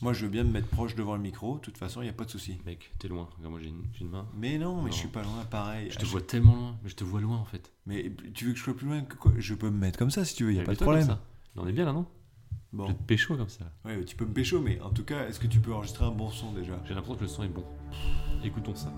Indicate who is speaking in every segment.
Speaker 1: Moi, je veux bien me mettre proche devant le micro. De toute façon, il n'y a pas de souci.
Speaker 2: Mec, t'es loin. Regarde, moi j'ai une, j'ai une main.
Speaker 1: Mais non, mais
Speaker 2: Non.
Speaker 1: je suis pas loin, pareil.
Speaker 2: Je
Speaker 1: Ah,
Speaker 2: te vois tellement loin, mais je te vois loin en fait.
Speaker 1: Mais tu veux que je sois plus loin que quoi Je peux me mettre comme ça si tu veux, il n'y a
Speaker 2: Mais
Speaker 1: pas de
Speaker 2: toi, comme
Speaker 1: problème.
Speaker 2: ça. Là, on est bien là, non Je
Speaker 1: Bon,
Speaker 2: vais te pécho comme ça.
Speaker 1: ouais, mais tu peux me pécho, mais en tout cas, est-ce que tu peux enregistrer un bon son déjà
Speaker 2: J'ai l'impression que le son est bon. Écoutons ça.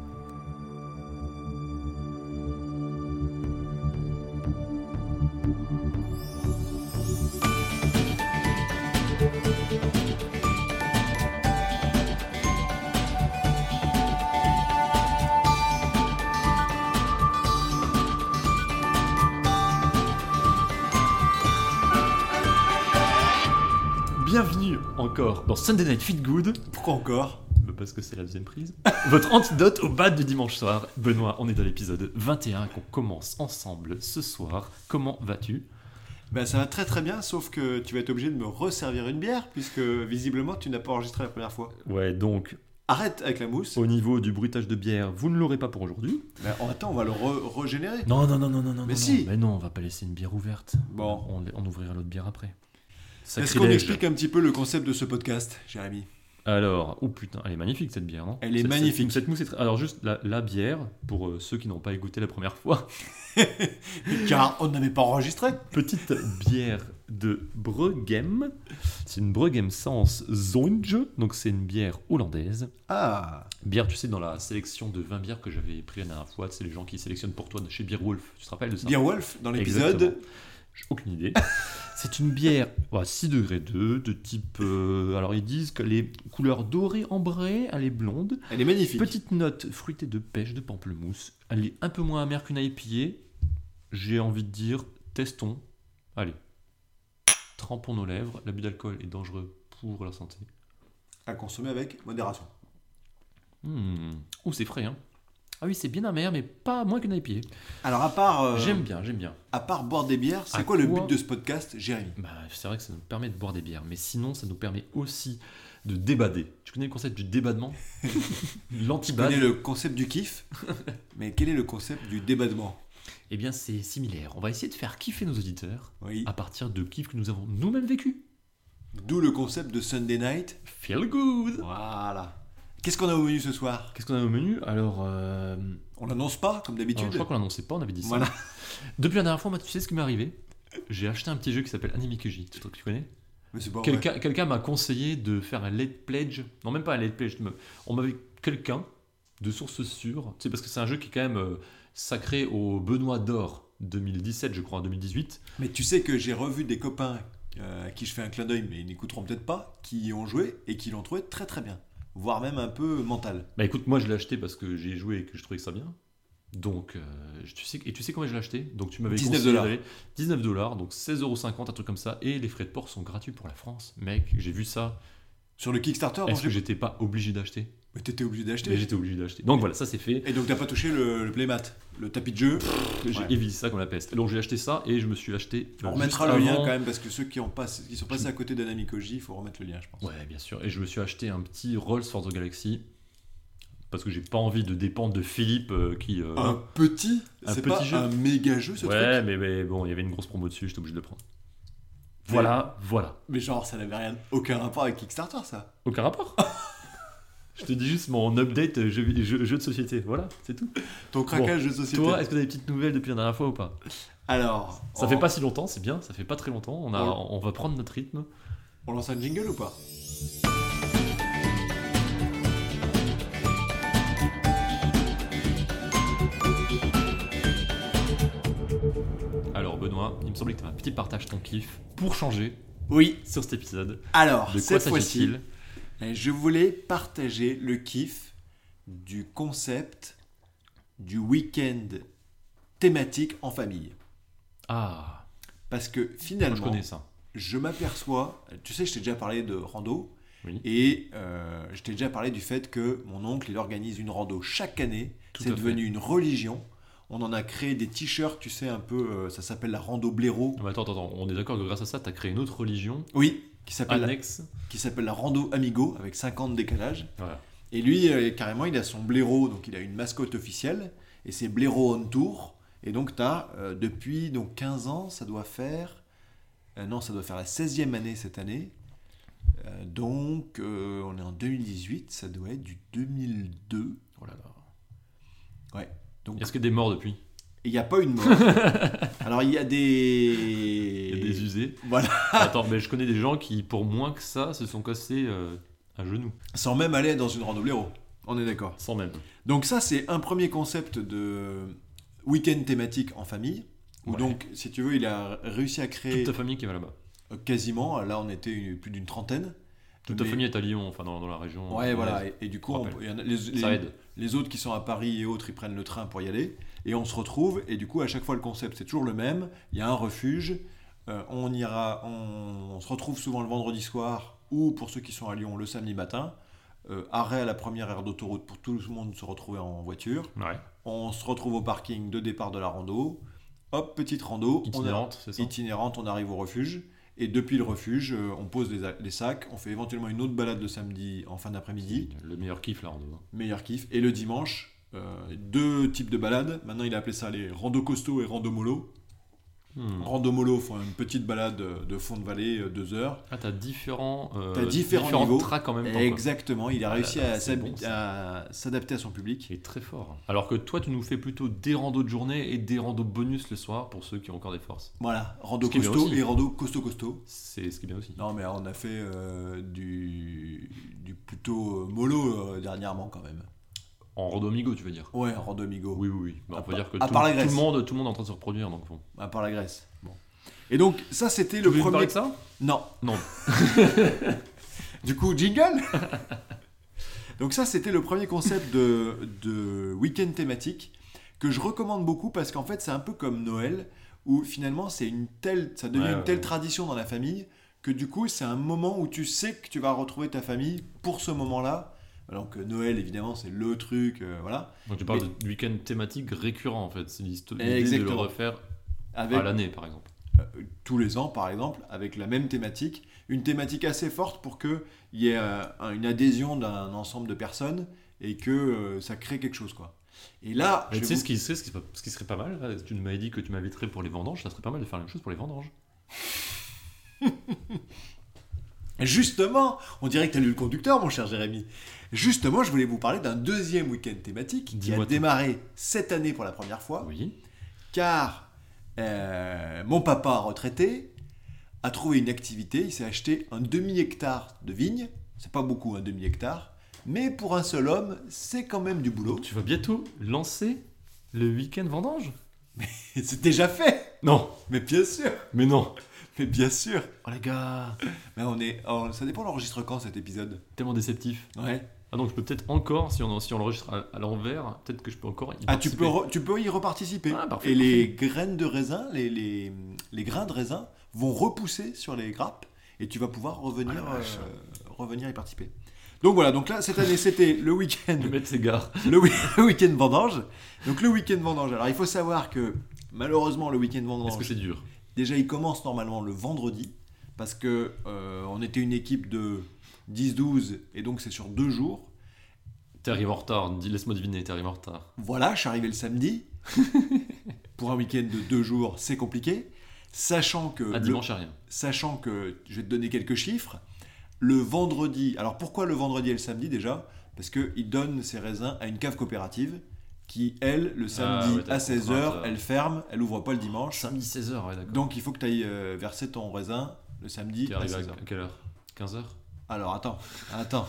Speaker 2: Bienvenue encore dans Sunday Night Feed Good.
Speaker 1: Pourquoi encore
Speaker 2: Bah, Parce que c'est la deuxième prise. Votre antidote au bad du dimanche soir. Benoît, on est dans l'épisode 21 qu'on commence ensemble ce soir. Comment vas-tu
Speaker 1: Bah, ça va très très bien, sauf que tu vas être obligé de me resservir une bière, puisque visiblement, tu n'as pas enregistré la première fois.
Speaker 2: Ouais, donc
Speaker 1: Arrête avec la mousse.
Speaker 2: au niveau du bruitage de bière, vous ne l'aurez pas pour aujourd'hui.
Speaker 1: Bah, oh, attends, on va le re- régénérer.
Speaker 2: Non, non, non, non, non, non.
Speaker 1: Mais
Speaker 2: non,
Speaker 1: si.
Speaker 2: Mais non, on va pas laisser une bière ouverte.
Speaker 1: Bon.
Speaker 2: On, on ouvrira l'autre bière après.
Speaker 1: Est-ce qu'on
Speaker 2: Sacrilège.
Speaker 1: explique un petit peu le concept de ce podcast, Jérémy
Speaker 2: Alors, oh putain, elle est magnifique cette bière, non
Speaker 1: Elle est
Speaker 2: Cette- cette-
Speaker 1: magnifique.
Speaker 2: Cette mousse est très... Alors juste la, la bière, pour euh, ceux qui n'ont pas goûté la première fois,
Speaker 1: Car on n'avait pas enregistré.
Speaker 2: petite bière de Bregem. C'est une Bregem sans Zonge, donc c'est une bière hollandaise.
Speaker 1: Ah
Speaker 2: Bière, tu sais, dans la sélection de 20 bières que j'avais pris la dernière fois, c'est les gens qui sélectionnent pour toi de chez Beer Wolf. Tu te rappelles de ça
Speaker 1: Beerwolf, dans
Speaker 2: Exactement.
Speaker 1: l'épisode.
Speaker 2: J'ai aucune idée. C'est une bière à 6 degrés 2, de type. euh, alors ils disent qu'elle est couleur dorée ambrée, elle est blonde.
Speaker 1: Elle est magnifique.
Speaker 2: Petite note fruitée de pêche, de pamplemousse. Elle est un peu moins amère qu'une IPA. J'ai envie de dire, testons. Allez, trempons nos lèvres. L'abus d'alcool est dangereux pour la santé.
Speaker 1: À consommer avec modération.
Speaker 2: Hmm. Ouh, c'est frais, hein. Ah oui, c'est bien amer, mais pas moins qu'une IPA.
Speaker 1: Alors, à part, euh,
Speaker 2: J'aime bien, j'aime bien.
Speaker 1: à part boire des bières,
Speaker 2: à
Speaker 1: c'est quoi le
Speaker 2: quoi-
Speaker 1: but de ce podcast, Jérémy
Speaker 2: Bah, c'est vrai que ça nous permet de boire des bières, mais sinon, ça nous permet aussi de débader. Tu connais le concept du débadement L'antibad
Speaker 1: Quel est le concept du kiff Mais quel est le concept du débadement
Speaker 2: Eh bien, c'est similaire. On va essayer de faire kiffer nos auditeurs
Speaker 1: Oui.
Speaker 2: à partir de kiffs que nous avons nous-mêmes vécus.
Speaker 1: D'où le concept de Sunday Night.
Speaker 2: Feel good
Speaker 1: Voilà. Qu'est-ce qu'on a au menu ce soir
Speaker 2: Qu'est-ce qu'on a au menu Alors, euh,
Speaker 1: On l'annonce pas, comme
Speaker 2: alors, Euh, je
Speaker 1: d'habitude.
Speaker 2: crois qu'on l'annonçait pas, on avait dit ça.
Speaker 1: Voilà.
Speaker 2: Depuis la dernière fois, moi, tu sais ce qui m'est arrivé J'ai acheté un petit jeu qui s'appelle Anime Keiji, tu, tu connais
Speaker 1: Mais c'est pas vrai.
Speaker 2: Quelqu'un quelqu'un m'a conseillé de faire un late pledge. Non, même pas un late pledge. mais On m'avait quelqu'un de source sûre. Tu sais, parce que c'est un jeu qui est quand même euh, sacré au Benoît d'Or 2017, je crois, en 2018.
Speaker 1: Mais tu sais que j'ai revu des copains euh, à qui je fais un clin d'œil, mais ils n'écouteront peut-être pas, qui y ont joué et qui l'ont trouvé très très bien. Voire même un peu mental.
Speaker 2: Bah écoute, moi, je l'ai acheté parce que j'ai joué et que je trouvais que ça bien. Donc, euh, tu sais, et tu sais combien je l'ai acheté Donc, tu m'avais
Speaker 1: 19
Speaker 2: conseillé
Speaker 1: dollars.
Speaker 2: d'aller- 19 dollars, donc 16,50€, un truc comme ça. Et les frais de port sont gratuits pour la France. Mec, j'ai vu ça.
Speaker 1: Sur le Kickstarter, dont
Speaker 2: Est-ce que
Speaker 1: j'ai...
Speaker 2: j'étais pas obligé d'acheter
Speaker 1: Mais t'étais obligé
Speaker 2: Mais
Speaker 1: d'acheter.
Speaker 2: j'étais obligé d'acheter. Donc, voilà, ça, c'est fait.
Speaker 1: Et donc t'as pas touché le, le playmat, le tapis de jeu.
Speaker 2: J'ai
Speaker 1: Ouais.
Speaker 2: évité ça comme la peste. Donc j'ai acheté ça et je me suis acheté. euh,
Speaker 1: On remettra
Speaker 2: juste
Speaker 1: le lien
Speaker 2: avant-
Speaker 1: quand même, parce que ceux qui, ont pas, qui sont passés à côté d'Anamikoji, il faut remettre le lien, je pense.
Speaker 2: Ouais, bien sûr. Et je me suis acheté un petit Rolls for the Galaxy parce que j'ai pas envie de dépendre de Philippe euh, qui. euh,
Speaker 1: Un petit,
Speaker 2: Un
Speaker 1: c'est
Speaker 2: petit
Speaker 1: pas
Speaker 2: jeu.
Speaker 1: un méga jeu ce truc.
Speaker 2: ouais, mais, mais bon, il y avait une grosse promo dessus, j'étais obligé de le prendre. Voilà, voilà.
Speaker 1: Mais genre, ça n'avait rien, aucun rapport avec Kickstarter, ça.
Speaker 2: Aucun rapport. je te dis juste mon update euh, jeu, jeu- jeu de société. Voilà, c'est tout.
Speaker 1: Ton craquage de société.
Speaker 2: Toi, est-ce que t'as des petites nouvelles depuis la dernière fois ou pas
Speaker 1: Alors,
Speaker 2: Ça
Speaker 1: on,
Speaker 2: fait pas si longtemps, c'est bien. Ça fait pas très longtemps. On a,
Speaker 1: Ouais.
Speaker 2: on va prendre notre rythme.
Speaker 1: on lance un jingle ou pas
Speaker 2: Alors Benoît, il me semblait que t'avais un petit partage ton kiff pour changer
Speaker 1: Oui.
Speaker 2: sur cet épisode.
Speaker 1: Alors,
Speaker 2: De quoi
Speaker 1: cette fois-ci,
Speaker 2: s'agit-il
Speaker 1: euh, je voulais partager le kiff du concept du week-end thématique en famille.
Speaker 2: Ah,
Speaker 1: Parce que
Speaker 2: moi,
Speaker 1: finalement,
Speaker 2: je connais ça.
Speaker 1: je m'aperçois, tu sais, je t'ai déjà parlé de rando,
Speaker 2: Oui.
Speaker 1: et euh, je t'ai déjà parlé du fait que mon oncle, il organise une rando chaque année,
Speaker 2: Tout à
Speaker 1: c'est
Speaker 2: fait.
Speaker 1: devenu une religion, on en a créé des t-shirts, tu sais, un peu, euh, ça s'appelle la rando blaireau,
Speaker 2: Non, mais attends, attends, attends, on est d'accord que grâce à ça, t'as créé une autre religion
Speaker 1: oui, qui
Speaker 2: Ah,
Speaker 1: s'appelle la,
Speaker 2: annexe.
Speaker 1: qui s'appelle la rando amigo, avec 50 décalages,
Speaker 2: Voilà.
Speaker 1: et lui, euh, carrément, il a son blaireau, donc il a une mascotte officielle, et c'est blaireau on tour, et donc t'as, euh, depuis donc 15 ans, ça doit faire, euh, non, ça doit faire la 16e année cette année, Euh, donc, euh, on est en 2018, ça doit être du 2002.
Speaker 2: Oh là là.
Speaker 1: Ouais. Donc,
Speaker 2: Est-ce que des morts depuis
Speaker 1: il n'y a pas une mort. Alors, il y a des.
Speaker 2: Il y a des usés.
Speaker 1: Voilà.
Speaker 2: Attends, mais je connais des gens qui, pour moins que ça, se sont cassés euh, un genou.
Speaker 1: Sans même aller dans une rando blaireau. On est d'accord.
Speaker 2: Sans même.
Speaker 1: Donc ça, c'est un premier concept de week-end thématique en famille. Où
Speaker 2: Ouais.
Speaker 1: donc, si tu veux, il a réussi à créer
Speaker 2: Toute ta famille qui va là-bas.
Speaker 1: euh, quasiment, là on était une- plus d'une trentaine.
Speaker 2: Toute ta
Speaker 1: Mais-
Speaker 2: famille est à Lyon, enfin dans, dans la région.
Speaker 1: Ouais, voilà. Et, et du coup, on-
Speaker 2: rappelle.
Speaker 1: il y en a- les,
Speaker 2: Ça
Speaker 1: les-
Speaker 2: aide.
Speaker 1: les autres qui sont à Paris et autres, ils prennent le train pour y aller. Et on se retrouve. Et du coup, à chaque fois, le concept, c'est toujours le même. Il y a un refuge. euh, on ira. On, on se retrouve souvent le vendredi soir ou pour ceux qui sont à Lyon, le samedi matin. Euh, arrêt à la première aire d'autoroute pour tout le monde se retrouver en voiture.
Speaker 2: Ouais.
Speaker 1: On se retrouve au parking de départ de la rando. Hop, petite rando. on a-
Speaker 2: Itinérante, c'est ça
Speaker 1: itinérante, on arrive au refuge. Et depuis le refuge, euh, on pose des, a- des sacs. On fait éventuellement une autre balade le samedi en fin d'après-midi.
Speaker 2: Le meilleur kiff, là, en deux.
Speaker 1: Meilleur kiff. Et le dimanche, euh, deux types de balades. Maintenant, il a appelé ça les rando costauds et rando mollo.
Speaker 2: Hmm.
Speaker 1: Rando mollo font une petite balade euh, de fond de vallée, euh, deux heures.
Speaker 2: Ah, t'as différents, euh,
Speaker 1: T'as différents niveaux.
Speaker 2: tracks en même temps. quoi.
Speaker 1: Exactement. Il a réussi à
Speaker 2: là, c'est
Speaker 1: s'hab-
Speaker 2: bon,
Speaker 1: à s'adapter à son public.
Speaker 2: Qui est très fort. Alors que toi, tu nous fais plutôt des randos de journée et des randos bonus le soir pour ceux qui ont encore des forces.
Speaker 1: Voilà, rando
Speaker 2: Ce qui est bien
Speaker 1: costaud
Speaker 2: aussi.
Speaker 1: et rando costaud costaud.
Speaker 2: C'est ce qui est bien aussi.
Speaker 1: Non, mais on a fait euh, du, du plutôt euh, mollo euh, dernièrement quand même.
Speaker 2: En rando amigo, tu veux dire
Speaker 1: Ouais, randomigo,
Speaker 2: Oui, oui, oui. Bah,
Speaker 1: À
Speaker 2: on peut
Speaker 1: part-
Speaker 2: dire que
Speaker 1: à
Speaker 2: tout,
Speaker 1: part la
Speaker 2: tout
Speaker 1: Grèce.
Speaker 2: le monde, tout le monde est en train de se reproduire. Donc bon.
Speaker 1: à part la Grèce. Bon. Et donc, ça, c'était le
Speaker 2: Tu veux nous
Speaker 1: premier.
Speaker 2: parler de ça
Speaker 1: Non.
Speaker 2: Non.
Speaker 1: Du coup, jingle Donc, ça, c'était le premier concept de, de week-end thématique que je recommande beaucoup parce qu'en fait, c'est un peu comme Noël où finalement, c'est une telle, ça devient
Speaker 2: Ouais,
Speaker 1: une
Speaker 2: ouais,
Speaker 1: telle
Speaker 2: ouais.
Speaker 1: tradition dans la famille que du coup, c'est un moment où tu sais que tu vas retrouver ta famille pour ce moment-là. Alors que Noël, évidemment, c'est le truc, euh, voilà.
Speaker 2: Donc tu parles
Speaker 1: Mais-
Speaker 2: de week-end thématique récurrent en fait. C'est l'histo- l'idée de le
Speaker 1: Exactement.
Speaker 2: refaire
Speaker 1: Avec
Speaker 2: à l'année par exemple.
Speaker 1: Euh, tous les ans, par exemple, avec la même thématique, une thématique assez forte pour qu'il y ait euh, un- une adhésion d'un ensemble de personnes et que euh, ça crée quelque chose, quoi. Et là, Ah,
Speaker 2: Mais
Speaker 1: je
Speaker 2: tu sais
Speaker 1: vous-
Speaker 2: ce qui, serait- ce, qui, ce qui serait pas mal là, Tu m'avais dit que tu m'inviterais pour les vendanges. Ça serait pas mal de faire la même chose pour les vendanges.
Speaker 1: justement, on dirait que tu as lu le conducteur, mon cher Jérémy. Justement, je voulais vous parler d'un deuxième week-end thématique qui
Speaker 2: Dis-moi
Speaker 1: a
Speaker 2: tout.
Speaker 1: démarré cette année pour la première fois,
Speaker 2: Oui.
Speaker 1: car euh, mon papa retraité a trouvé une activité, il s'est acheté un demi-hectare de vigne, c'est pas beaucoup un demi-hectare, mais pour un seul homme, c'est quand même du boulot.
Speaker 2: Tu vas bientôt lancer le week-end vendange
Speaker 1: Et C'est déjà fait
Speaker 2: Non,
Speaker 1: Mais bien sûr
Speaker 2: mais non.
Speaker 1: Mais bien sûr
Speaker 2: Oh les gars,
Speaker 1: Mais on est... on- ça dépend, on l'enregistre quand cet épisode
Speaker 2: tellement déceptif.
Speaker 1: Ouais.
Speaker 2: Ah donc je peux peut-être encore, si on, si on l'enregistre à, à l'envers, peut-être que je peux encore y
Speaker 1: Ah, tu
Speaker 2: participer.
Speaker 1: peux, re- tu peux y reparticiper.
Speaker 2: Ah, parfait,
Speaker 1: Et les graines de raisin, les, les, les grains de raisin vont repousser sur les grappes et tu vas pouvoir revenir,
Speaker 2: Ah, la vache.
Speaker 1: euh, revenir y participer. Donc voilà, donc là, cette année, c'était le week-end
Speaker 2: Le mettre ses gars.
Speaker 1: le, wi- le week-end vendange. Donc le week-end vendange. Alors il faut savoir que malheureusement, le week-end vendange...
Speaker 2: Est-ce que c'est dur
Speaker 1: Déjà, il commence normalement le vendredi, parce que euh, on était une équipe de 10-12, et donc c'est sur deux jours.
Speaker 2: T'arrives en retard, dis- laisse-moi deviner, t'arrives en retard.
Speaker 1: Voilà, je suis arrivé le samedi. Pour un week-end de deux jours, c'est compliqué. Sachant que,
Speaker 2: Ah
Speaker 1: Euh, le-
Speaker 2: dimanche à rien.
Speaker 1: sachant que, je vais te donner quelques chiffres, le vendredi, alors pourquoi le vendredi et le samedi déjà Parce qu'il donne ses raisins à une cave coopérative qui, elle, le samedi
Speaker 2: Ah ouais, t'as
Speaker 1: à
Speaker 2: la
Speaker 1: 16h,
Speaker 2: contrainte, euh.
Speaker 1: elle ferme, elle ouvre pas le dimanche.
Speaker 2: Samedi 16h, ouais d'accord.
Speaker 1: Donc il faut que tu ailles verser ton raisin le samedi
Speaker 2: T'es
Speaker 1: à
Speaker 2: arrivé
Speaker 1: 16h.
Speaker 2: à, à quelle heure 15h
Speaker 1: Alors attends, attends.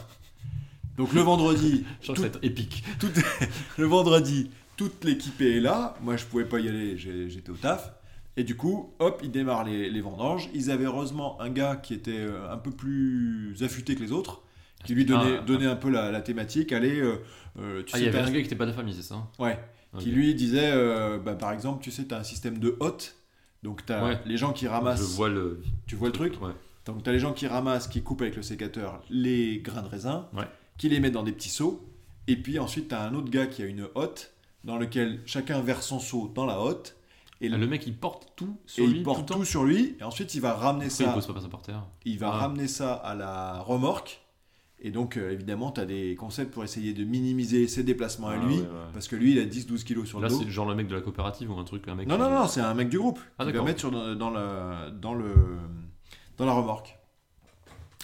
Speaker 1: Donc le vendredi,
Speaker 2: Je crois que ça va être épique.
Speaker 1: le vendredi, toute l'équipe est là. Moi, je pouvais pas y aller, j'ai- j'étais au taf. Et du coup, hop, ils démarrent les, les vendanges. Ils avaient heureusement un gars qui était euh, un peu plus affûté que les autres, qui lui donnait,
Speaker 2: Ah.
Speaker 1: donnait un peu la, la thématique. Allez, euh, euh, tu
Speaker 2: Ah, il
Speaker 1: sais,
Speaker 2: y avait
Speaker 1: t'as-
Speaker 2: un gars qui était pas de la famille, c'est ça hein
Speaker 1: ouais,
Speaker 2: Ok.
Speaker 1: qui lui disait, euh, bah, par exemple, tu sais, tu as un système de hotte. Donc, tu as
Speaker 2: Ouais.
Speaker 1: les gens qui
Speaker 2: Je
Speaker 1: ramassent.
Speaker 2: vois le,
Speaker 1: Tu vois Ah, le truc
Speaker 2: Ouais.
Speaker 1: Donc, tu as les gens qui ramassent, qui coupent avec le sécateur les grains de raisin,
Speaker 2: Ouais.
Speaker 1: qui les mettent dans des petits seaux. Et puis ensuite, tu as un autre gars qui a une hotte dans lequel chacun verse son seau dans la hotte. Et,
Speaker 2: Ah, Le mec il porte tout
Speaker 1: et
Speaker 2: sur lui
Speaker 1: il
Speaker 2: tout
Speaker 1: porte
Speaker 2: le temps.
Speaker 1: tout, sur lui. Et ensuite, il va ramener
Speaker 2: Pourquoi il
Speaker 1: ça,
Speaker 2: pose pas ça par terre
Speaker 1: il va
Speaker 2: Ah.
Speaker 1: ramener ça à la remorque. Et donc, euh, évidemment, tu as des concepts pour essayer de minimiser ses déplacements à
Speaker 2: Ah,
Speaker 1: lui.
Speaker 2: ouais, ouais.
Speaker 1: Parce que lui, il a 10-12 kilos sur
Speaker 2: Là
Speaker 1: le dos.
Speaker 2: c'est genre le mec de la coopérative ou un truc, un mec.
Speaker 1: Non,
Speaker 2: qui-
Speaker 1: non, non, c'est un mec du groupe.
Speaker 2: Ah,
Speaker 1: il va
Speaker 2: d'accord.
Speaker 1: mettre sur, dans, le, dans, le, dans la remorque.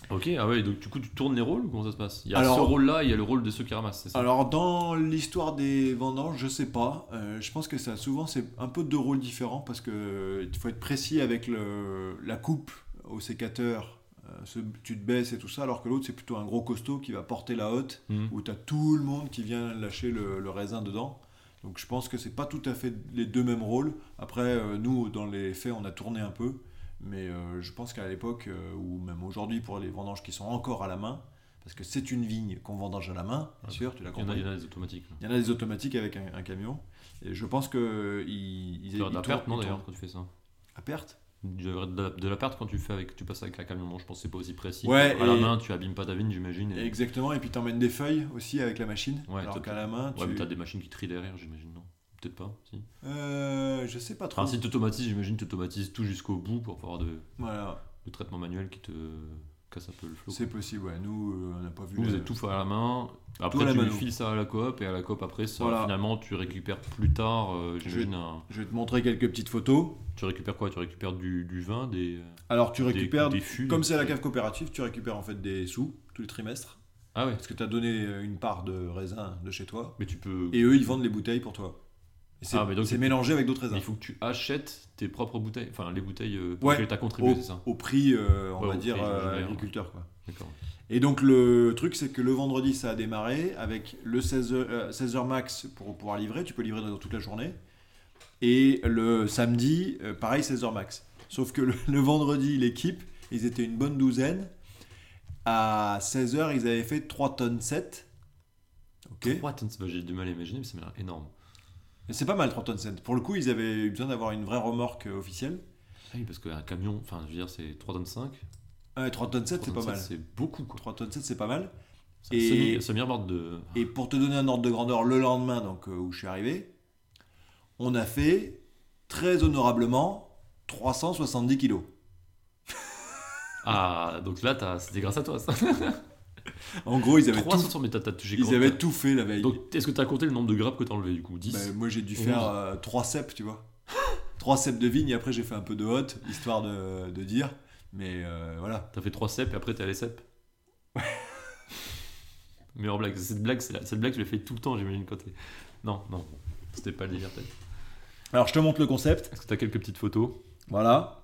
Speaker 2: Ok, ah ouais, donc du coup tu tournes les rôles ou comment ça se passe Il y a
Speaker 1: Alors-
Speaker 2: ce rôle-là, il y a le rôle de ceux qui ramassent, c'est ça
Speaker 1: Alors dans l'histoire des vendanges, je sais pas. Euh, je pense que ça souvent c'est un peu deux rôles différents parce que euh, il faut être précis avec le- la coupe au sécateur. euh, ce- tu te baisses et tout ça, alors que l'autre c'est plutôt un gros costaud qui va porter la hotte
Speaker 2: Hmm.
Speaker 1: où tu as tout le monde qui vient lâcher le, le raisin dedans. Donc je pense que c'est pas tout à fait les deux mêmes rôles. Après, euh, nous, dans les faits, on a tourné un peu. Mais euh, je pense qu'à l'époque, euh, ou même aujourd'hui, pour les vendanges qui sont encore à la main, parce que c'est une vigne qu'on vendange à la main, bien
Speaker 2: Ouais.
Speaker 1: sûr, tu l'as
Speaker 2: Il y en a,
Speaker 1: compris.
Speaker 2: il y en a des automatiques. là.
Speaker 1: Il y en a des automatiques avec un, un camion. Et je pense que ils, ils,
Speaker 2: Tu as de
Speaker 1: ils
Speaker 2: la perte,
Speaker 1: tournent-
Speaker 2: non
Speaker 1: ils
Speaker 2: d'ailleurs,
Speaker 1: tournent-
Speaker 2: quand tu fais ça
Speaker 1: À perte
Speaker 2: Tu as de la, de la perte quand tu fais avec, tu passes avec un camion, non, je pense que c'est pas aussi précis.
Speaker 1: Ouais,
Speaker 2: à la
Speaker 1: et-
Speaker 2: main, tu abîmes pas ta vigne, j'imagine. et-
Speaker 1: Exactement. Et puis t'emmènes des feuilles aussi avec la machine.
Speaker 2: Ouais,
Speaker 1: alors
Speaker 2: toi,
Speaker 1: qu'à la main, tu.
Speaker 2: Ouais, mais t'as des machines qui trient derrière, j'imagine, non Peut-être pas, si.
Speaker 1: Euh, je sais pas trop.
Speaker 2: Enfin, si t'automatises, j'imagine, t'automatises tout jusqu'au bout pour avoir de,
Speaker 1: Voilà,
Speaker 2: le traitement manuel qui te casse un peu le flot.
Speaker 1: c'est possible. Ouais. Nous, euh, on n'a pas vu.
Speaker 2: Vous, vous
Speaker 1: la-
Speaker 2: êtes tout fait à la main. Après,
Speaker 1: à la
Speaker 2: tu
Speaker 1: mano.
Speaker 2: files ça à la coop et à la coop après ça,
Speaker 1: Voilà.
Speaker 2: finalement, tu récupères plus tard. euh, J'imagine, un-
Speaker 1: Je vais te montrer quelques petites photos.
Speaker 2: tu récupères quoi Tu récupères du, du vin, des, euh,
Speaker 1: Alors tu
Speaker 2: des-
Speaker 1: récupères,
Speaker 2: des fûts.
Speaker 1: comme c'est à la cave coopérative, tu récupères en fait des sous tous les trimestres,
Speaker 2: Ah ouais.
Speaker 1: parce que tu as donné euh, une part de raisin de chez toi,
Speaker 2: Mais tu peux.
Speaker 1: et eux ils vendent les bouteilles pour toi. Et C'est
Speaker 2: Ah, mais donc-
Speaker 1: c'est mélangé avec d'autres
Speaker 2: mais
Speaker 1: raisins,
Speaker 2: il faut que tu achètes tes propres bouteilles, enfin les bouteilles euh, pour
Speaker 1: Ouais.
Speaker 2: lesquelles tu as contribué,
Speaker 1: Oh.
Speaker 2: c'est ça
Speaker 1: au prix, euh, on
Speaker 2: Ouais,
Speaker 1: va
Speaker 2: au
Speaker 1: dire,
Speaker 2: prix,
Speaker 1: euh,
Speaker 2: j'imagine, ouais.
Speaker 1: agriculteur. Quoi.
Speaker 2: D'accord.
Speaker 1: Et donc le truc c'est que le vendredi ça a démarré avec le 16h, euh, 16h max pour pouvoir livrer, tu peux livrer dans toute la journée, et le samedi euh, pareil 16h max. Sauf que le, le vendredi l'équipe, ils étaient une bonne douzaine, à 16h ils avaient fait 3 tonnes 7. Ok.
Speaker 2: Trois tonnes, bah, j'ai du mal à imaginer, mais ça m'a l'air énorme.
Speaker 1: Mais C'est pas mal 3 tonnes 7. Pour le coup ils avaient eu besoin d'avoir une vraie remorque euh, officielle.
Speaker 2: Ah oui, parce qu'un camion, enfin je veux dire, c'est 3 tonnes 5.
Speaker 1: Ouais, 3 tonnes 7 c'est pas mal.
Speaker 2: C'est beaucoup quoi.
Speaker 1: 3 tonnes 7 c'est pas mal.
Speaker 2: C'est
Speaker 1: Et-
Speaker 2: un semi- semi-remorque de.
Speaker 1: Et pour te donner un ordre de grandeur, le lendemain, donc euh, où je suis arrivé, on a fait très honorablement 370 kilos.
Speaker 2: Ah, donc là, t'as- c'était grâce à toi ça.
Speaker 1: En gros, ils avaient, tout,
Speaker 2: 300 mais t'as t'as touché
Speaker 1: ils
Speaker 2: quoi
Speaker 1: avaient tout fait la veille.
Speaker 2: Donc, est-ce que t'as compté le nombre de grappes que t'as enlevé du coup 10
Speaker 1: Bah, moi, j'ai dû
Speaker 2: Onze.
Speaker 1: faire 3 ceps, tu vois. 3 ceps de vigne, et après, j'ai fait un peu de hotte, histoire de, de dire. Mais euh, voilà.
Speaker 2: T'as fait 3 cep et après t'es allé cep Mais en blague, cette blague, c'est la- cette blague, je l'ai fait tout le temps, j'imagine, quand t'es. Non, non, bon, c'était pas le délire peut-être.
Speaker 1: Alors, je te montre le concept.
Speaker 2: Est-ce que t'as quelques petites photos
Speaker 1: Voilà.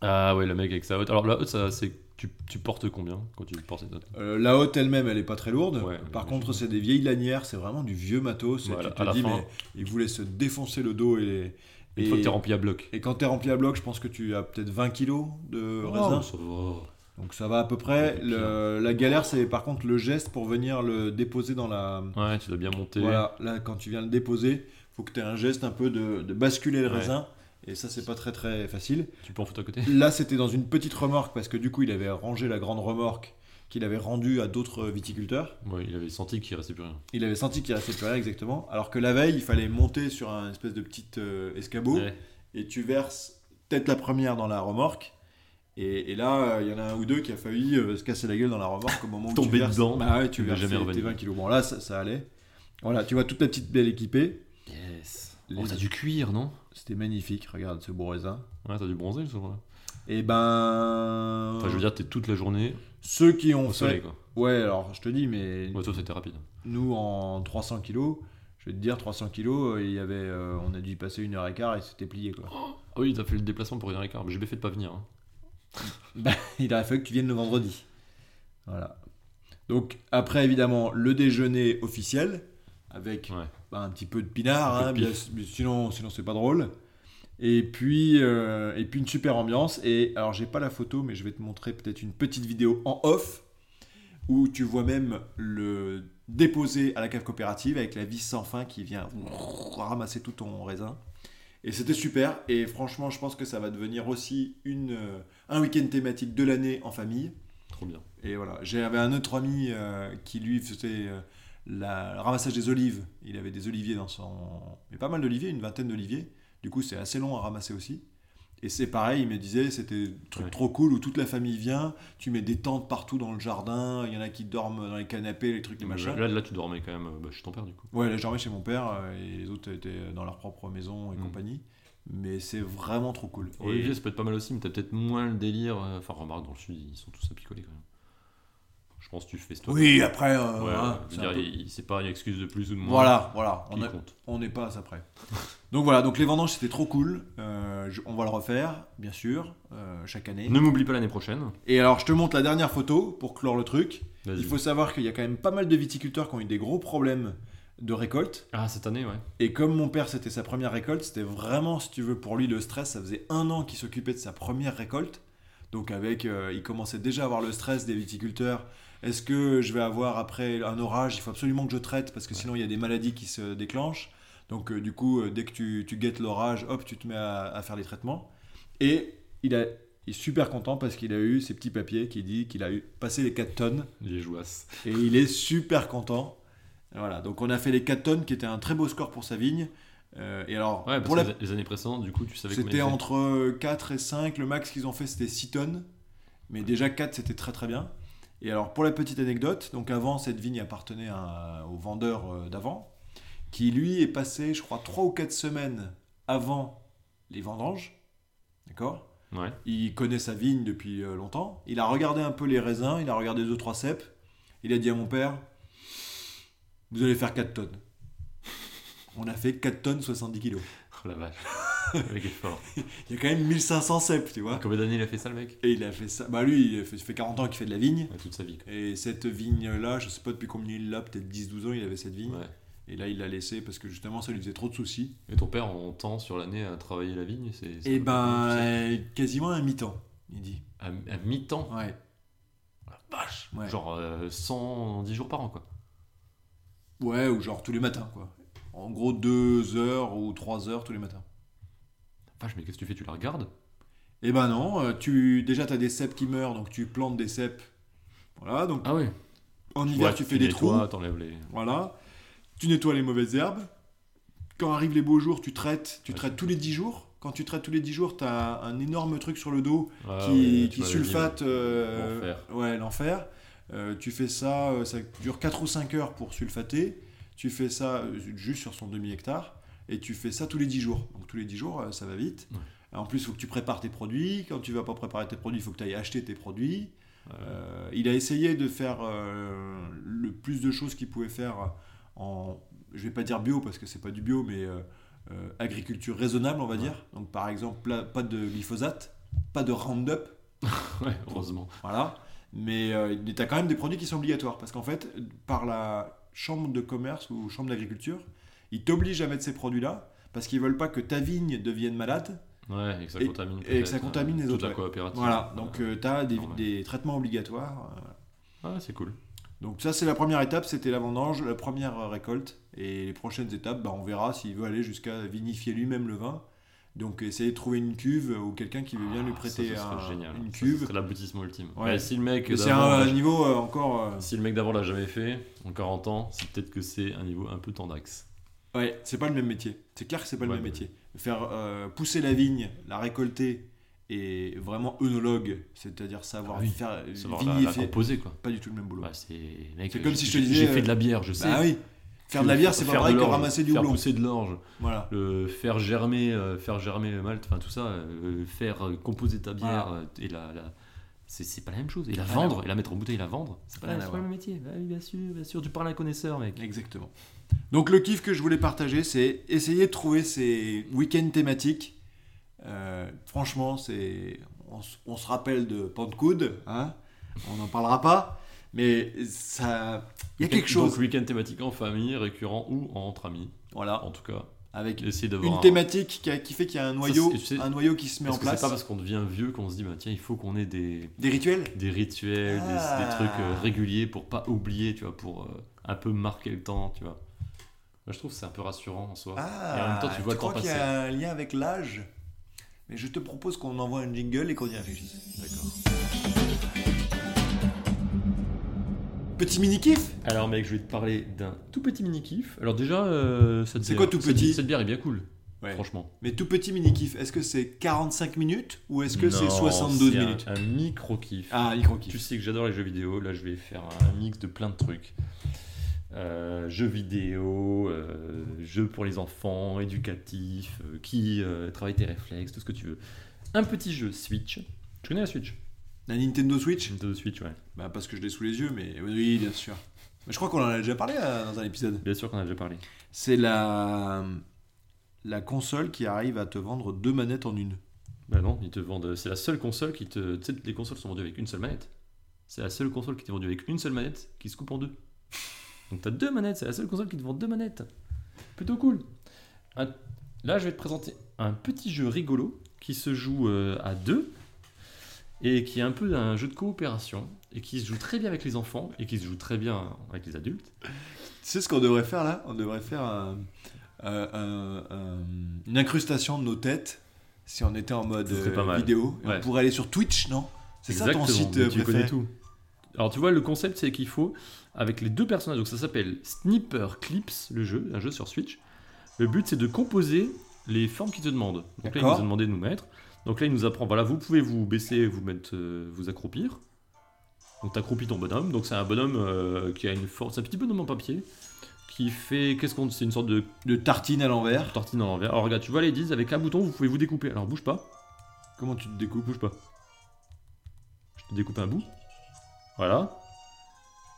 Speaker 2: Ah ouais, le mec avec sa hotte. Alors la hotte, ça, c'est. Tu, tu portes combien quand tu portes cette hotte
Speaker 1: Euh, la hotte elle-même, elle est pas très lourde.
Speaker 2: Ouais,
Speaker 1: Par
Speaker 2: j'imagine.
Speaker 1: contre, c'est des vieilles lanières, c'est vraiment du vieux matos. et
Speaker 2: Voilà,
Speaker 1: tu te
Speaker 2: à la
Speaker 1: dis,
Speaker 2: fin.
Speaker 1: mais ils voulaient se défoncer le dos et.
Speaker 2: Une
Speaker 1: et-
Speaker 2: fois que t'es rempli à bloc.
Speaker 1: Et quand t'es rempli à bloc, je pense que tu as peut-être 20 kilos de raisin.
Speaker 2: Oh, ça va.
Speaker 1: Donc ça va à peu près.
Speaker 2: Et puis,
Speaker 1: Le- la galère, c'est par contre le geste pour venir le déposer dans la.
Speaker 2: Ouais, tu dois bien monter.
Speaker 1: Voilà, là, quand tu viens le déposer, faut que tu aies un geste un peu de, de basculer le
Speaker 2: Ouais.
Speaker 1: raisin. Et ça, c'est pas très très facile.
Speaker 2: Tu peux en foutre à côté
Speaker 1: Là, c'était dans une petite remorque parce que du coup, il avait rangé la grande remorque qu'il avait rendue à d'autres viticulteurs.
Speaker 2: Ouais, il avait senti qu'il restait plus rien.
Speaker 1: Il avait senti qu'il restait plus rien exactement. Alors que la veille, il fallait monter sur un espèce de petit euh, escabeau.
Speaker 2: Ouais.
Speaker 1: et tu verses peut-être la première dans la remorque. Et, et là, il y en a un ou deux qui a failli euh, se casser la gueule dans la remorque au moment où tu
Speaker 2: Tomber
Speaker 1: verses.
Speaker 2: dedans,
Speaker 1: Bah ouais, tu
Speaker 2: ne
Speaker 1: verses
Speaker 2: jamais
Speaker 1: tes- tes
Speaker 2: revenir.
Speaker 1: 20 kilos. Bon, là, ça, ça allait. Voilà, tu vois toute la petite belle équipée.
Speaker 2: Yes.
Speaker 1: Les-
Speaker 2: Oh, t'as du cuir, non
Speaker 1: C'était magnifique, regarde ce beau raisin.
Speaker 2: Ouais, t'as du bronzer, ce jour-là.
Speaker 1: Et ben.
Speaker 2: Enfin, je veux dire, t'es toute la journée
Speaker 1: Ceux qui ont
Speaker 2: au
Speaker 1: fait.
Speaker 2: soleil, quoi.
Speaker 1: Ouais, alors je te dis, mais
Speaker 2: Ouais, toi, c'était rapide.
Speaker 1: nous en 300 kilos, je vais te dire, 300 kilos, euh, il y avait, euh, on a dû y passer une heure et quart et c'était plié quoi.
Speaker 2: Ah oui, t'as fait le déplacement pour une heure et quart, mais j'ai bien fait de pas venir. hein.
Speaker 1: Il a fallu que tu viennes le vendredi. Voilà. Donc, après, évidemment, le déjeuner officiel, avec
Speaker 2: Ouais.
Speaker 1: bah, un petit peu de pinard,
Speaker 2: Un peu
Speaker 1: hein,
Speaker 2: de pif.
Speaker 1: bien s- mais sinon, sinon c'est pas drôle. Et puis, euh, et puis, une super ambiance. Et alors, j'ai pas la photo, mais je vais te montrer peut-être une petite vidéo en off, où tu vois même le déposer à la cave coopérative avec la vis sans fin qui vient ramasser tout ton raisin. Et c'était super. Et franchement, je pense que ça va devenir aussi une, euh, un week-end thématique de l'année en famille.
Speaker 2: Trop bien.
Speaker 1: Et voilà, j'avais un autre ami euh, qui lui faisait euh, la- le ramassage des olives. Il avait des oliviers dans son... Mais pas mal d'oliviers, une vingtaine d'oliviers. Du coup, c'est assez long à ramasser aussi. Et c'est pareil, il me disait, c'était un truc
Speaker 2: Ouais.
Speaker 1: trop cool où toute la famille vient, tu mets des tentes partout dans le jardin, il y en a qui dorment dans les canapés, les trucs, les machins.
Speaker 2: Là, là, tu dormais quand même. euh, Bah, je suis ton père, du coup.
Speaker 1: Ouais, là, je dormais chez mon père euh, et les autres étaient dans leur propre maison et
Speaker 2: Mm.
Speaker 1: compagnie. mais c'est vraiment trop cool.
Speaker 2: Et... Olivier, ça peut être pas mal aussi, mais t'as peut-être moins le délire. euh, Enfin, remarque, dans le sud, ils sont tous à picoler quand même. Je pense que tu le fais toi.
Speaker 1: Oui, après, euh,
Speaker 2: Ouais,
Speaker 1: hein,
Speaker 2: je
Speaker 1: c'est
Speaker 2: veux
Speaker 1: un
Speaker 2: dire,
Speaker 1: peu-
Speaker 2: il- c'est pas une excuse de plus ou de moins.
Speaker 1: voilà, voilà,
Speaker 2: qui
Speaker 1: on a-
Speaker 2: compte.
Speaker 1: on n'est pas à ça près. donc voilà, donc les vendanges c'était trop cool. Euh, je- on va le refaire, bien sûr, euh, chaque année.
Speaker 2: Ne m'oublie pas l'année prochaine.
Speaker 1: Et alors, je te montre la dernière photo pour clore le truc.
Speaker 2: Vas-y.
Speaker 1: Il faut savoir qu'il y a quand même pas mal de viticulteurs qui ont eu des gros problèmes de récolte.
Speaker 2: Ah, cette année, ouais.
Speaker 1: Et comme mon père, c'était sa première récolte, c'était vraiment, si tu veux, pour lui le stress. Ça faisait un an qu'il s'occupait de sa première récolte. Donc, avec, euh, il commençait déjà à avoir le stress des viticulteurs. Est-ce que je vais avoir après un orage Il faut absolument que je traite parce que sinon, il y a des maladies qui se déclenchent. Donc, euh, du coup, euh, dès que tu, tu guettes l'orage, hop, tu te mets à, à faire les traitements. Et il, a, il est super content parce qu'il a eu ces petits papiers qui dit qu'il a eu passé les 4 tonnes
Speaker 2: Les jouasses.
Speaker 1: et il est super content. Voilà, donc on a fait les 4 tonnes qui était un très beau score pour sa vigne. Euh, et alors,
Speaker 2: Ouais, parce
Speaker 1: pour
Speaker 2: que
Speaker 1: la-
Speaker 2: les- les années précédentes, du coup, tu savais combien
Speaker 1: c'était
Speaker 2: il faisait.
Speaker 1: entre 4 et 5. Le max qu'ils ont fait, c'était 6 tonnes. Mais déjà 4, c'était très très bien. Et alors, pour la petite anecdote, donc avant, cette vigne appartenait à- au vendeur euh, d'avant, qui lui est passé, je crois, 3 ou 4 semaines avant les vendanges. D'accord
Speaker 2: Ouais.
Speaker 1: il connaît sa vigne depuis euh, longtemps. Il a regardé un peu les raisins, il a regardé deux trois ceps. Il a dit à mon père "Vous allez faire 4 tonnes." On a fait 4 tonnes 70 kilos.
Speaker 2: Oh la vache. le mec est fort.
Speaker 1: Il y a quand même 1500 ceps, tu vois.
Speaker 2: Combien d'années il a fait ça, le mec
Speaker 1: Et il a fait ça. Bah lui, il a fait- ça fait 40 ans qu'il fait de la vigne.
Speaker 2: Ouais, Toute sa vie. quoi.
Speaker 1: Et cette vigne-là, je sais pas depuis combien il l'a, peut-être 10-12 ans, il avait cette vigne.
Speaker 2: Ouais.
Speaker 1: Et là, il l'a laissée parce que justement, ça lui faisait trop de soucis.
Speaker 2: Et ton père, en temps sur l'année, à travailler la vigne c'est, c'est
Speaker 1: Et
Speaker 2: un peu comme
Speaker 1: ben,
Speaker 2: ça.
Speaker 1: euh, quasiment un mi-temps, il dit.
Speaker 2: À, à mi-temps.
Speaker 1: Ouais.
Speaker 2: Vache.
Speaker 1: Ouais.
Speaker 2: Genre euh, 110 jours par an, quoi.
Speaker 1: Ouais, ou genre tous les matins, quoi. En gros, deux heures ou trois heures tous les matins.
Speaker 2: Vache, mais qu'est-ce que tu fais Tu la regardes
Speaker 1: Eh ben non, euh, tu déjà t'as des cèpes qui meurent, donc tu plantes des cèpes. Voilà, donc
Speaker 2: Ah ouais.
Speaker 1: en hiver
Speaker 2: Ouais,
Speaker 1: tu fais des
Speaker 2: nettoies,
Speaker 1: trous.
Speaker 2: T'enlèves les.
Speaker 1: Voilà, tu nettoies les mauvaises herbes. Quand arrivent les beaux jours, tu traites, tu
Speaker 2: Ouais.
Speaker 1: traites tous les 10 jours. Quand tu traites tous les 10 jours, t'as un énorme truc sur le dos
Speaker 2: Ah
Speaker 1: qui,
Speaker 2: ouais, tu
Speaker 1: qui
Speaker 2: m'avais dit,
Speaker 1: sulfate.
Speaker 2: ouais.
Speaker 1: euh,
Speaker 2: L'enfer.
Speaker 1: Ouais, l'enfer. Euh, tu fais ça, euh, ça dure 4 ou 5 heures pour sulfater. Tu fais ça euh, juste sur son demi-hectare. Et tu fais ça tous les 10 jours. Donc tous les 10 jours, euh, ça va vite.
Speaker 2: Ouais.
Speaker 1: En plus, il faut que tu prépares tes produits. Quand tu vas pas préparer tes produits, il faut que tu ailles acheter tes produits.
Speaker 2: Ouais.
Speaker 1: Euh, il a essayé de faire euh, le plus de choses qu'il pouvait faire en, je vais pas dire bio parce que c'est pas du bio, mais euh, euh, agriculture raisonnable, on va
Speaker 2: Ouais.
Speaker 1: dire. Donc par exemple, là, pas de glyphosate, pas de Roundup,
Speaker 2: Ouais, heureusement.
Speaker 1: voilà. Mais tu as quand même des produits qui sont obligatoires. Parce qu'en fait, par la chambre de commerce ou chambre d'agriculture, ils t'obligent à mettre ces produits-là parce qu'ils veulent pas que ta vigne devienne malade.
Speaker 2: Ouais, et que ça
Speaker 1: Et-
Speaker 2: contamine.
Speaker 1: et que
Speaker 2: peut-être,
Speaker 1: ça
Speaker 2: euh,
Speaker 1: contamine les
Speaker 2: toute
Speaker 1: autres,
Speaker 2: la
Speaker 1: ouais.
Speaker 2: coopérative.
Speaker 1: Voilà. Donc tu as des,
Speaker 2: normal.
Speaker 1: des traitements obligatoires. euh.
Speaker 2: Ah, c'est cool.
Speaker 1: Donc ça, c'est la première étape. C'était la vendange, la première euh, récolte. Et les prochaines étapes, bah, on verra s'il veut aller jusqu'à vinifier lui-même le vin. Donc essayer de trouver une cuve ou quelqu'un qui veut bien
Speaker 2: Ah,
Speaker 1: lui
Speaker 2: ça,
Speaker 1: prêter
Speaker 2: ça serait
Speaker 1: un-
Speaker 2: génial.
Speaker 1: une
Speaker 2: Ça,
Speaker 1: cuve.
Speaker 2: ça serait l'aboutissement ultime.
Speaker 1: Ouais.
Speaker 2: Mais si le mec
Speaker 1: Mais c'est un,
Speaker 2: d'avant l'a-
Speaker 1: un niveau euh, encore. euh,
Speaker 2: si le mec d'avant l'a jamais fait, en 40 ans, c'est peut-être que c'est un niveau un peu tendax.
Speaker 1: Ouais, c'est pas le même métier. C'est clair que c'est pas le
Speaker 2: Ouais,
Speaker 1: même
Speaker 2: bah
Speaker 1: métier. Faire euh, pousser la vigne, la récolter et vraiment œnologue, c'est-à-dire savoir
Speaker 2: Ah oui,
Speaker 1: faire
Speaker 2: Savoir la, la
Speaker 1: vinifier,
Speaker 2: composer, quoi.
Speaker 1: pas du tout le même boulot.
Speaker 2: Bah, c'est mec,
Speaker 1: C'est comme
Speaker 2: j'ai-
Speaker 1: si je te
Speaker 2: j'ai-
Speaker 1: disais,
Speaker 2: J'ai
Speaker 1: euh,
Speaker 2: fait de la bière, je sais.
Speaker 1: bah oui, faire de la bière, c'est pas
Speaker 2: Faire de
Speaker 1: pareil que
Speaker 2: l'orge,
Speaker 1: ramasser du
Speaker 2: Faire
Speaker 1: houblon.
Speaker 2: pousser de l'orge,
Speaker 1: Voilà.
Speaker 2: le faire germer, euh, faire germer le malt, enfin tout ça, euh, faire euh, composer ta bière
Speaker 1: Voilà.
Speaker 2: euh, et la, la- c'est, c'est pas la même chose. Et la
Speaker 1: Rien à
Speaker 2: vendre, et la mettre en bouteille, et la vendre, c'est pas,
Speaker 1: Rien
Speaker 2: la-
Speaker 1: à
Speaker 2: Ah c'est pas
Speaker 1: voir.
Speaker 2: le même métier. Bah oui, bien sûr, bien sûr, tu parles à un connaisseur, mec.
Speaker 1: Exactement. Donc le kiff que je voulais partager, c'est essayer de trouver ces week-ends thématiques. Euh, franchement, c'est on, s- on se rappelle de Pentecôte, hein on n'en parlera pas, mais ça, il y a quelque chose.
Speaker 2: Donc week-end thématique en famille, récurrent ou entre amis,
Speaker 1: Voilà,
Speaker 2: en tout cas.
Speaker 1: avec
Speaker 2: Essayer d'avoir
Speaker 1: une
Speaker 2: un-
Speaker 1: thématique qui, a- qui fait qu'il y a un noyau,
Speaker 2: c'est- tu sais,
Speaker 1: un noyau qui se met
Speaker 2: Parce
Speaker 1: en
Speaker 2: que c'est
Speaker 1: place.
Speaker 2: pas parce qu'on devient vieux qu'on se dit bah, tiens il faut qu'on ait des,
Speaker 1: Des rituels
Speaker 2: des rituels, des- des,
Speaker 1: Ah.
Speaker 2: trucs euh, réguliers pour pas oublier, tu vois, pour euh, un peu marquer le temps, tu vois. Moi, je trouve que c'est un peu rassurant en soi.
Speaker 1: Ah,
Speaker 2: Et en même temps, tu vois le temps
Speaker 1: crois qu'il y a un lien avec l'âge Mais je te propose qu'on envoie un jingle et qu'on y réfléchisse. D'accord. Petit mini-kiff
Speaker 2: Alors mec, je vais te parler d'un tout petit mini kiff. Alors déjà, euh, cette
Speaker 1: C'est
Speaker 2: bière-
Speaker 1: quoi tout
Speaker 2: cette-
Speaker 1: petit
Speaker 2: Cette bière est bien cool,
Speaker 1: Ouais.
Speaker 2: franchement.
Speaker 1: Mais tout petit mini-kiff, est-ce que c'est 45 minutes ou est-ce que c'est
Speaker 2: Non,
Speaker 1: 72
Speaker 2: c'est un-
Speaker 1: minutes
Speaker 2: Un micro kiff.
Speaker 1: Ah, micro
Speaker 2: Tu
Speaker 1: kiff.
Speaker 2: sais que j'adore les jeux vidéo. Là, je vais faire un mix de plein de trucs. euh, jeux vidéo, euh, jeux pour les enfants, éducatifs, euh, qui euh, travaille tes réflexes, tout ce que tu veux. Un petit jeu Switch. Tu connais la Switch
Speaker 1: La Nintendo Switch
Speaker 2: Nintendo Switch, ouais.
Speaker 1: Bah parce que je l'ai sous les yeux, mais oui, bien sûr. Mais je crois qu'on en a déjà parlé euh, dans un épisode.
Speaker 2: Bien sûr qu'on a déjà parlé.
Speaker 1: C'est la... la console qui arrive à te vendre deux manettes en une.
Speaker 2: Bah non, ils te vendent. C'est la seule console qui te. Tu sais, les consoles sont vendues avec une seule manette. C'est la seule console qui t'est vendue avec une seule manette qui se coupe en deux. Donc t'as deux manettes, c'est la seule console qui te vend deux manettes. Plutôt cool. Un- Là, je vais te présenter un petit jeu rigolo qui se joue euh, à deux et qui est un peu un jeu de coopération et qui se joue très bien avec les enfants et qui se joue très bien avec les adultes.
Speaker 1: Tu sais ce qu'on devrait faire là On devrait faire un- un- un- un- une incrustation de nos têtes si on était en mode
Speaker 2: Ce serait
Speaker 1: euh,
Speaker 2: pas mal.
Speaker 1: vidéo. Et
Speaker 2: Ouais.
Speaker 1: On pourrait aller sur Twitch, non C'est ça ton
Speaker 2: Exactement,
Speaker 1: site
Speaker 2: mais
Speaker 1: euh,
Speaker 2: tu
Speaker 1: préféré
Speaker 2: connais tout. Alors tu vois, le concept c'est qu'il faut, avec les deux personnages, donc ça s'appelle Sniper Clips, le jeu, un jeu sur Switch. Le but c'est de composer les formes qu'ils te demandent. Donc là, il nous
Speaker 1: D'accord.
Speaker 2: a demandé de nous mettre. Donc là, il nous apprend, voilà, vous pouvez vous baisser, vous mettre, euh, vous accroupir. Donc t'accroupis ton bonhomme. Donc c'est un bonhomme euh, qui a une forme, c'est un petit bonhomme en papier qui fait, qu'est-ce qu'on, c'est une sorte de
Speaker 1: De tartine à l'envers.
Speaker 2: tartine à l'envers. Alors regarde, tu vois les 10, avec un bouton, vous pouvez vous découper. Alors bouge pas.
Speaker 1: Comment tu te découpes
Speaker 2: Bouge pas. Je te découpe un bout. Voilà.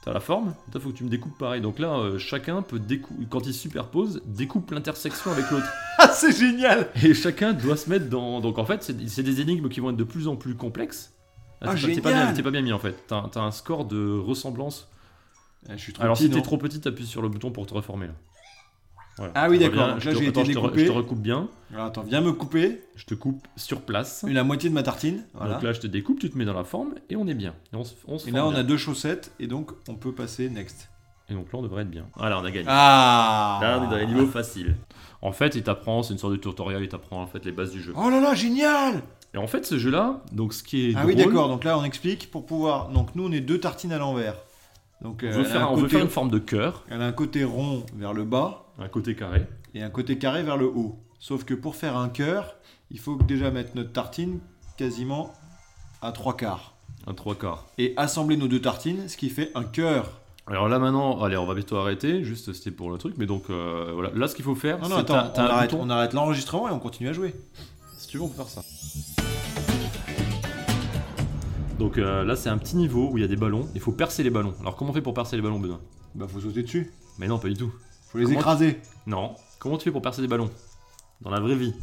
Speaker 2: T'as la forme. Toi, faut que tu me découpes pareil. Donc là, euh, chacun peut découper. Quand il superpose, découpe l'intersection avec l'autre.
Speaker 1: Ah, c'est génial
Speaker 2: Et chacun doit se mettre dans. Donc en fait, c'est c'est des énigmes qui vont être de plus en plus complexes.
Speaker 1: Ah,
Speaker 2: t'es pas- t'es pas,
Speaker 1: génial
Speaker 2: bien- t'es pas bien mis en fait. T'as t'as un score de ressemblance.
Speaker 1: Ah, Je suis trop
Speaker 2: Alors
Speaker 1: petit,
Speaker 2: si
Speaker 1: non
Speaker 2: t'es trop petit, t'appuies sur le bouton pour te reformer là. Voilà.
Speaker 1: Ah oui,
Speaker 2: Je te
Speaker 1: d'accord.
Speaker 2: reviens,
Speaker 1: Donc
Speaker 2: je
Speaker 1: là,
Speaker 2: te-
Speaker 1: j'ai été
Speaker 2: attends, je te re-
Speaker 1: découpé.
Speaker 2: Je te recoupe bien.
Speaker 1: Alors, attends, viens me couper
Speaker 2: Je te coupe sur place.
Speaker 1: la moitié de ma tartine. Voilà.
Speaker 2: Donc là, je te découpe, tu te mets dans la forme et on est bien. Et on se, on se
Speaker 1: et
Speaker 2: forme
Speaker 1: là, on
Speaker 2: bien.
Speaker 1: a deux chaussettes et donc on peut passer next.
Speaker 2: Et donc là, on devrait être bien. Ah là, on a gagné.
Speaker 1: Ah
Speaker 2: Là, on est dans les niveaux faciles. En fait, il t'apprend, c'est une sorte de tutoriel, il t'apprend en fait les bases du jeu.
Speaker 1: Oh là là, génial
Speaker 2: Et en fait, ce jeu-là, donc ce qui est
Speaker 1: Ah
Speaker 2: drôle,
Speaker 1: oui, d'accord. Donc là, on explique pour pouvoir. Donc nous, on est deux tartines à l'envers. Donc
Speaker 2: on
Speaker 1: euh,
Speaker 2: veut,
Speaker 1: elle, a
Speaker 2: faire,
Speaker 1: un
Speaker 2: on veut
Speaker 1: côté...
Speaker 2: faire une forme de cœur,
Speaker 1: elle a un côté rond vers le bas
Speaker 2: un côté carré.
Speaker 1: et un côté carré vers le haut. Sauf que pour faire un cœur, il faut déjà mettre notre tartine quasiment à trois quarts
Speaker 2: Un trois quarts.
Speaker 1: et assembler nos deux tartines, ce qui fait un cœur.
Speaker 2: Alors là maintenant, allez, on va bientôt arrêter. Juste, c'était pour le truc, mais donc euh, voilà. Là, ce qu'il faut faire,
Speaker 1: Non,
Speaker 2: c'est
Speaker 1: non,
Speaker 2: t'as-
Speaker 1: attends,
Speaker 2: t'as
Speaker 1: on
Speaker 2: un
Speaker 1: arrête,
Speaker 2: bouton.
Speaker 1: on arrête l'enregistrement et on continue à jouer.
Speaker 2: Si tu veux, on peut faire ça. Donc euh, là, c'est un petit niveau où il y a des ballons. Il faut percer les ballons. Alors comment on fait pour percer les ballons, Benoît
Speaker 1: Bah, faut sauter dessus.
Speaker 2: Mais non, pas du tout.
Speaker 1: Faut les
Speaker 2: Comment-
Speaker 1: écraser.
Speaker 2: Non. Comment tu fais pour percer des ballons Dans la vraie vie.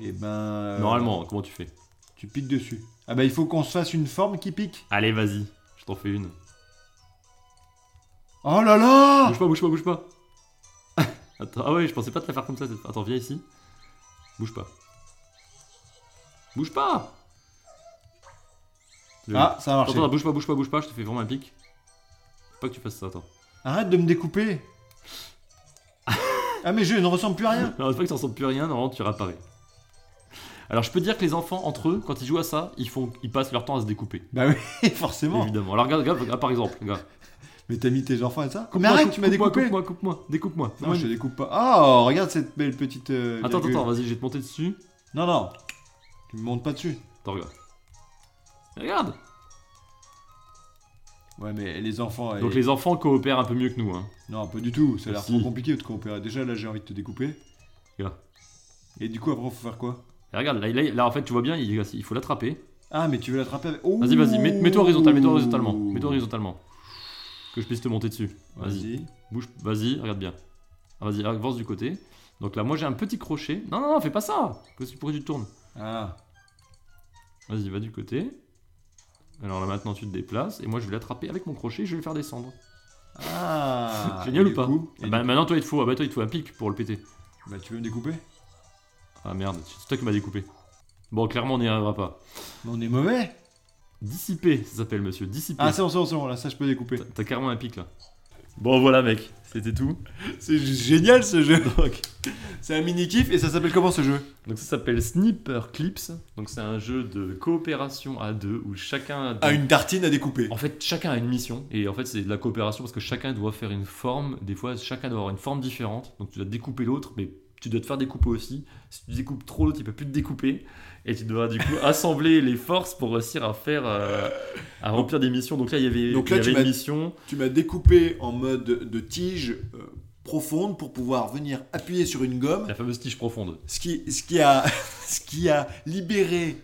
Speaker 1: Et ben. euh,
Speaker 2: Normalement, comment tu fais
Speaker 1: Tu piques dessus. Ah bah, il faut qu'on se fasse une forme qui pique.
Speaker 2: Allez, vas-y, je t'en fais une.
Speaker 1: Oh là là
Speaker 2: Bouge pas, bouge pas, bouge pas. Attends, ah ouais, je pensais pas te la faire comme ça. cette- Attends, viens ici. Bouge pas. Bouge pas Je-
Speaker 1: Ah, ça a
Speaker 2: Attends,
Speaker 1: marché.
Speaker 2: attends, bouge pas, bouge pas, bouge pas, je te fais vraiment un pic. Faut Pas que tu fasses ça, attends.
Speaker 1: Arrête de me découper Ah mais je ne ressemble plus à rien
Speaker 2: Non, c'est pas que tu ressens plus rien, normalement tu réapparais. Alors je peux dire que les enfants, entre eux, quand ils jouent à ça, ils, font, ils passent leur temps à se découper,
Speaker 1: Bah oui, forcément
Speaker 2: évidemment. Alors regarde, regarde, regarde, par exemple, regarde.
Speaker 1: Mais t'as mis tes enfants à ça Mais
Speaker 2: Coupe-moi,
Speaker 1: arrête,
Speaker 2: coupe-
Speaker 1: tu m'as
Speaker 2: coupe-moi,
Speaker 1: découpé
Speaker 2: Coupe-moi, coupe-moi, découpe-moi.
Speaker 1: Non, je te découpe pas. Oh, regarde cette belle petite... euh,
Speaker 2: Attends, attends,
Speaker 1: virgule.
Speaker 2: attends, vas-y, je vais te monter dessus.
Speaker 1: Non, non, tu me montes pas dessus.
Speaker 2: Attends, regarde. Regarde
Speaker 1: Ouais, mais les enfants...
Speaker 2: Donc
Speaker 1: et-
Speaker 2: les enfants coopèrent un peu mieux que nous. Hein.
Speaker 1: Non, pas du tout, ça a l'air
Speaker 2: Si.
Speaker 1: trop compliqué de coopérer. Déjà, là, j'ai envie de te découper.
Speaker 2: Regarde.
Speaker 1: Et du coup, après, faut faire quoi
Speaker 2: Et regarde, là, là, là, en fait tu vois bien, il, il faut l'attraper.
Speaker 1: Ah, mais tu veux l'attraper avec... Oh
Speaker 2: Vas-y, vas-y, mets- mets-toi horizontal, mets-toi horizontalement. Mets-toi horizontalement. Que je puisse te monter dessus. Vas-y.
Speaker 1: Vas-y.
Speaker 2: Bouge, vas-y, regarde bien. Ah, vas-y, avance du côté. Donc là moi j'ai un petit crochet. Non, non, non, fais pas ça Qu'est-ce que- Pourquoi tu te tournes
Speaker 1: Ah,
Speaker 2: Vas-y, va du côté. Alors là maintenant tu te déplaces et moi je vais l'attraper avec mon crochet, je vais le faire descendre.
Speaker 1: ah
Speaker 2: Génial
Speaker 1: et
Speaker 2: ou
Speaker 1: du
Speaker 2: pas
Speaker 1: coup-
Speaker 2: Ah
Speaker 1: et
Speaker 2: bah,
Speaker 1: du-
Speaker 2: Maintenant toi il te faut, ah bah, toi, il te faut un pic pour le péter.
Speaker 1: Bah, tu veux me découper
Speaker 2: Ah merde, c'est toi qui m'as découpé. Bon clairement on n'y arrivera pas.
Speaker 1: Mais on est mauvais
Speaker 2: Dissiper, ça s'appelle monsieur, dissiper.
Speaker 1: Ah, c'est bon, c'est bon, c'est bon, là, ça, je peux découper.
Speaker 2: T'as- T'as carrément un pic là. Bon voilà mec, c'était tout.
Speaker 1: C'est génial ce jeu. C'est un mini kiff et ça s'appelle comment ce jeu
Speaker 2: Donc ça s'appelle Sniper Clips. Donc c'est un jeu de coopération à deux où chacun...
Speaker 1: À Ah, une tartine à découper.
Speaker 2: En fait chacun a une mission et en fait c'est de la coopération parce que chacun doit faire une forme. Des fois chacun doit avoir une forme différente. Donc tu dois découper l'autre mais tu dois te faire découper aussi. Si tu découpes trop l'autre, il peut plus te découper. Et tu dois du coup assembler les forces pour réussir à faire, euh, à remplir des missions. Donc là, il y avait,
Speaker 1: Donc
Speaker 2: il
Speaker 1: là,
Speaker 2: y
Speaker 1: tu
Speaker 2: avait
Speaker 1: m'as-
Speaker 2: une mission.
Speaker 1: Tu m'as découpé en mode de tige euh, profonde pour pouvoir venir appuyer sur une gomme,
Speaker 2: La fameuse tige profonde.
Speaker 1: ce qui, ce qui, a, ce qui a libéré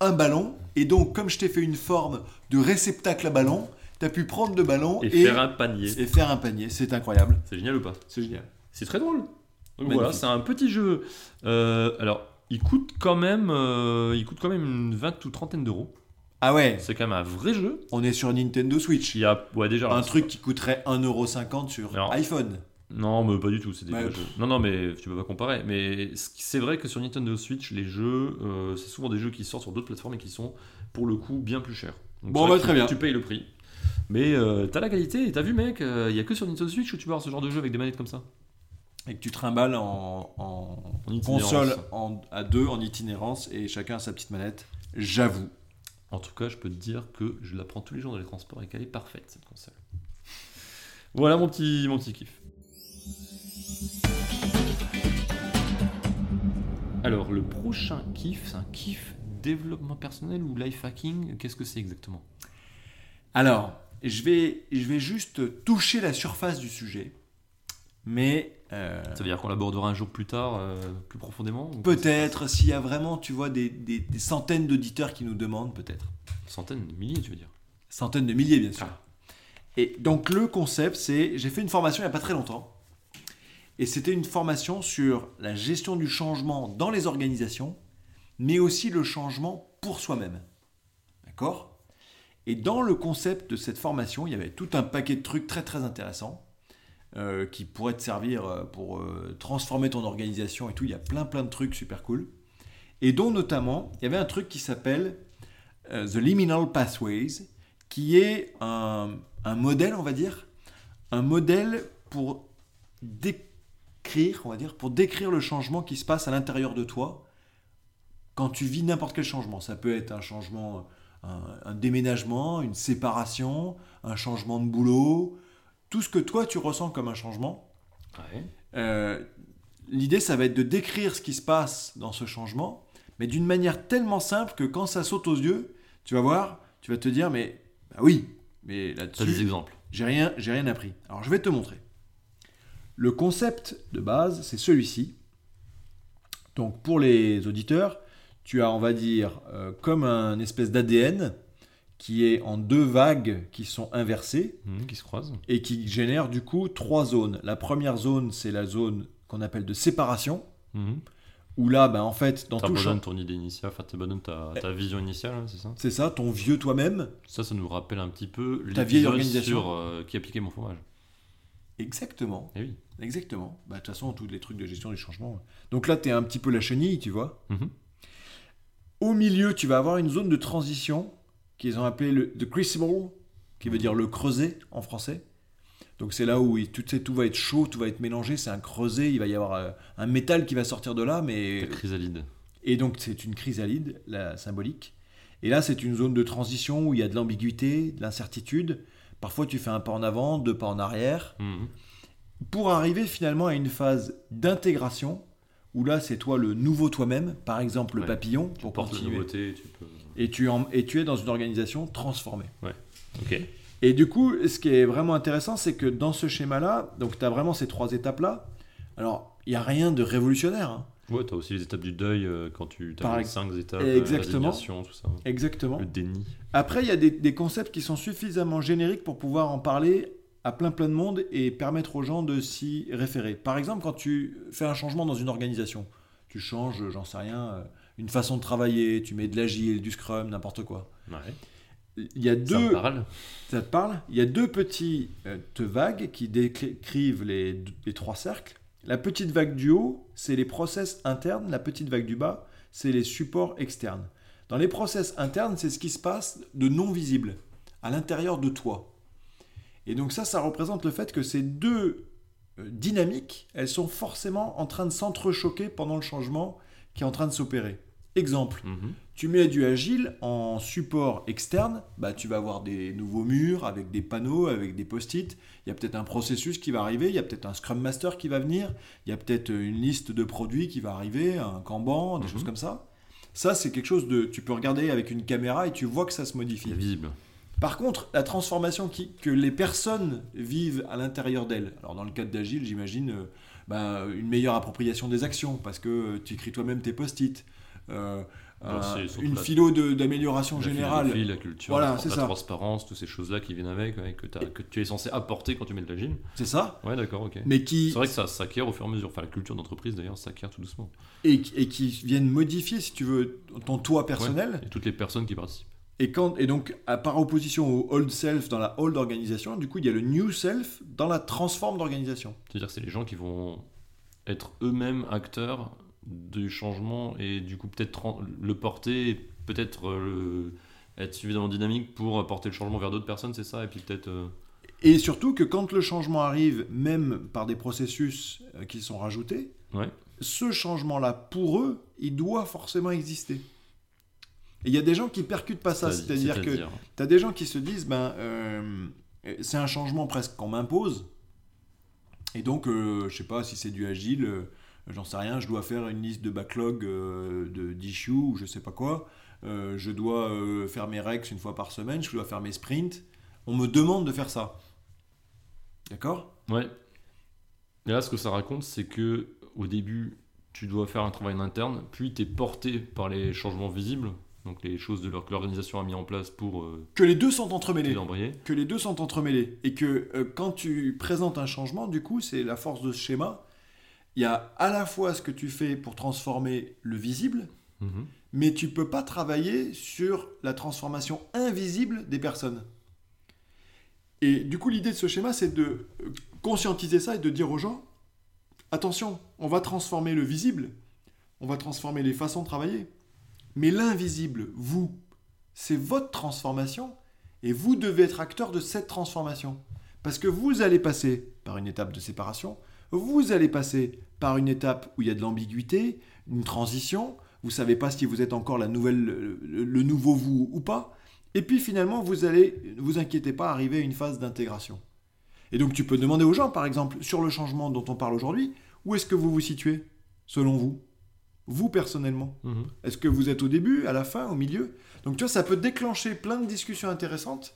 Speaker 1: un ballon. Et donc, comme je t'ai fait une forme de réceptacle à ballon, tu as pu prendre le ballon
Speaker 2: Et,
Speaker 1: et,
Speaker 2: faire un panier.
Speaker 1: et faire un panier. C'est incroyable.
Speaker 2: C'est génial ou pas
Speaker 1: C'est génial.
Speaker 2: C'est très drôle. Donc
Speaker 1: Magnifique.
Speaker 2: voilà, c'est un petit jeu. Euh, alors, il coûte quand même, euh, il coûte quand même une 20 ou trentaine d'euros.
Speaker 1: Ah ouais,
Speaker 2: C'est quand même un vrai jeu.
Speaker 1: on est sur Nintendo Switch.
Speaker 2: Il y a, ouais, déjà.
Speaker 1: Un truc qui coûterait 1,50€ sur
Speaker 2: Alors,
Speaker 1: iPhone.
Speaker 2: Non, mais pas du tout, c'est des
Speaker 1: Ouais,
Speaker 2: vrais
Speaker 1: pff.
Speaker 2: jeux. Non, non, mais tu peux pas comparer. Mais ce qui- c'est vrai que sur Nintendo Switch, les jeux, euh, c'est souvent des jeux qui sortent sur d'autres plateformes et qui sont, pour le coup, bien plus chers. Donc,
Speaker 1: Bon,
Speaker 2: c'est vrai
Speaker 1: bah,
Speaker 2: que
Speaker 1: très
Speaker 2: tu-
Speaker 1: bien.
Speaker 2: Tu payes le prix. Mais euh, t'as la qualité, et t'as vu, mec, il y a que sur Nintendo Switch que tu peux avoir ce genre de jeu avec des manettes comme ça.
Speaker 1: Et que tu trimbales en, en
Speaker 2: En itinérance.
Speaker 1: console en- à deux en itinérance et chacun a sa petite manette. J'avoue.
Speaker 2: En tout cas, je peux te dire que je la prends tous les jours dans les transports et qu'elle est parfaite, cette console. Voilà mon petit, mon petit kiff. Alors, le prochain kiff, c'est un kiff développement personnel ou life hacking Qu'est-ce que c'est exactement
Speaker 1: Alors, je vais, je vais juste toucher la surface du sujet, mais euh,
Speaker 2: Ça veut dire qu'on l'abordera un jour plus tard, euh, plus profondément ou-
Speaker 1: peut-être s'il y a vraiment, tu vois, des, des- des centaines d'auditeurs qui nous demandent, peut-être.
Speaker 2: Centaines, milliers, tu veux dire
Speaker 1: Centaines de milliers, bien sûr.
Speaker 2: Ah.
Speaker 1: Et donc, le concept, c'est. J'ai fait une formation il n'y a pas très longtemps, et c'était une formation sur la gestion du changement dans les organisations, mais aussi le changement pour soi-même. D'accord Et dans le concept de cette formation, il y avait tout un paquet de trucs très très intéressants euh, qui pourraient te servir euh, pour euh, transformer ton organisation et tout. Il y a plein plein de trucs super cool. Et dont notamment, il y avait un truc qui s'appelle euh, The Liminal Pathways, qui est un, un modèle, on va dire, un modèle pour décrire, on va dire, pour décrire le changement qui se passe à l'intérieur de toi quand tu vis n'importe quel changement. Ça peut être un changement, un, un déménagement, une séparation, un changement de boulot, tout ce que toi tu ressens comme un changement.
Speaker 2: Ouais.
Speaker 1: Euh, l'idée, ça va être de décrire ce qui se passe dans ce changement, mais d'une manière tellement simple que quand ça saute aux yeux, tu vas voir, tu vas te dire, mais bah oui, mais
Speaker 2: T'as des
Speaker 1: là-dessus,
Speaker 2: exemples
Speaker 1: j'ai rien, j'ai rien appris. Alors je vais te montrer. Le concept de base, c'est celui-ci. Donc pour les auditeurs, tu as, on va dire, euh, comme un espèce d'ADN qui est en deux vagues qui sont inversées
Speaker 2: Mhm, qui se croisent
Speaker 1: et qui génère du coup trois zones. La première zone, c'est la zone qu'on appelle de séparation,
Speaker 2: Mhm.
Speaker 1: où là, ben, en fait, dans tout champ,
Speaker 2: T'abandonnes ton idée initiale, enfin t'abandonnes ta, ta vision initiale, hein, c'est ça
Speaker 1: c'est ça, ton vieux toi-même.
Speaker 2: Ça, ça nous rappelle un petit peu
Speaker 1: Ta vieille
Speaker 2: l'épisode
Speaker 1: organisation.
Speaker 2: sur euh, qui appliquait mon fromage.
Speaker 1: Exactement,
Speaker 2: Eh oui.
Speaker 1: exactement. Bah, De toute façon, tous les trucs de gestion du changement. Donc là, tu es un petit peu la chenille, tu vois.
Speaker 2: Mhm.
Speaker 1: Au milieu, tu vas avoir une zone de transition qu'ils ont appelée le the crucible, qui veut dire le creuset en français. Donc c'est là où il- tout, tu sais, tout va être chaud, tout va être mélangé, c'est un creuset, il va y avoir euh, un métal qui va sortir de là, mais
Speaker 2: La chrysalide.
Speaker 1: Et donc c'est une chrysalide, la symbolique. Et là c'est une zone de transition où il y a de l'ambiguïté, de l'incertitude. Parfois tu fais un pas en avant, deux pas en arrière,
Speaker 2: Mhm.
Speaker 1: pour arriver finalement à une phase d'intégration où là c'est toi le nouveau toi-même, par exemple le
Speaker 2: Ouais.
Speaker 1: papillon,
Speaker 2: Tu
Speaker 1: pour
Speaker 2: portes la
Speaker 1: continuer.
Speaker 2: nouveauté, tu peux.
Speaker 1: Et tu, en- et tu es dans une organisation transformée.
Speaker 2: Ok.
Speaker 1: Et du coup, ce qui est vraiment intéressant, c'est que dans ce schéma-là, donc tu as vraiment ces trois étapes-là. Alors, il n'y a rien de révolutionnaire. hein.
Speaker 2: Ouais, t'as aussi les étapes du deuil euh, quand tu
Speaker 1: Par
Speaker 2: t'as les
Speaker 1: ex-
Speaker 2: cinq étapes,
Speaker 1: Exactement.
Speaker 2: la tout ça,
Speaker 1: Exactement.
Speaker 2: le déni.
Speaker 1: Après, il y a des, des concepts qui sont suffisamment génériques pour pouvoir en parler à plein plein de monde et permettre aux gens de s'y référer. Par exemple, quand tu fais un changement dans une organisation, tu changes, j'en sais rien, euh, une façon de travailler, tu mets de l'agile, du scrum, n'importe quoi.
Speaker 2: Ouais.
Speaker 1: Il y a
Speaker 2: Ça me
Speaker 1: deux,
Speaker 2: parle.
Speaker 1: ça te parle Il y a deux petites euh, vagues qui décrivent les, les trois cercles. La petite vague du haut, c'est les process internes. La petite vague du bas, c'est les supports externes. Dans les process internes, c'est ce qui se passe de non visible, à l'intérieur de toi. Et donc ça, ça représente le fait que ces deux euh, dynamiques, elles sont forcément en train de s'entrechoquer pendant le changement qui est en train de s'opérer. Exemple,
Speaker 2: Mhm.
Speaker 1: Tu mets du agile en support externe, bah tu vas avoir des nouveaux murs avec des panneaux, avec des post-it. Il y a peut-être un processus qui va arriver, il y a peut-être un Scrum Master qui va venir, il y a peut-être une liste de produits qui va arriver, un Kanban, des
Speaker 2: Mhm.
Speaker 1: choses comme ça. Ça, c'est quelque chose de. Tu peux regarder avec une caméra et tu vois que ça se modifie.
Speaker 2: C'est visible.
Speaker 1: Par contre, la transformation qui- que les personnes vivent à l'intérieur d'elles, alors dans le cadre d'Agile, j'imagine euh, bah, une meilleure appropriation des actions, parce que euh, tu écris toi-même tes post-it, Euh,
Speaker 2: Alors,
Speaker 1: un-
Speaker 2: c'est surtout
Speaker 1: une
Speaker 2: la-
Speaker 1: philo de- d'amélioration
Speaker 2: La
Speaker 1: générale.
Speaker 2: philosophie, la culture,
Speaker 1: Voilà,
Speaker 2: la,
Speaker 1: c'est
Speaker 2: la
Speaker 1: ça.
Speaker 2: transparence, toutes ces choses-là qui viennent avec, ouais, que, t'as-
Speaker 1: Et-
Speaker 2: que tu es censé apporter quand tu mets de la gym.
Speaker 1: C'est ça
Speaker 2: Ouais, d'accord, ok.
Speaker 1: mais qui,
Speaker 2: C'est vrai que ça s'acquiert au fur et à mesure. Enfin, la culture d'entreprise, d'ailleurs, s'acquiert tout doucement.
Speaker 1: et, qui- et qui viennent modifier, si tu veux, ton toi personnel.
Speaker 2: Et toutes les personnes qui participent.
Speaker 1: Et, quand, et donc, à, par opposition au old self dans la old organisation, du coup, il y a le new self dans la transforme d'organisation.
Speaker 2: C'est-à-dire que c'est les gens qui vont être eux-mêmes acteurs du changement et du coup peut-être tran- le porter, et peut-être euh, le- être suffisamment dynamique pour porter le changement vers d'autres personnes, c'est ça Et puis peut-être... euh,
Speaker 1: Et surtout que quand le changement arrive, même par des processus euh, qui sont rajoutés,
Speaker 2: Ouais.
Speaker 1: ce changement-là, pour eux, il doit forcément exister. Et il y a des gens qui percutent pas ça, c'est-à-dire que tu as des gens qui se disent, ben, euh, c'est un changement presque qu'on m'impose, et donc, euh, je sais pas si c'est du agile, euh, j'en sais rien, je dois faire une liste de backlog euh, de d'issues ou je sais pas quoi, Euh, je dois euh, faire mes rex une fois par semaine, je dois faire mes sprints, on me demande de faire ça. D'accord
Speaker 2: Ouais. Et là, ce que ça raconte, c'est que au début, tu dois faire un travail en interne, puis tu es porté par les changements visibles, donc les choses de leur- que l'organisation a mis en place pour euh,
Speaker 1: Que les deux sont entremêlés.
Speaker 2: t'aider à embrayer.
Speaker 1: que les deux sont entremêlés et que euh, quand tu présentes un changement, du coup, c'est la force de ce schéma. Il y a à la fois ce que tu fais pour transformer le visible,
Speaker 2: Mhm.
Speaker 1: mais tu peux pas travailler sur la transformation invisible des personnes. Et du coup, l'idée de ce schéma, c'est de euh, conscientiser ça et de dire aux gens attention, on va transformer le visible, on va transformer les façons de travailler, mais l'invisible, vous, c'est votre transformation et vous devez être acteur de cette transformation. Parce que vous allez passer par une étape de séparation, vous allez passer par une étape où il y a de l'ambiguïté, une transition, vous savez pas si vous êtes encore la nouvelle, le, le nouveau vous ou pas. Et puis finalement, vous allez, ne vous inquiétez pas, arriver à une phase d'intégration. Et donc tu peux demander aux gens, par exemple, sur le changement dont on parle aujourd'hui, où est-ce que vous vous situez, selon vous Vous personnellement
Speaker 2: Mhm.
Speaker 1: Est-ce que vous êtes au début, à la fin, au milieu Donc tu vois, ça peut déclencher plein de discussions intéressantes.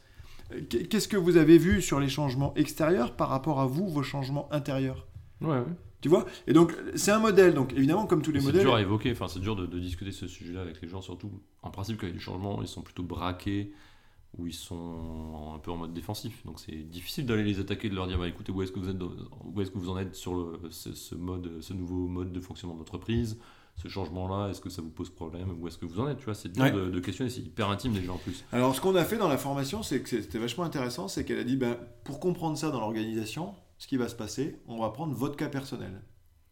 Speaker 1: Euh, qu'est- Qu'est-ce que vous avez vu sur les changements extérieurs par rapport à vous, vos changements intérieurs
Speaker 2: Ouais, ouais.
Speaker 1: Tu vois Et donc c'est un modèle, donc évidemment comme tous les
Speaker 2: C'est
Speaker 1: modèles...
Speaker 2: dur à évoquer, enfin c'est dur de, de discuter ce sujet-là avec les gens, surtout en principe quand il y a du changement, ils sont plutôt braqués ou ils sont un peu en mode défensif. Donc c'est difficile d'aller les attaquer, de leur dire bah, écoutez où est-ce que vous êtes, dans- où est-ce que vous en êtes sur le, ce, ce mode, ce nouveau mode de fonctionnement d'entreprise, ce changement-là, est-ce que ça vous pose problème, où est-ce que vous en êtes, tu vois, c'est dur
Speaker 1: Ouais.
Speaker 2: de, de questionner, c'est hyper intime déjà en plus.
Speaker 1: Alors, ce qu'on a fait dans la formation, c'est que c'était vachement intéressant, c'est qu'elle a dit, ben, pour comprendre ça dans l'organisation, ce qui va se passer, on va prendre votre cas personnel.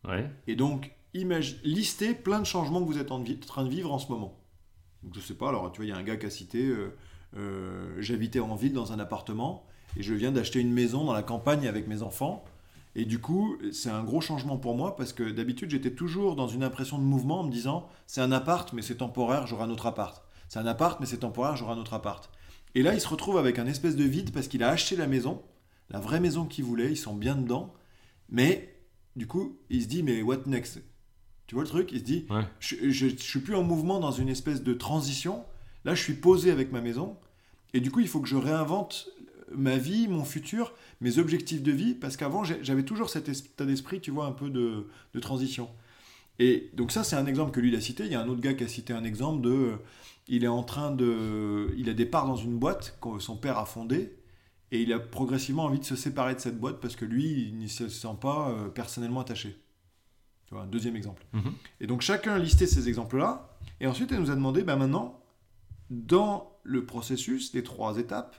Speaker 2: Ouais.
Speaker 1: Et donc, imagi- listez plein de changements que vous êtes en, vi- train de vivre en ce moment. Donc, je sais pas, alors, tu vois, il y a un gars qui a cité, euh, euh, j'habitais en ville dans un appartement, et je viens d'acheter une maison dans la campagne avec mes enfants. Et du coup, c'est un gros changement pour moi, parce que d'habitude, j'étais toujours dans une impression de mouvement en me disant, c'est un appart, mais c'est temporaire, j'aurai un autre appart. C'est un appart, mais c'est temporaire, j'aurai un autre appart. Et là, il se retrouve avec un espèce de vide, parce qu'il a acheté la maison, la vraie maison qu'il voulait, ils sont bien dedans, mais du coup, il se dit, mais what next Tu vois le truc Il se dit,
Speaker 2: Ouais.
Speaker 1: je, je, je suis plus en mouvement dans une espèce de transition. Là, je suis posé avec ma maison. Et du coup, il faut que je réinvente euh, ma vie, mon futur, mes objectifs de vie. Parce qu'avant, j'ai- j'avais toujours cet es- état d'esprit, tu vois, un peu de, de transition. Et donc ça, c'est un exemple que lui, il a cité. Il y a un autre gars qui a cité un exemple de... euh, Il est en train de... Il a des parts dans une boîte que son père a fondée. Et il a progressivement envie de se séparer de cette boîte parce que lui, il ne se sent pas euh, personnellement attaché. Tu vois, un deuxième exemple.
Speaker 2: Mhm.
Speaker 1: Et donc chacun listait ces exemples-là. Et ensuite, elle nous a demandé, ben maintenant, dans le processus, les trois étapes,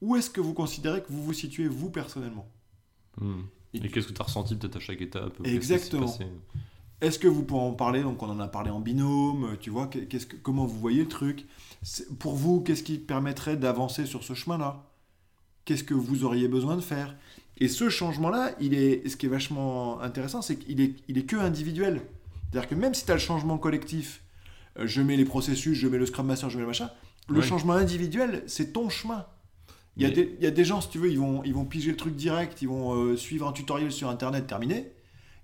Speaker 1: où est-ce que vous considérez que vous vous situez vous personnellement
Speaker 2: Hmm.
Speaker 1: Et
Speaker 2: Et,
Speaker 1: tu-
Speaker 2: qu'est-ce que tu as ressenti peut-être à chaque étape qu'est-ce qui s'est
Speaker 1: Exactement.
Speaker 2: passé
Speaker 1: Est-ce que vous pouvez en parler Donc on en a parlé en binôme, euh, tu vois, qu'est-ce que, comment vous voyez le truc C'est- Pour vous, qu'est-ce qui permettrait d'avancer sur ce chemin-là Qu'est-ce que vous auriez besoin de faire Et ce changement-là, il est, ce qui est vachement intéressant, c'est qu'il est, il est que individuel. C'est-à-dire que même si tu as le changement collectif, euh, je mets les processus, je mets le Scrum Master, je mets le machin. Le
Speaker 2: Ouais.
Speaker 1: changement individuel, c'est ton chemin. Il y, a
Speaker 2: Mais-
Speaker 1: des, il y a des gens, si tu veux, ils vont, ils vont piger le truc direct, ils vont euh, suivre un tutoriel sur Internet terminé.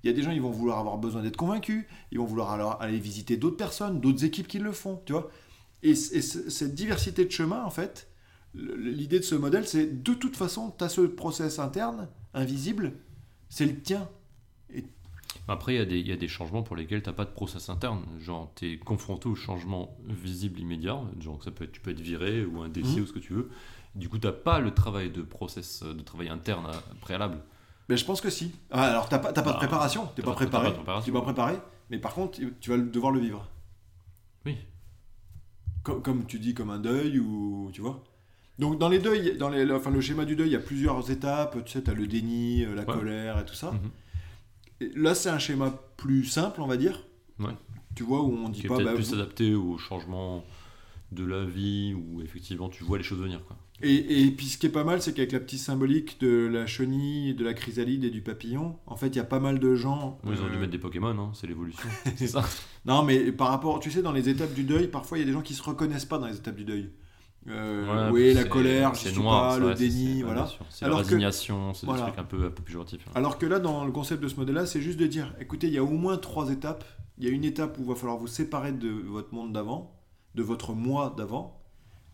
Speaker 1: Il y a des gens, ils vont vouloir avoir besoin d'être convaincus, ils vont vouloir alors aller visiter d'autres personnes, d'autres équipes qui le font, tu vois. Et, c- et c- cette diversité de chemins, en fait, le- l'idée de ce modèle, c'est de toute façon, tu as ce process interne, invisible, c'est le tien.
Speaker 2: Après, il y, a des- il y a des changements pour lesquels tu n'as pas de process interne. Genre, tu es confronté au changement visible immédiat. Genre, que ça peut être, tu peux être viré ou un décès
Speaker 1: Mhm.
Speaker 2: ou ce que tu veux. Du coup, tu n'as pas le travail de process, euh, de travail interne à- préalable.
Speaker 1: Mais je pense que si. Ah, alors, t'as pas, t'as pas
Speaker 2: Bah,
Speaker 1: de préparation, t'es
Speaker 2: t'as
Speaker 1: pas
Speaker 2: pas- t'as pas
Speaker 1: préparé,
Speaker 2: de préparation.
Speaker 1: tu vas préparer, mais par contre, tu vas le- devoir le vivre.
Speaker 2: Oui.
Speaker 1: Co- Comme, tu dis, comme un deuil, ou tu vois. Donc, dans les deuils, dans les, le- enfin, le schéma du deuil, il y a plusieurs étapes. Tu sais, t'as le déni, euh, la
Speaker 2: Ouais.
Speaker 1: colère et tout ça.
Speaker 2: Mhm.
Speaker 1: Et là, c'est un schéma plus simple, on va dire.
Speaker 2: Ouais.
Speaker 1: Tu vois, où on dit
Speaker 2: Qui est
Speaker 1: pas.
Speaker 2: peut-être
Speaker 1: bah,
Speaker 2: plus
Speaker 1: vous-
Speaker 2: adapté au changement de la vie où effectivement tu vois les choses venir. Quoi.
Speaker 1: Et, et puis ce qui est pas mal, c'est qu'avec la petite symbolique de la chenille, de la chrysalide et du papillon, en fait, il y a pas mal de gens.
Speaker 2: Moi, ils auraient
Speaker 1: euh,
Speaker 2: dû mettre des Pokémon, hein, c'est l'évolution. c'est ça.
Speaker 1: Non, mais par rapport, tu sais, dans les étapes du deuil, parfois il y a des gens qui se reconnaissent pas dans les étapes du deuil. Euh,
Speaker 2: Ouais,
Speaker 1: oui, la
Speaker 2: c'est-
Speaker 1: colère,
Speaker 2: c'est
Speaker 1: j'y suis
Speaker 2: noir,
Speaker 1: pas,
Speaker 2: c'est
Speaker 1: le
Speaker 2: vrai, c'est- c'est-
Speaker 1: déni,
Speaker 2: ouais,
Speaker 1: voilà.
Speaker 2: bien sûr. C'est la
Speaker 1: Alors que-
Speaker 2: résignation, c'est
Speaker 1: voilà.
Speaker 2: des trucs un peu, un peu péjoratifs. hein.
Speaker 1: Alors que là, dans le concept de ce modèle-là, c'est juste de dire, écoutez, il y a au moins trois étapes. Il y a une étape où il va falloir vous séparer de votre monde d'avant, de votre moi d'avant.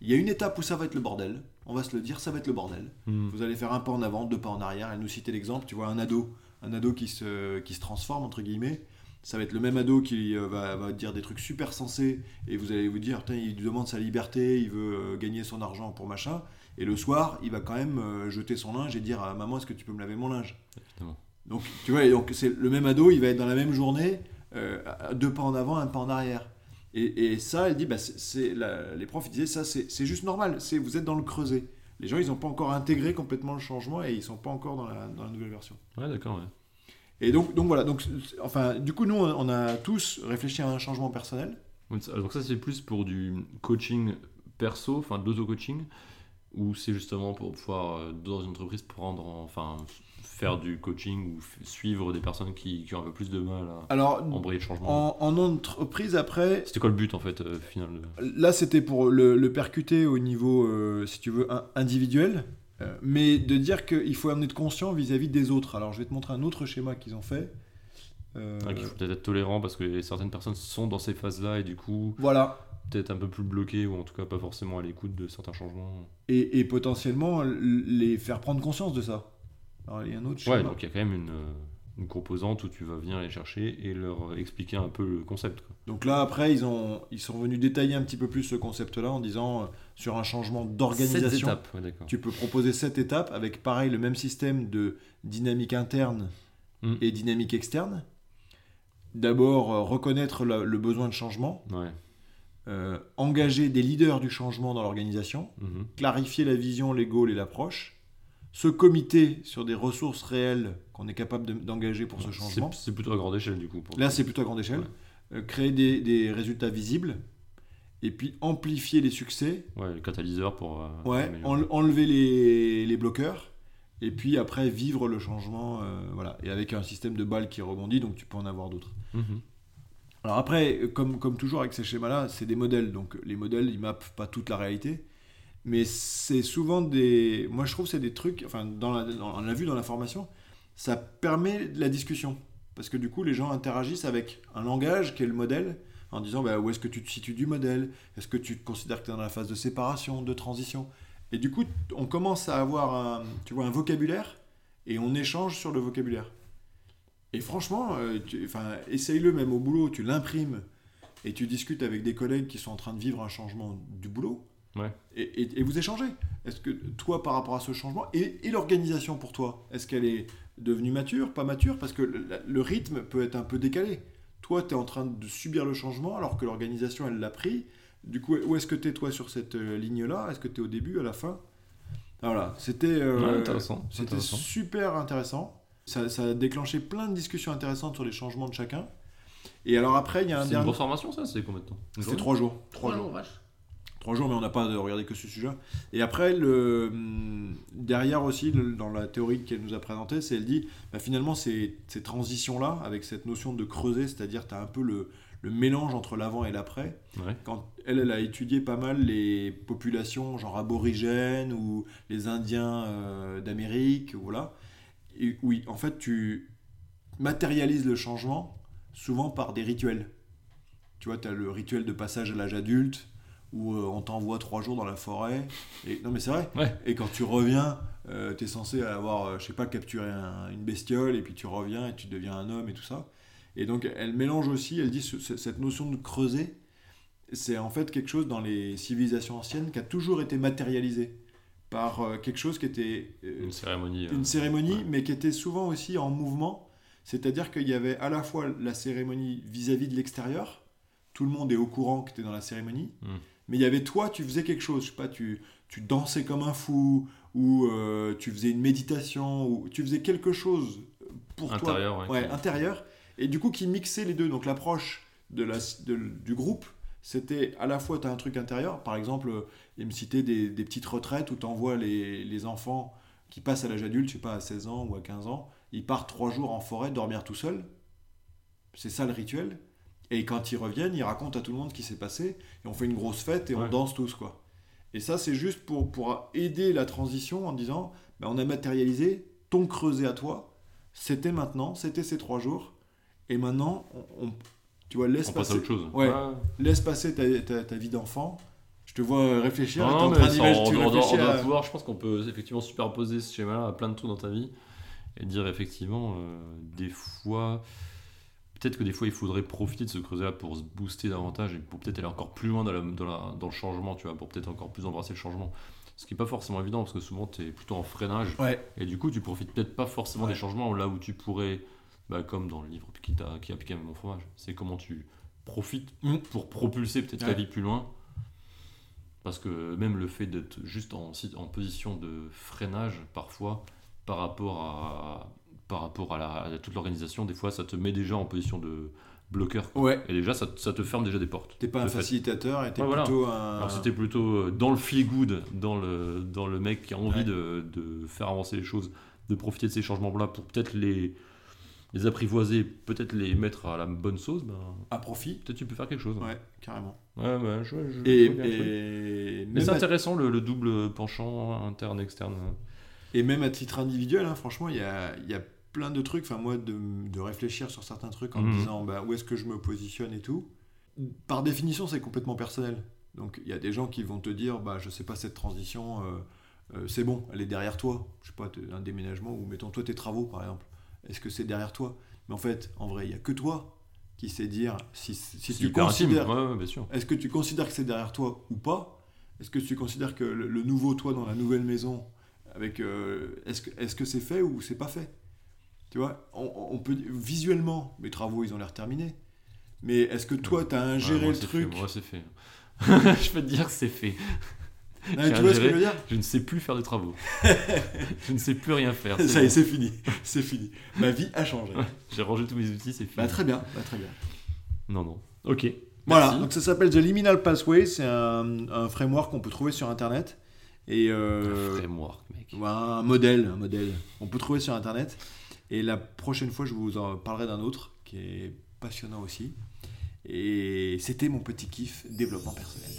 Speaker 1: Il y a une étape où ça va être le bordel. On va se le dire, ça va être le bordel.
Speaker 2: Mhm.
Speaker 1: Vous allez faire un pas en avant, deux pas en arrière. Elle nous citait l'exemple, tu vois, un ado, un ado qui se, qui se transforme, entre guillemets. Ça va être le même ado qui euh, va, va dire des trucs super sensés et vous allez vous dire, Putain, il demande sa liberté, il veut euh, gagner son argent pour machin. Et le soir, il va quand même euh, jeter son linge et dire à maman, est-ce que tu peux me laver mon linge
Speaker 2: Évidemment.
Speaker 1: Donc, tu vois, et donc c'est le même ado, il va être dans la même journée, euh, à- à deux pas en avant, un pas en arrière. Et, et ça, elle dit, bah, c'est- c'est la- les profs ils disaient, ça, c'est c'est juste normal, c'est vous êtes dans le creuset. Les gens, ils n'ont pas encore intégré complètement le changement et ils sont pas encore dans la, dans la nouvelle version.
Speaker 2: Ouais, d'accord. ouais.
Speaker 1: Et donc, donc voilà, donc, c'est- enfin, du coup, nous, on on a tous réfléchi à un changement personnel.
Speaker 2: Donc ça- donc ça c'est plus pour du coaching perso, enfin de l'auto-coaching, ou c'est justement pour pouvoir euh, dans une entreprise prendre, en- enfin faire du coaching ou f- suivre des personnes qui, qui ont un peu plus de mal à
Speaker 1: Alors,
Speaker 2: embrayer le changement.
Speaker 1: en, en entreprise, après,
Speaker 2: C'était quoi le but en fait euh, final de-
Speaker 1: Là, c'était pour le, le percuter au niveau, euh, si tu veux, in- individuel, euh, mais de dire qu'il faut amener de conscient vis-à-vis des autres. Alors, je vais te montrer un autre schéma qu'ils ont fait. Euh,
Speaker 2: Ah, qu'il faut peut-être être tolérant parce que certaines personnes sont dans ces phases-là et du coup
Speaker 1: Voilà.
Speaker 2: peut-être un peu plus bloquées ou en tout cas pas forcément à l'écoute de certains changements.
Speaker 1: Et, et potentiellement, l- les faire prendre conscience de ça. Alors, il y a un autre
Speaker 2: Ouais,
Speaker 1: schéma.
Speaker 2: donc il y a quand même une, euh, une composante où tu vas venir les chercher et leur euh, expliquer un peu le concept. quoi.
Speaker 1: Donc là, après, ils, ont, ils sont venus détailler un petit peu plus ce concept-là en disant euh, sur un changement
Speaker 2: Cette
Speaker 1: d'organisation.
Speaker 2: étape, ouais, d'accord.
Speaker 1: Tu peux proposer cette étape avec pareil le même système de dynamique interne
Speaker 2: Mm.
Speaker 1: et dynamique externe. D'abord, euh, reconnaître la- le besoin de changement,
Speaker 2: Ouais.
Speaker 1: euh, engager des leaders du changement dans l'organisation,
Speaker 2: mhm.
Speaker 1: clarifier la vision, les goals et l'approche, se comité sur des ressources réelles qu'on est capable de- d'engager pour ce
Speaker 2: Ouais,
Speaker 1: changement.
Speaker 2: c'est- C'est plutôt à grande échelle du coup. pour-
Speaker 1: Là, c'est plutôt à grande échelle. Euh, créer des, des résultats visibles et puis amplifier les succès
Speaker 2: Ouais, le catalyseur pour. euh,
Speaker 1: Ouais,
Speaker 2: améliorer.
Speaker 1: enle- enlever les, les bloqueurs, et puis après vivre le changement, euh, voilà, et avec un système de balles qui rebondit, donc tu peux en avoir d'autres.
Speaker 2: Mhm.
Speaker 1: Alors après, euh, comme, comme toujours avec ces schémas-là, c'est des modèles, donc les modèles, ils mappent pas toute la réalité, mais c'est souvent des... Moi je trouve que c'est des trucs, enfin dans la- dans- on l'a vu dans la formation, ça permet de la discussion, parce que du coup les gens interagissent avec un langage qui est le modèle, en disant bah, où est-ce que tu te situes du modèle, est-ce que tu te considères que tu es dans la phase de séparation, de transition, et du coup on commence à avoir un, tu vois, un vocabulaire, et on échange sur le vocabulaire. Et franchement, euh, tu- enfin, essaye-le même au boulot, tu l'imprimes et tu discutes avec des collègues qui sont en train de vivre un changement du boulot.
Speaker 2: Ouais.
Speaker 1: Et, et- et vous échangez. Est-ce que toi, par rapport à ce changement, et, et l'organisation pour toi, est-ce qu'elle est devenue mature, pas mature Parce que le, la- le rythme peut être un peu décalé. Toi, tu es en train de subir le changement alors que l'organisation, elle l'a pris. Du coup, où est-ce que tu es toi sur cette euh, ligne-là Est-ce que tu es au début, à la fin Voilà, c'était... euh,
Speaker 2: Ouais, intéressant.
Speaker 1: c'était
Speaker 2: intéressant.
Speaker 1: super intéressant. Ça, ça a déclenché plein de discussions intéressantes sur les changements de chacun. Et alors après, il y a un
Speaker 2: C'est une
Speaker 1: dernier.
Speaker 2: grosse formation ça C'est combien de temps Une
Speaker 1: C'était
Speaker 2: journée
Speaker 1: trois jours. Trois jours. Trois jours, mais on n'a pas regardé que ce sujet. Et après, le, hum, derrière aussi, le- dans la théorie qu'elle nous a présentée, c'est elle dit, bah, finalement, ces, ces transitions-là, avec cette notion de creuser, c'est-à-dire tu as un peu le, le mélange entre l'avant et l'après.
Speaker 2: Ouais.
Speaker 1: Quand elle, elle a étudié pas mal les populations genre aborigènes ou les Indiens euh, d'Amérique, voilà. Et oui, en fait, tu matérialises le changement souvent par des rituels. Tu vois, tu as le rituel de passage à l'âge adulte où euh, on t'envoie trois jours dans la forêt. Et, non, mais c'est vrai.
Speaker 2: Ouais.
Speaker 1: Et quand tu reviens, tu es censé avoir, euh, je sais pas, capturé un- une bestiole et puis tu reviens et tu deviens un homme et tout ça. Et donc, elle mélange aussi, elle dit ce- ce- cette notion de creuser c'est en fait quelque chose dans les civilisations anciennes qui a toujours été matérialisé par euh, quelque chose qui était euh,
Speaker 2: Une cérémonie. euh,
Speaker 1: une cérémonie,
Speaker 2: ouais.
Speaker 1: mais qui était souvent aussi en mouvement. C'est-à-dire qu'il y avait à la fois la cérémonie vis-à-vis de l'extérieur, tout le monde est au courant que tu es dans la cérémonie,
Speaker 2: Mm.
Speaker 1: mais il y avait toi, tu faisais quelque chose, je sais pas, tu, tu dansais comme un fou, ou euh, tu faisais une méditation, ou tu faisais quelque chose pour toi
Speaker 2: Intérieure, ouais.
Speaker 1: ouais, intérieur, et du coup qui mixait les deux. Donc l'approche de la, de- du groupe, c'était à la fois tu as un truc intérieur, par exemple, euh, il me citait des, des petites retraites où tu envoies les, les enfants qui passent à l'âge adulte, je sais pas, à 16 ans ou à 15 ans, ils partent trois jours en forêt dormir tout seuls. C'est ça le rituel. Et quand ils reviennent, ils racontent à tout le monde ce qui s'est passé, et on fait une grosse fête et on
Speaker 2: Ouais.
Speaker 1: danse tous, quoi. Et ça, c'est juste pour, pour aider la transition en disant, bah, on a matérialisé ton creuset à toi, c'était maintenant, c'était ces trois jours, et maintenant, on, on- tu vois, laisse
Speaker 2: On passe à
Speaker 1: passer,
Speaker 2: autre chose.
Speaker 1: Ouais. laisse passer ta, ta- ta vie d'enfant. Je te vois réfléchir,
Speaker 2: Non,
Speaker 1: t'es
Speaker 2: non,
Speaker 1: en
Speaker 2: mais
Speaker 1: train
Speaker 2: ça,
Speaker 1: d'imaginer-
Speaker 2: on,
Speaker 1: tu
Speaker 2: doit- on doit-
Speaker 1: réfléchis
Speaker 2: on doit
Speaker 1: à-
Speaker 2: pouvoir, je pense qu'on peut effectivement superposer ce schéma-là à plein de trucs dans ta vie et dire effectivement, euh, des fois, peut-être que des fois il faudrait profiter de ce creuset-là pour se booster davantage et pour peut-être aller encore plus loin dans, la- dans la- dans le changement, tu vois, pour peut-être encore plus embrasser le changement. Ce qui n'est pas forcément évident parce que souvent tu es plutôt en freinage
Speaker 1: Ouais,
Speaker 2: et du coup tu profites peut-être pas forcément
Speaker 1: Ouais.
Speaker 2: des changements là où tu pourrais, bah, comme dans le livre qui, t'a- qui a piqué mon fromage, c'est comment tu profites
Speaker 1: Mm.
Speaker 2: Mmh. pour propulser peut-être ta
Speaker 1: Ouais.
Speaker 2: vie plus loin. Parce que même le fait d'être juste en, si- en position de freinage parfois par rapport à, par rapport à, la, à toute l'organisation, des fois ça te met déjà en position de bloqueur.
Speaker 1: ouais.
Speaker 2: Et déjà ça, te- ça te ferme déjà des portes.
Speaker 1: T'es pas
Speaker 2: de
Speaker 1: un
Speaker 2: fait.
Speaker 1: facilitateur, et t'es
Speaker 2: Ouais, voilà.
Speaker 1: plutôt un...
Speaker 2: Alors c'était plutôt euh, dans le feel good, dans le, dans le mec qui a envie
Speaker 1: Ouais.
Speaker 2: de, de faire avancer les choses, de profiter de ces changements-là pour peut-être les, les apprivoiser, peut-être les mettre à la bonne sauce, ben,
Speaker 1: à profit.
Speaker 2: peut-être tu peux faire quelque chose.
Speaker 1: Ouais, carrément.
Speaker 2: Ouais, ouais, je- je-
Speaker 1: Et,
Speaker 2: je vois bien le truc.
Speaker 1: et,
Speaker 2: Mais
Speaker 1: même
Speaker 2: c'est
Speaker 1: à,
Speaker 2: intéressant le, le double penchant hein, interne-externe.
Speaker 1: et même à titre individuel, hein, franchement, il y a, il y a plein de trucs. Enfin, moi, de, de réfléchir sur certains trucs en me
Speaker 2: Mhm.
Speaker 1: disant bah, où est-ce que je me positionne et tout. Par définition, c'est complètement personnel. Donc, il y a des gens qui vont te dire bah, je sais pas, cette transition, euh, euh, c'est bon, elle est derrière toi. Je sais pas, t'es- un déménagement ou mettons toi tes travaux, par exemple. Est-ce que c'est derrière toi Mais en fait, en vrai, il y a que toi qui sais dire si, si
Speaker 2: C'est
Speaker 1: tu
Speaker 2: hyper intime.
Speaker 1: considères
Speaker 2: Ouais, ouais, bien sûr.
Speaker 1: Est-ce que tu considères que c'est derrière toi ou pas Est-ce que tu considères que le, le nouveau toi dans la nouvelle maison, avec euh, est-ce que est-ce que c'est fait ou c'est pas fait Tu vois, on, on peut visuellement, mes travaux ils ont l'air terminés, mais est-ce que toi tu as
Speaker 2: Ouais,
Speaker 1: ingéré
Speaker 2: moi,
Speaker 1: le
Speaker 2: c'est
Speaker 1: truc
Speaker 2: fait, Moi, c'est fait. je peux te dire que c'est fait.
Speaker 1: Non,
Speaker 2: j'ai
Speaker 1: Ah, Tu vois ce que
Speaker 2: ingéré.
Speaker 1: je veux dire
Speaker 2: Je ne sais plus faire de travaux. je ne sais plus rien faire. Ah, c'est
Speaker 1: Ça y
Speaker 2: bon.
Speaker 1: est, c'est fini, c'est fini. Ma vie a changé.
Speaker 2: J'ai rangé tous mes outils, c'est fini.
Speaker 1: Bah, très bien, bah, très bien.
Speaker 2: Non, non. Ok.
Speaker 1: Voilà,
Speaker 2: Merci.
Speaker 1: donc ça s'appelle The Liminal Pathway, c'est un, un framework qu'on peut trouver sur internet. Et euh,
Speaker 2: Framework, mec.
Speaker 1: Ouais, un modèle, un modèle. On peut trouver sur internet. Et la prochaine fois, je vous en parlerai d'un autre qui est passionnant aussi. Et c'était mon petit kiff développement personnel.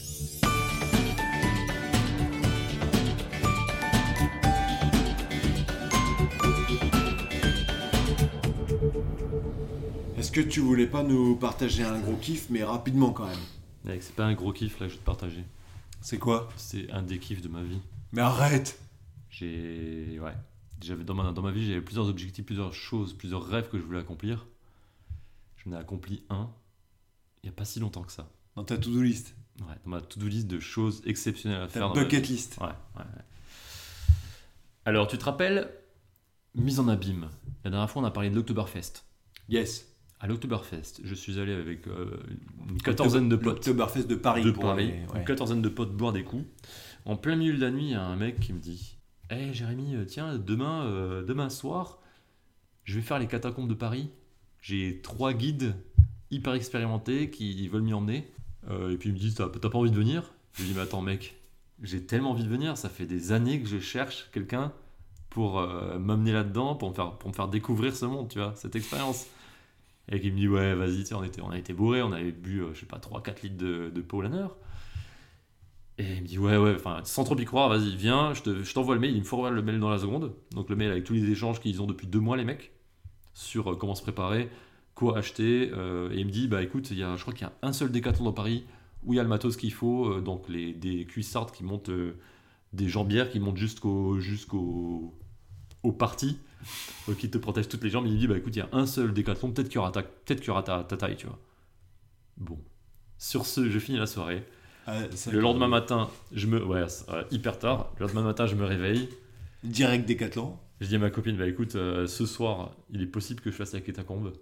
Speaker 1: Est-ce que tu voulais pas nous partager un gros kiff, mais rapidement quand même
Speaker 2: Mec, c'est pas un gros kiff là que je vais te partager.
Speaker 1: C'est quoi
Speaker 2: C'est un des kiffs de ma vie.
Speaker 1: Mais arrête
Speaker 2: J'ai. Ouais. J'avais dans ma, dans ma vie, j'avais plusieurs objectifs, plusieurs choses, plusieurs rêves que je voulais accomplir. J'en ai accompli un il n'y a pas si longtemps que ça.
Speaker 1: Dans ta to-do list,
Speaker 2: Ouais, dans ma to-do list de choses exceptionnelles à faire.
Speaker 1: ta
Speaker 2: dans ma
Speaker 1: bucket
Speaker 2: vie.
Speaker 1: list.
Speaker 2: Ouais, ouais, ouais. Alors, tu te rappelles Mise en abîme. La dernière fois, on a parlé de l'Octoberfest.
Speaker 1: Yes.
Speaker 2: À l'Octoberfest, je suis allé avec euh, une quatorzaine de potes.
Speaker 1: L'Octoberfest de Paris.
Speaker 2: de
Speaker 1: pour
Speaker 2: Paris,
Speaker 1: aller-
Speaker 2: une
Speaker 1: ouais.
Speaker 2: quatorzaine de potes boire des coups. En plein milieu de la nuit, il y a un mec qui me dit Hé Jérémy, euh, tiens, demain, euh, demain soir, je vais faire les catacombes de Paris. J'ai trois guides hyper expérimentés qui veulent m'y emmener. Euh, et puis ils me disent T'as t'as pas envie de venir Je lui dis Mais attends, mec, j'ai tellement envie de venir. Ça fait des années que je cherche quelqu'un pour euh, m'amener là-dedans, pour me, faire, pour me faire découvrir ce monde, tu vois, cette expérience. et qui me dit ouais vas-y tu sais, on était on a été bourré on avait bu euh, je sais pas 3 4 litres de, de Paulaner et il me dit ouais ouais enfin sans trop y croire vas-y viens je te- je t'envoie le mail il me forward le mail dans la seconde donc le mail avec tous les échanges qu'ils ont depuis deux mois les mecs sur euh, comment se préparer quoi acheter euh, et il me dit bah écoute il y a je crois qu'il y a un seul décathlon dans Paris où il y a le matos qu'il faut euh, donc les des cuissardes qui montent euh, des jambières qui montent jusqu'au jusqu'au au parti euh, qui te protège toutes les jambes. Il dit bah écoute, il y a un seul décathlon, peut-être qu'il y aura ta, peut-être qu'il y aura ta, ta taille, tu vois. Bon. Sur ce, je finis la soirée.
Speaker 1: Ah, ça-
Speaker 2: Le lendemain matin, je me, ouais, c'est, euh, hyper tard. Le lendemain matin, je me réveille.
Speaker 1: Direct Décathlon.
Speaker 2: Je dis à ma copine bah écoute, euh, ce soir, il est possible que je fasse la catacombe.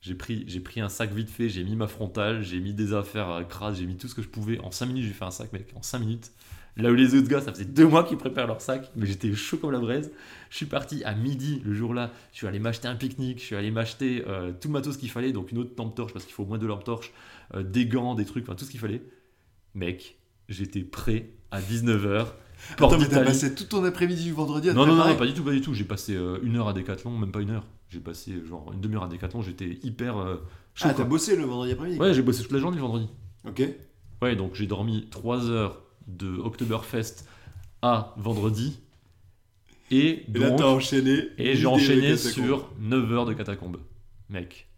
Speaker 2: J'ai pris, j'ai pris un sac vite fait, j'ai mis ma frontale, j'ai mis des affaires euh, crasses, j'ai mis tout ce que je pouvais. En 5 minutes, j'ai fait un sac, mec, en 5 minutes. Là où les autres gars, ça faisait deux mois qu'ils préparent leur sac, mais j'étais chaud comme la braise. Je suis parti à midi le jour-là, je suis allé m'acheter un pique-nique, je suis allé m'acheter euh, tout le matos qu'il fallait, donc une autre lampe torche, parce qu'il faut au moins deux lampes torches, euh, des gants, des trucs, enfin tout ce qu'il fallait. Mec, j'étais prêt à 19h.
Speaker 1: Attends,
Speaker 2: Porte
Speaker 1: mais t'as
Speaker 2: d'Italie.
Speaker 1: passé tout ton après-midi du vendredi à te
Speaker 2: Non, non, non,
Speaker 1: préparer.
Speaker 2: non, pas du tout, pas du tout. J'ai passé euh, une heure à Décathlon, même pas une heure. J'ai passé euh, genre une demi-heure à Décathlon, j'étais hyper euh, chaud.
Speaker 1: Ah, t'as
Speaker 2: quoi.
Speaker 1: bossé le vendredi après-midi.
Speaker 2: ouais, j'ai bossé toute la journée le vendredi.
Speaker 1: Ok.
Speaker 2: Ouais, donc j'ai dormi 3 heures de Oktoberfest à vendredi. Et,
Speaker 1: Et là,
Speaker 2: donc-
Speaker 1: t'as enchaîné.
Speaker 2: et j'ai
Speaker 1: l'idée
Speaker 2: enchaîné
Speaker 1: avec Décathlon.
Speaker 2: sur 9 heures de catacombes. Mec,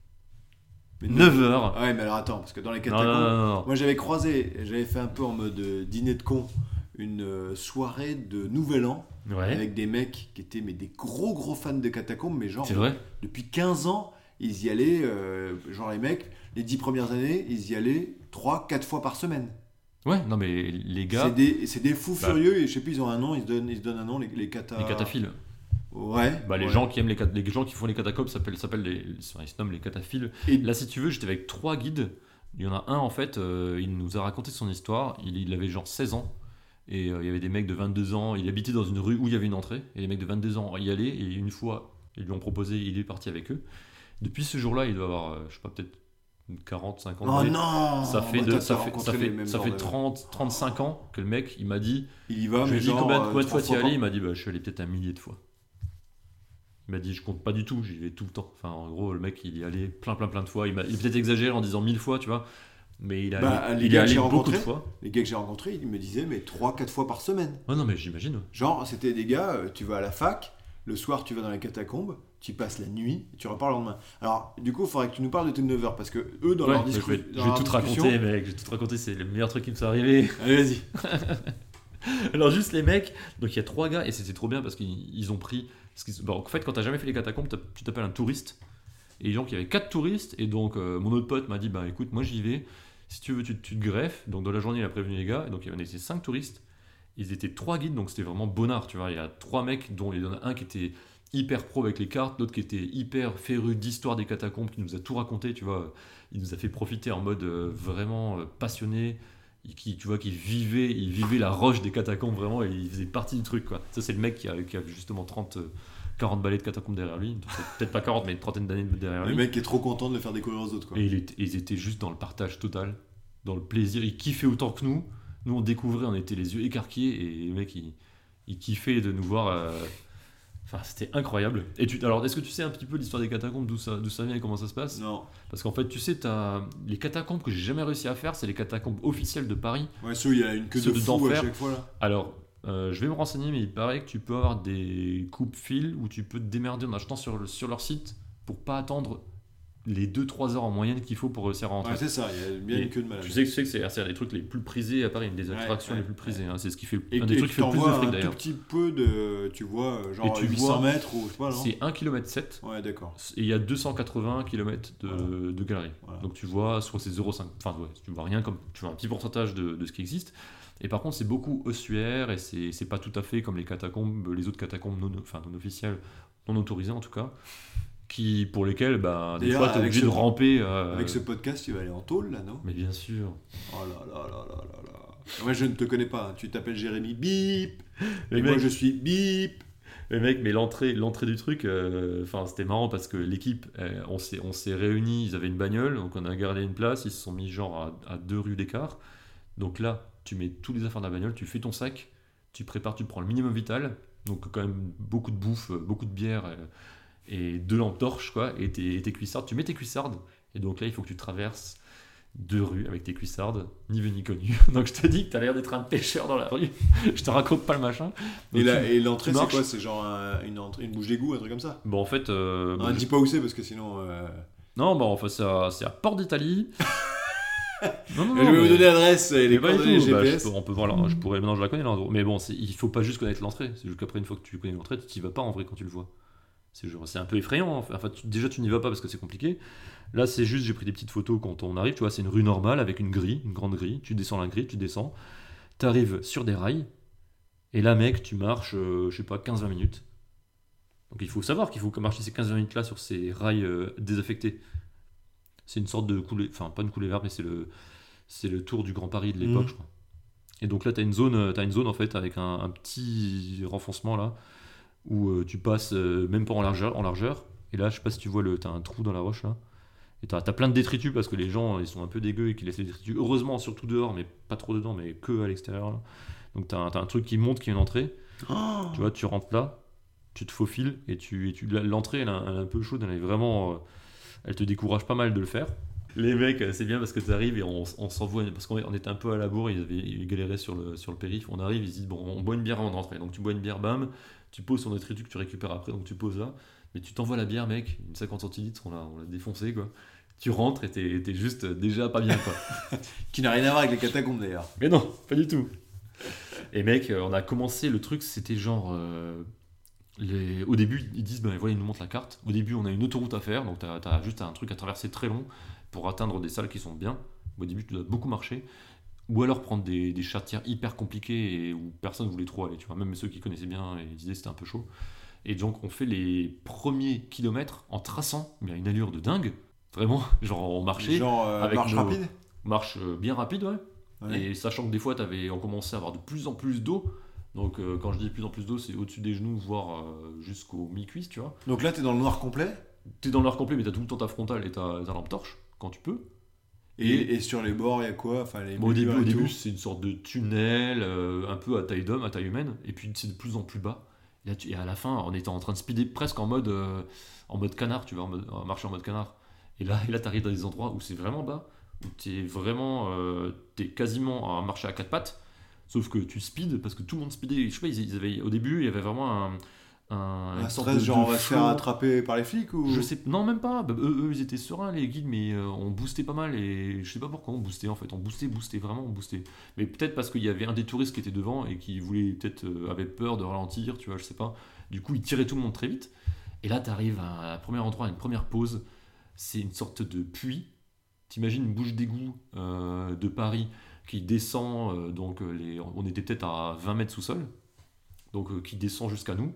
Speaker 1: Mais
Speaker 2: 9 heures
Speaker 1: Ah Ouais, mais alors attends, parce que dans les
Speaker 2: non, non,
Speaker 1: catacombes,
Speaker 2: non, non, non.
Speaker 1: moi j'avais croisé, j'avais fait un peu en mode euh, dîner de con, une euh, soirée de Nouvel An
Speaker 2: Ouais,
Speaker 1: avec des mecs qui étaient mais des gros gros fans de catacombes, mais genre
Speaker 2: c'est vrai.
Speaker 1: depuis 15 ans, ils y allaient, euh, genre les mecs, les 10 premières années, ils y allaient 3-4 fois par semaine.
Speaker 2: Ouais, non, mais les gars,
Speaker 1: C'est des, c'est des fous
Speaker 2: Bah.
Speaker 1: furieux, et je sais plus, ils ont un nom, ils se donnent, ils se donnent un nom, les, les cata-
Speaker 2: les cataphiles.
Speaker 1: Ouais.
Speaker 2: Bah, les
Speaker 1: ouais.
Speaker 2: gens qui aiment les, cat- les gens qui font les catacombes s'appellent s'appellent les, ils se nomment les cataphiles.
Speaker 1: Et-
Speaker 2: Là, si tu veux, j'étais avec trois guides. Il y en a un en fait, euh, il nous a raconté son histoire. Il, il avait genre 16 ans et euh, il y avait des mecs de 22 ans. Il habitait dans une rue où il y avait une entrée et les mecs de 22 ans y allaient. Et une fois, ils lui ont proposé, il est parti avec eux. Depuis ce jour-là, il doit avoir, euh, je sais pas, peut-être 40, 50
Speaker 1: Oh
Speaker 2: années.
Speaker 1: non
Speaker 2: Ça fait,
Speaker 1: Bah,
Speaker 2: de-
Speaker 1: t'as-
Speaker 2: ça
Speaker 1: t'as
Speaker 2: fait, ça
Speaker 1: rencontré les
Speaker 2: fait,
Speaker 1: mêmes
Speaker 2: ça
Speaker 1: genres
Speaker 2: fait
Speaker 1: de-
Speaker 2: 30, 35 ans que le mec il m'a dit
Speaker 1: Il y va,
Speaker 2: je
Speaker 1: mais
Speaker 2: lui ai dit
Speaker 1: genre,
Speaker 2: combien,
Speaker 1: euh,
Speaker 2: combien de
Speaker 1: trois
Speaker 2: fois tu y
Speaker 1: par
Speaker 2: allé Il m'a dit bah, je suis allé peut-être un millier de fois. Il m'a dit je compte pas du tout, j'y vais tout le temps. Enfin en gros le mec il y allait plein plein plein de fois. Il m'a il a peut-être exagéré en disant mille fois tu vois, mais il a
Speaker 1: Bah, les
Speaker 2: il est
Speaker 1: gars que
Speaker 2: allé
Speaker 1: j'ai
Speaker 2: beaucoup de
Speaker 1: rencontrés-
Speaker 2: fois.
Speaker 1: Les gars que j'ai rencontrés, ils me disaient, mais 3-4 fois par semaine.
Speaker 2: Ouais non mais j'imagine. ouais.
Speaker 1: Genre, c'était des gars, euh, tu vas à la fac, le soir tu vas dans les catacombes, tu y passes la nuit, et tu repars le lendemain. Alors, du coup, il faudrait que tu nous parles de tes 9 heures, parce que eux, dans
Speaker 2: Ouais,
Speaker 1: leur
Speaker 2: mais je
Speaker 1: discours.
Speaker 2: vais, je vais tout te raconter mec, je vais tout te raconter, c'est le meilleur truc qui me soit arrivé.
Speaker 1: Allez, vas-y.
Speaker 2: Alors juste les mecs, donc il y a trois gars et c'était trop bien parce qu'ils ils ont pris. parce qu'ils- bon, en fait, quand t'as jamais fait les catacombes, t'as- tu t'appelles un touriste. Et donc il y avait quatre touristes et donc euh, mon autre pote m'a dit bah écoute moi j'y vais. Si tu veux tu, tu te greffes. Donc dans la journée il a prévenu les gars et donc il y en a cinq touristes. Ils étaient trois guides donc c'était vraiment bonnard tu vois. Il y a trois mecs dont il y en a un qui était hyper pro avec les cartes, l'autre qui était hyper féru d'histoire des catacombes qui nous a tout raconté tu vois. Il nous a fait profiter en mode euh, vraiment euh, passionné et qui tu vois qui vivait il vivait la roche des catacombes vraiment et il faisait partie du truc quoi ça c'est le mec qui a, qui a justement 30 euh, 40 balais de catacombes derrière lui Donc, c'est peut-être pas 40 mais une trentaine d'années derrière
Speaker 1: Le
Speaker 2: lui
Speaker 1: mec est trop content de le faire découvrir aux autres, quoi.
Speaker 2: et il était- ils étaient juste dans le partage total dans le plaisir ils kiffaient autant que nous nous on découvrait on était les yeux écarquillés et le mec il, il kiffait de nous voir euh, enfin c'était incroyable et tu alors est-ce que tu sais un petit peu l'histoire des catacombes d'où ça, d'où ça vient et comment ça se passe
Speaker 1: Non.
Speaker 2: parce qu'en fait tu sais t'as les catacombes que j'ai jamais réussi à faire c'est les catacombes officielles de Paris
Speaker 1: Ouais, ceux où il y a une queue
Speaker 2: Ceux
Speaker 1: de
Speaker 2: de
Speaker 1: fou à
Speaker 2: d'enfer.
Speaker 1: chaque fois, là.
Speaker 2: alors, euh, je vais me renseigner, mais il paraît que tu peux avoir des coupes-fils où tu peux te démerder en achetant sur, le- sur leur site pour pas attendre les 2-3 heures en moyenne qu'il faut pour réussir à rentrer.
Speaker 1: Ouais, c'est ça, il y a bien
Speaker 2: Et
Speaker 1: une queue de malade.
Speaker 2: Euh, tu, sais, tu sais que c'est c'est un des trucs les plus prisés à Paris, une des
Speaker 1: Ouais,
Speaker 2: attractions
Speaker 1: ouais,
Speaker 2: les plus prisées. hein. C'est ce qui fait
Speaker 1: Et,
Speaker 2: un des
Speaker 1: et
Speaker 2: trucs
Speaker 1: tu
Speaker 2: qui fait le plus de
Speaker 1: t'envoies
Speaker 2: fric
Speaker 1: un tout
Speaker 2: d'ailleurs.
Speaker 1: petit peu de, tu vois, euh, genre
Speaker 2: Et tu
Speaker 1: 800
Speaker 2: vois,
Speaker 1: mètres ou je sais pas, non
Speaker 2: C'est 1,7 km
Speaker 1: Ouais, d'accord.
Speaker 2: et il y a 280 km de,
Speaker 1: Voilà.
Speaker 2: de galeries.
Speaker 1: Voilà.
Speaker 2: Donc tu vois, soit c'est 0,5, enfin ouais, tu vois rien comme, tu vois un petit pourcentage de, de ce qui existe. Et par contre, c'est beaucoup ossuaire et c'est c'est pas tout à fait comme les catacombes, les autres catacombes non, enfin, non officielles, non autorisées en tout cas, qui pour lesquelles, bah, des
Speaker 1: D'ailleurs,
Speaker 2: fois, t'es
Speaker 1: avec
Speaker 2: obligé
Speaker 1: ce-
Speaker 2: de ramper. euh,
Speaker 1: Avec ce podcast, tu vas aller en tôle, là, non
Speaker 2: Mais bien sûr.
Speaker 1: Oh là là là là là là. Moi, je ne te connais pas. hein. Tu t'appelles Jérémy Bip. Et,
Speaker 2: Les
Speaker 1: moi,
Speaker 2: mecs,
Speaker 1: je suis Bip.
Speaker 2: les mecs, mais l'entrée, l'entrée du truc, euh, enfin, c'était marrant parce que l'équipe, euh, on s'est, on s'est réunis, ils avaient une bagnole, donc on a gardé une place, ils se sont mis genre à, à deux rues d'écart. Donc là, tu mets tous les affaires de la bagnole, tu fais ton sac, tu prépares, tu prends le minimum vital, donc quand même beaucoup de bouffe, euh, beaucoup de bière euh, et deux lampes torches, quoi, et tes, et tes cuissardes. Tu mets tes cuissardes, et donc là, il faut que tu traverses deux rues avec tes cuissardes, ni vu ni connu. Donc je te dis que t'as l'air d'être un pêcheur dans la rue. je te raconte pas le machin.
Speaker 1: Et
Speaker 2: Donc,
Speaker 1: la-
Speaker 2: tu-
Speaker 1: et l'entrée,
Speaker 2: tu
Speaker 1: c'est
Speaker 2: marches.
Speaker 1: quoi C'est genre un- une, entrée- une bouche d'égout, un truc comme ça
Speaker 2: Bon, en fait. euh,
Speaker 1: Non,
Speaker 2: bon, je-
Speaker 1: Dis pas où c'est parce que sinon. euh,
Speaker 2: Non, bah, enfin, c'est à, c'est à Port d'Italie. non, non,
Speaker 1: Je vais
Speaker 2: mais-
Speaker 1: vous donner l'adresse et les
Speaker 2: mais pas du
Speaker 1: coordonnées
Speaker 2: tout. Bah, je
Speaker 1: GPS.
Speaker 2: peux- on peut voir, là, je pourrais, maintenant je la connais l'endroit. Mais bon, c'est- il faut pas juste connaître l'entrée. C'est juste qu'après, une fois que tu connais l'entrée, tu n'y vas pas en vrai quand tu le vois. C'est genre- c'est un peu effrayant. en fait. Enfin, tu- déjà, tu n'y vas pas parce que c'est compliqué. Là, c'est juste, j'ai pris des petites photos quand on arrive. Tu vois, c'est une rue normale avec une grille, une grande grille. Tu descends la grille, tu descends. Tu arrives sur des rails. Et là, mec, tu marches, euh, je sais pas, 15-20 minutes. Donc il faut savoir qu'il faut marcher ces 15-20 minutes-là sur ces rails euh, désaffectés. C'est une sorte de coulée, enfin pas une coulée verte, mais c'est le, c'est le tour du Grand Paris de l'époque,
Speaker 1: Mhm.
Speaker 2: je crois. Et donc là, tu as une zone, euh, t'as une zone en fait avec un, un petit renfoncement là, où euh, tu passes euh, même pas en largeur, en largeur. Et là, je sais pas si tu vois, le, t'as un trou dans la roche là. Et t'as as plein de détritus parce que les gens ils sont un peu dégueux et qu'ils laissent les détritus. Heureusement, surtout dehors, mais pas trop dedans, mais que à l'extérieur. là. Donc t'as un- t'as un truc qui monte, qui est une entrée.
Speaker 1: Oh
Speaker 2: Tu vois, tu rentres là, tu te faufiles et tu, et tu la- l'entrée elle, est un- elle est un peu chaude, elle est vraiment, euh, elle te décourage pas mal de le faire. Les mecs, euh, c'est bien parce que tu arrives et on, s- on s'envoie parce qu'on on était un peu à la bourre, ils avaient ils galéraient sur le sur le périph. On arrive, ils se disent bon, on boit une bière avant de rentrer. Donc tu bois une bière, bam, tu poses ton détritus que tu récupères après, donc tu poses là. Mais tu t'envoies la bière, mec, une 50 centilitres, on l'a on l'a défoncé quoi. Tu rentres et t'es t'es juste euh, déjà pas bien quoi.
Speaker 1: Qui n'a rien à voir avec les catacombes d'ailleurs.
Speaker 2: Mais non, pas du tout. Et mec, euh, on a commencé le truc, c'était genre. euh, les... Au début, ils disent, ben voilà, ils nous montrent la carte. Au début, on a une autoroute à faire, donc t'as as juste un truc à traverser très long pour atteindre des salles qui sont bien. Au début, tu dois beaucoup marcher. Ou alors prendre des, des chartières hyper compliquées et où personne voulait trop aller, tu vois. Même ceux qui connaissaient bien, ils disaient que c'était un peu chaud. Et donc, on fait les premiers kilomètres en traçant, mais à une allure de dingue. Vraiment, genre on marchait,
Speaker 1: Genre euh,
Speaker 2: avec
Speaker 1: marche
Speaker 2: nos-
Speaker 1: rapide
Speaker 2: marche euh, bien rapide, ouais.
Speaker 1: Ouais.
Speaker 2: Et sachant que des fois, avais, on commençait à avoir de plus en plus d'eau. Donc, euh, quand je dis plus en plus d'eau, c'est au-dessus des genoux, voire euh, jusqu'au mi-cuisse, tu vois.
Speaker 1: Donc là, t'es dans le noir complet
Speaker 2: T'es dans l'air complet, mais t'as tout le temps ta frontale et ta, ta lampe torche, quand tu peux.
Speaker 1: et, et sur les bords, il y a quoi enfin, les
Speaker 2: Bon, au
Speaker 1: murs
Speaker 2: début,
Speaker 1: et
Speaker 2: au début,
Speaker 1: tout.
Speaker 2: c'est une sorte de tunnel, euh, un peu à taille d'homme, à taille humaine. Et puis, c'est de plus en plus bas. Et, là, tu- et à la fin, on était en train de speeder presque en mode, euh, en mode canard, tu vois, en mode- en marcher en mode canard. Et là, et là t'arrives dans des endroits où c'est vraiment bas, où t'es vraiment, euh, t'es quasiment à marcher à quatre pattes, sauf que tu speed parce que tout le monde speedait. Je sais pas, ils, ils avaient, au début, il y avait vraiment un, un,
Speaker 1: Un
Speaker 2: une sorte
Speaker 1: Ah, stress,
Speaker 2: de-
Speaker 1: genre
Speaker 2: de
Speaker 1: on va se faire
Speaker 2: flow.
Speaker 1: attraper par les flics ou
Speaker 2: Je sais, non même pas. Bah, eux, eux, ils étaient sereins les guides, mais euh, on boostait pas mal et je sais pas pourquoi on boostait en fait. On boostait, boostait vraiment, on boostait. Mais peut-être parce qu'il y avait un des touristes qui était devant et qui voulait peut-être euh, avait peur de ralentir, tu vois, je sais pas. Du coup, il tirait tout le monde très vite. Et là, t'arrives à un premier endroit, à une première pause. C'est une sorte de puits. T'imagines une bouche d'égout euh, de Paris qui descend. euh, donc, euh, les, on était peut-être à 20 mètres sous sol. Donc, euh, qui descend jusqu'à nous.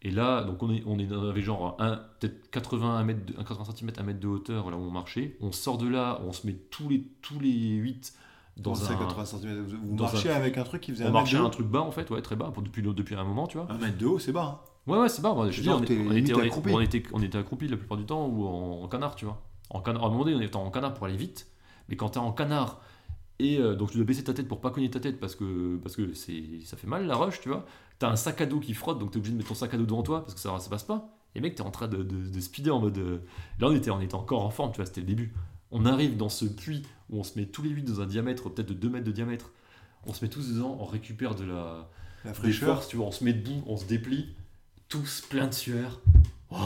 Speaker 2: Et là, donc on, est, on, est, on avait genre un- peut-être 80, un mètre de- 80 cm, 1 mètre de hauteur là où on marchait. On sort de là, on se met tous les, tous les 8 dans
Speaker 1: Comment ça,
Speaker 2: un.
Speaker 1: 80 cm. Vous vous
Speaker 2: dans un-
Speaker 1: marchiez avec un truc qui faisait
Speaker 2: On
Speaker 1: un mètre
Speaker 2: marchait
Speaker 1: de
Speaker 2: à un
Speaker 1: haut.
Speaker 2: truc bas en fait, ouais, très bas, pour- depuis, le- depuis un moment, tu vois.
Speaker 1: Un mètre de haut, c'est bas. hein.
Speaker 2: Ouais, ouais, c'est pas. Je veux dire,
Speaker 1: Genre,
Speaker 2: on,
Speaker 1: t'es
Speaker 2: est- on
Speaker 1: limite
Speaker 2: était, on,
Speaker 1: accroupi.
Speaker 2: était, on, était, accroupi la plupart du temps ou en, en canard, tu vois. En canard, à un moment donné, on était en canard pour aller vite, mais quand t'es en canard et euh, donc tu dois baisser ta tête pour pas cogner ta tête parce que parce que c'est ça fait mal la rush, tu vois. T'as un sac à dos qui frotte, donc t'es obligé de mettre ton sac à dos devant toi parce que ça ça passe pas. Et mec, t'es en train de, de, de speeder en mode. euh, Là, on était, on était encore en forme, tu vois, c'était le début. On arrive dans ce puits où on se met tous les huit dans un diamètre, peut-être de 2 mètres de diamètre. On se met tous dedans, on récupère de la,
Speaker 1: La
Speaker 2: des
Speaker 1: fraîcheur.
Speaker 2: forces, tu vois, on se met debout, on se déplie, tous plein de sueur. Oh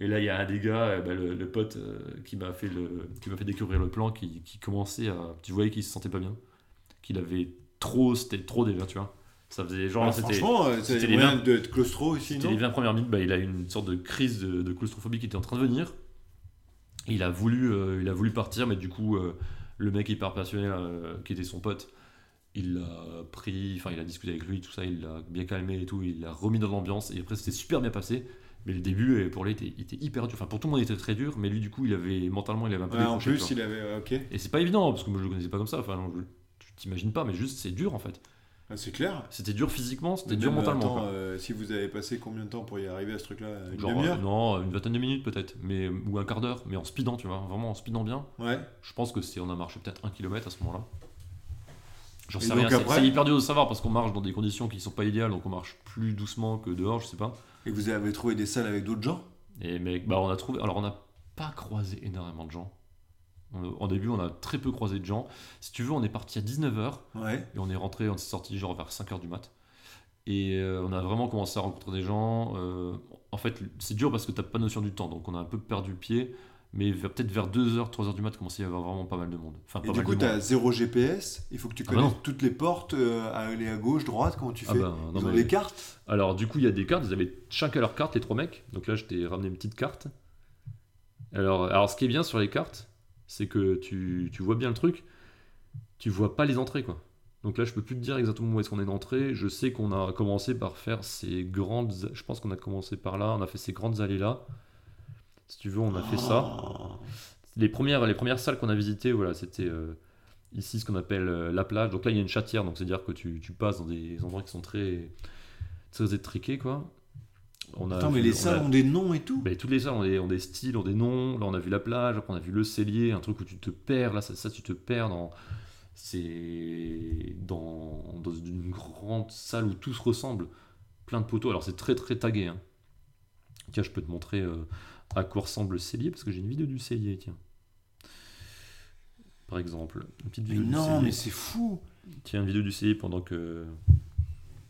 Speaker 2: et là, il y a un des gars, euh, bah, le, le pote euh, qui m'a fait, le- qui m'a fait découvrir le plan, qui, qui commençait à. Tu voyais qu'il se sentait pas bien. Qu'il avait trop, c'était trop déjà, tu vois. Ça faisait genre.
Speaker 1: Ah,
Speaker 2: c'était
Speaker 1: franchement, euh, c'est
Speaker 2: c'était
Speaker 1: les
Speaker 2: les
Speaker 1: moyen d'être claustro ici,
Speaker 2: c'était les
Speaker 1: non
Speaker 2: 20 premières minutes, bah, il a eu une sorte de crise de, de claustrophobie qui était en train de venir. Il a voulu, euh, il a voulu partir, mais du coup, euh, le mec hyper passionnel, euh, qui était son pote, il l'a pris, enfin, il a discuté avec lui, tout ça, il l'a bien calmé et tout, il l'a remis dans l'ambiance, et après, c'était super bien passé. Mais le début, euh, pour lui, était, était hyper dur. Enfin, pour tout le monde, il était très dur, mais lui, du coup, il avait mentalement, il avait un peu
Speaker 1: Ouais, En
Speaker 2: décroché, tu vois.
Speaker 1: plus, il avait. euh, Ok.
Speaker 2: Et c'est pas évident, parce que moi, je le connaissais pas comme ça. Enfin, je- tu t'imagines pas, mais juste, c'est dur en fait.
Speaker 1: Ah, C'est clair.
Speaker 2: C'était dur physiquement, c'était
Speaker 1: Mais
Speaker 2: dur
Speaker 1: même,
Speaker 2: mentalement.
Speaker 1: attends,
Speaker 2: quoi.
Speaker 1: euh, si vous avez passé combien de temps pour y arriver à ce truc-là Une
Speaker 2: Genre, euh,
Speaker 1: demi-heure
Speaker 2: non, une vingtaine de minutes peut-être, mais ou un quart d'heure, mais en euh, speedant, tu vois, vraiment en speedant bien.
Speaker 1: Ouais.
Speaker 2: Je pense que c'est on a marché peut-être un kilomètre à ce moment-là. J'en
Speaker 1: Et
Speaker 2: sais
Speaker 1: donc
Speaker 2: rien, c'est-
Speaker 1: après-
Speaker 2: c'est hyper dur de savoir parce qu'on marche dans des conditions qui sont pas idéales, donc on marche plus doucement que dehors, je sais pas.
Speaker 1: Et vous avez trouvé des salles avec d'autres gens
Speaker 2: Et mais bah on a trouvé, alors on n'a pas croisé énormément de gens. On- En début, on a très peu croisé de gens. Si tu veux, on est parti à 19h
Speaker 1: Ouais.
Speaker 2: et on est rentré, on s'est sorti genre vers 5h du mat. Et euh, on a vraiment commencé à rencontrer des gens. euh, en fait, c'est dur parce que t'as pas notion du temps, donc on a un peu perdu pied. Mais vers- peut-être vers 2h, 3h du mat, commençait à y avoir vraiment pas mal de monde. Enfin, Ah, pas
Speaker 1: Et du
Speaker 2: mal
Speaker 1: coup,
Speaker 2: de monde.
Speaker 1: t'as zéro GPS, il faut que tu
Speaker 2: Ah bah non.
Speaker 1: connaisses toutes les portes, euh, à aller à gauche, droite, comment tu fais
Speaker 2: Ah bah, non,
Speaker 1: Ils ont
Speaker 2: mais-
Speaker 1: des cartes
Speaker 2: Alors, du coup, il y a des cartes. Ils avaient chacun leur carte, les trois mecs. Donc là, je t'ai ramené une petite carte. Alors, alors ce qui est bien sur les cartes, c'est que tu, tu vois bien le truc. Tu vois pas les entrées, quoi. Donc là, je peux plus te dire exactement où est-ce qu'on est d'entrée. Je sais qu'on a commencé par faire ces grandes. Je pense qu'on a commencé par là. On a fait ces grandes allées là. Si tu veux, on a fait ça.
Speaker 1: Oh.
Speaker 2: Les premières, les premières salles qu'on a visitées, voilà, c'était euh, ici ce qu'on appelle euh, la plage. Donc là, il y a une chatière, donc c'est-à-dire que tu, tu passes dans des endroits qui sont très, très étriqués, quoi. On a
Speaker 1: Attends, mais
Speaker 2: vu-
Speaker 1: les
Speaker 2: on a-
Speaker 1: salles ont des noms et tout
Speaker 2: ben, toutes les salles ont des, ont des styles, ont des noms. Là, on a vu la plage, après, on a vu le cellier, un truc où tu te perds. Là, ça, ça, tu te perds dans. C'est dans, dans une grande salle où tout se ressemble. Plein de poteaux. Alors, c'est très, très tagué. hein. Tiens, je peux te montrer euh, à quoi ressemble le cellier, parce que j'ai une vidéo du cellier, tiens. Par exemple, une petite
Speaker 1: Mais
Speaker 2: vidéo du
Speaker 1: non,
Speaker 2: cellier.
Speaker 1: mais c'est fou
Speaker 2: Tiens, une vidéo du CI pendant que.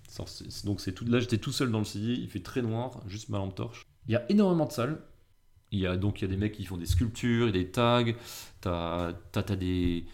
Speaker 2: Sors- c'est- Donc c'est tout. Là, j'étais tout seul dans le CI. Il fait très noir, juste ma lampe torche. Il y a énormément de salles. Il y a donc il y a des mecs qui font des sculptures, des tags. T'as t'as t'as des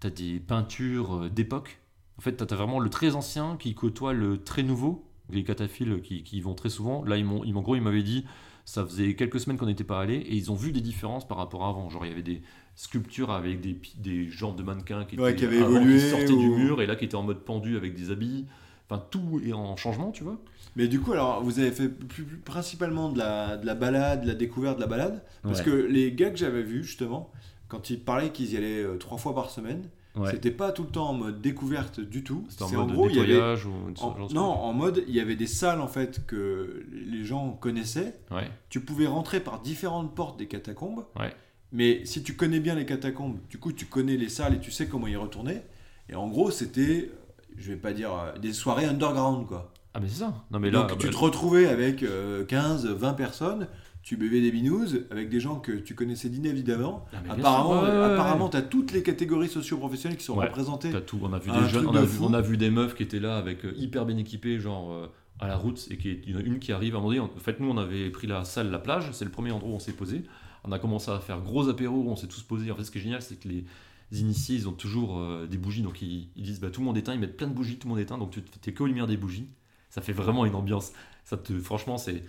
Speaker 2: t'as des peintures euh, d'époque. En fait, t'as t'as vraiment le très ancien qui côtoie le très nouveau. Les cataphiles qui, qui y vont très souvent. Là, ils m'ont ils m'ont- en gros ils m'avaient dit ça faisait quelques semaines qu'on n'était pas allé et ils ont vu des différences par rapport à avant. Genre il y avait des sculptures avec des, pi- des genres de mannequins qui,
Speaker 1: Ouais,
Speaker 2: étaient
Speaker 1: qui avaient
Speaker 2: avant,
Speaker 1: évolué
Speaker 2: sortaient du
Speaker 1: ou-
Speaker 2: mur et là qui étaient en mode pendu avec des habits. Enfin tout est en changement, tu vois.
Speaker 1: Mais du coup, alors, vous avez fait plus- plus- principalement de la, de la balade, de la découverte de la balade Parce
Speaker 2: Ouais.
Speaker 1: que les gars que j'avais vus, justement, quand ils parlaient qu'ils y allaient euh, trois fois par semaine,
Speaker 2: Ouais.
Speaker 1: c'était pas tout le temps en mode découverte du tout.
Speaker 2: C'était en
Speaker 1: C'est
Speaker 2: mode
Speaker 1: il y avait
Speaker 2: nettoyage ou ce
Speaker 1: En-
Speaker 2: genre de
Speaker 1: non, en mode, il y avait des salles en fait que les gens connaissaient.
Speaker 2: truc. Ouais.
Speaker 1: Tu pouvais rentrer par différentes portes des catacombes.
Speaker 2: Ouais.
Speaker 1: Mais si tu connais bien les catacombes, du coup, tu connais les salles et tu sais comment y retourner. Et en gros, c'était, je vais pas dire, euh, des soirées underground quoi.
Speaker 2: Ah mais c'est ça. Non mais là,
Speaker 1: Donc tu
Speaker 2: bah,
Speaker 1: te retrouvais avec euh, 15, 20 personnes. Tu buvais des binous avec des gens que tu connaissais d'inévidemment.
Speaker 2: Ah, mais bien
Speaker 1: Apparemment,
Speaker 2: sûr. Ouais, ouais, ouais.
Speaker 1: apparemment, t'as toutes les catégories socio-professionnelles qui sont
Speaker 2: Ouais.
Speaker 1: représentées.
Speaker 2: T'as tout, on a vu
Speaker 1: Un
Speaker 2: des jeunes,
Speaker 1: truc
Speaker 2: on a
Speaker 1: de
Speaker 2: vu,
Speaker 1: fou.
Speaker 2: on a vu des meufs qui étaient là avec euh, hyper bien équipées, genre euh, à la route, et qui est il y en a une qui arrive à un moment donné. En fait, nous, on avait pris la salle, la plage, c'est le premier endroit où on s'est posé. On a commencé à faire gros apéro, on s'est tous posés. En fait, ce qui est génial, c'est que les initiés, ils ont toujours euh, des bougies, donc ils, ils disent bah, tout le monde éteint, ils mettent plein de bougies, tout le monde éteint, donc tu t'es que aux lumières des bougies. Ça fait vraiment une ambiance. Ça te, franchement, c'est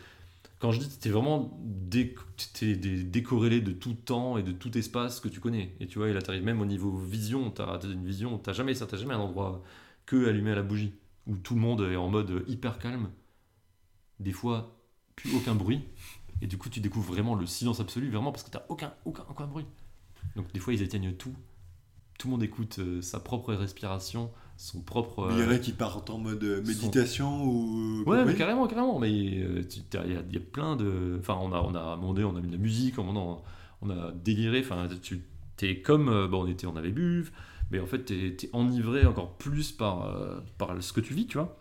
Speaker 2: quand je dis t'es vraiment dé- t'es dé- décorrélé de tout temps et de tout espace que tu connais et tu vois et là t'arrives même au niveau vision t'as t'as une vision t'as jamais ça t'as jamais un endroit que allumé à la bougie où tout le monde est en mode hyper calme des fois plus aucun bruit et du coup tu découvres vraiment le silence absolu vraiment parce que t'as aucun aucun aucun bruit donc des fois ils éteignent tout tout le monde écoute euh, sa propre respiration son propre
Speaker 1: Il y en
Speaker 2: euh,
Speaker 1: a qui partent en mode euh, méditation ou.
Speaker 2: Ouais, mais
Speaker 1: compagnie.
Speaker 2: carrément, carrément. Mais euh, il y, a- y a plein de. Enfin, on a, on a mondé, on a mis de la musique, on a, on a déliré. Enfin, tu es comme. euh, Bon, on était, on avait bu, mais en fait, t'es es enivré encore plus par, euh, par ce que tu vis, tu vois.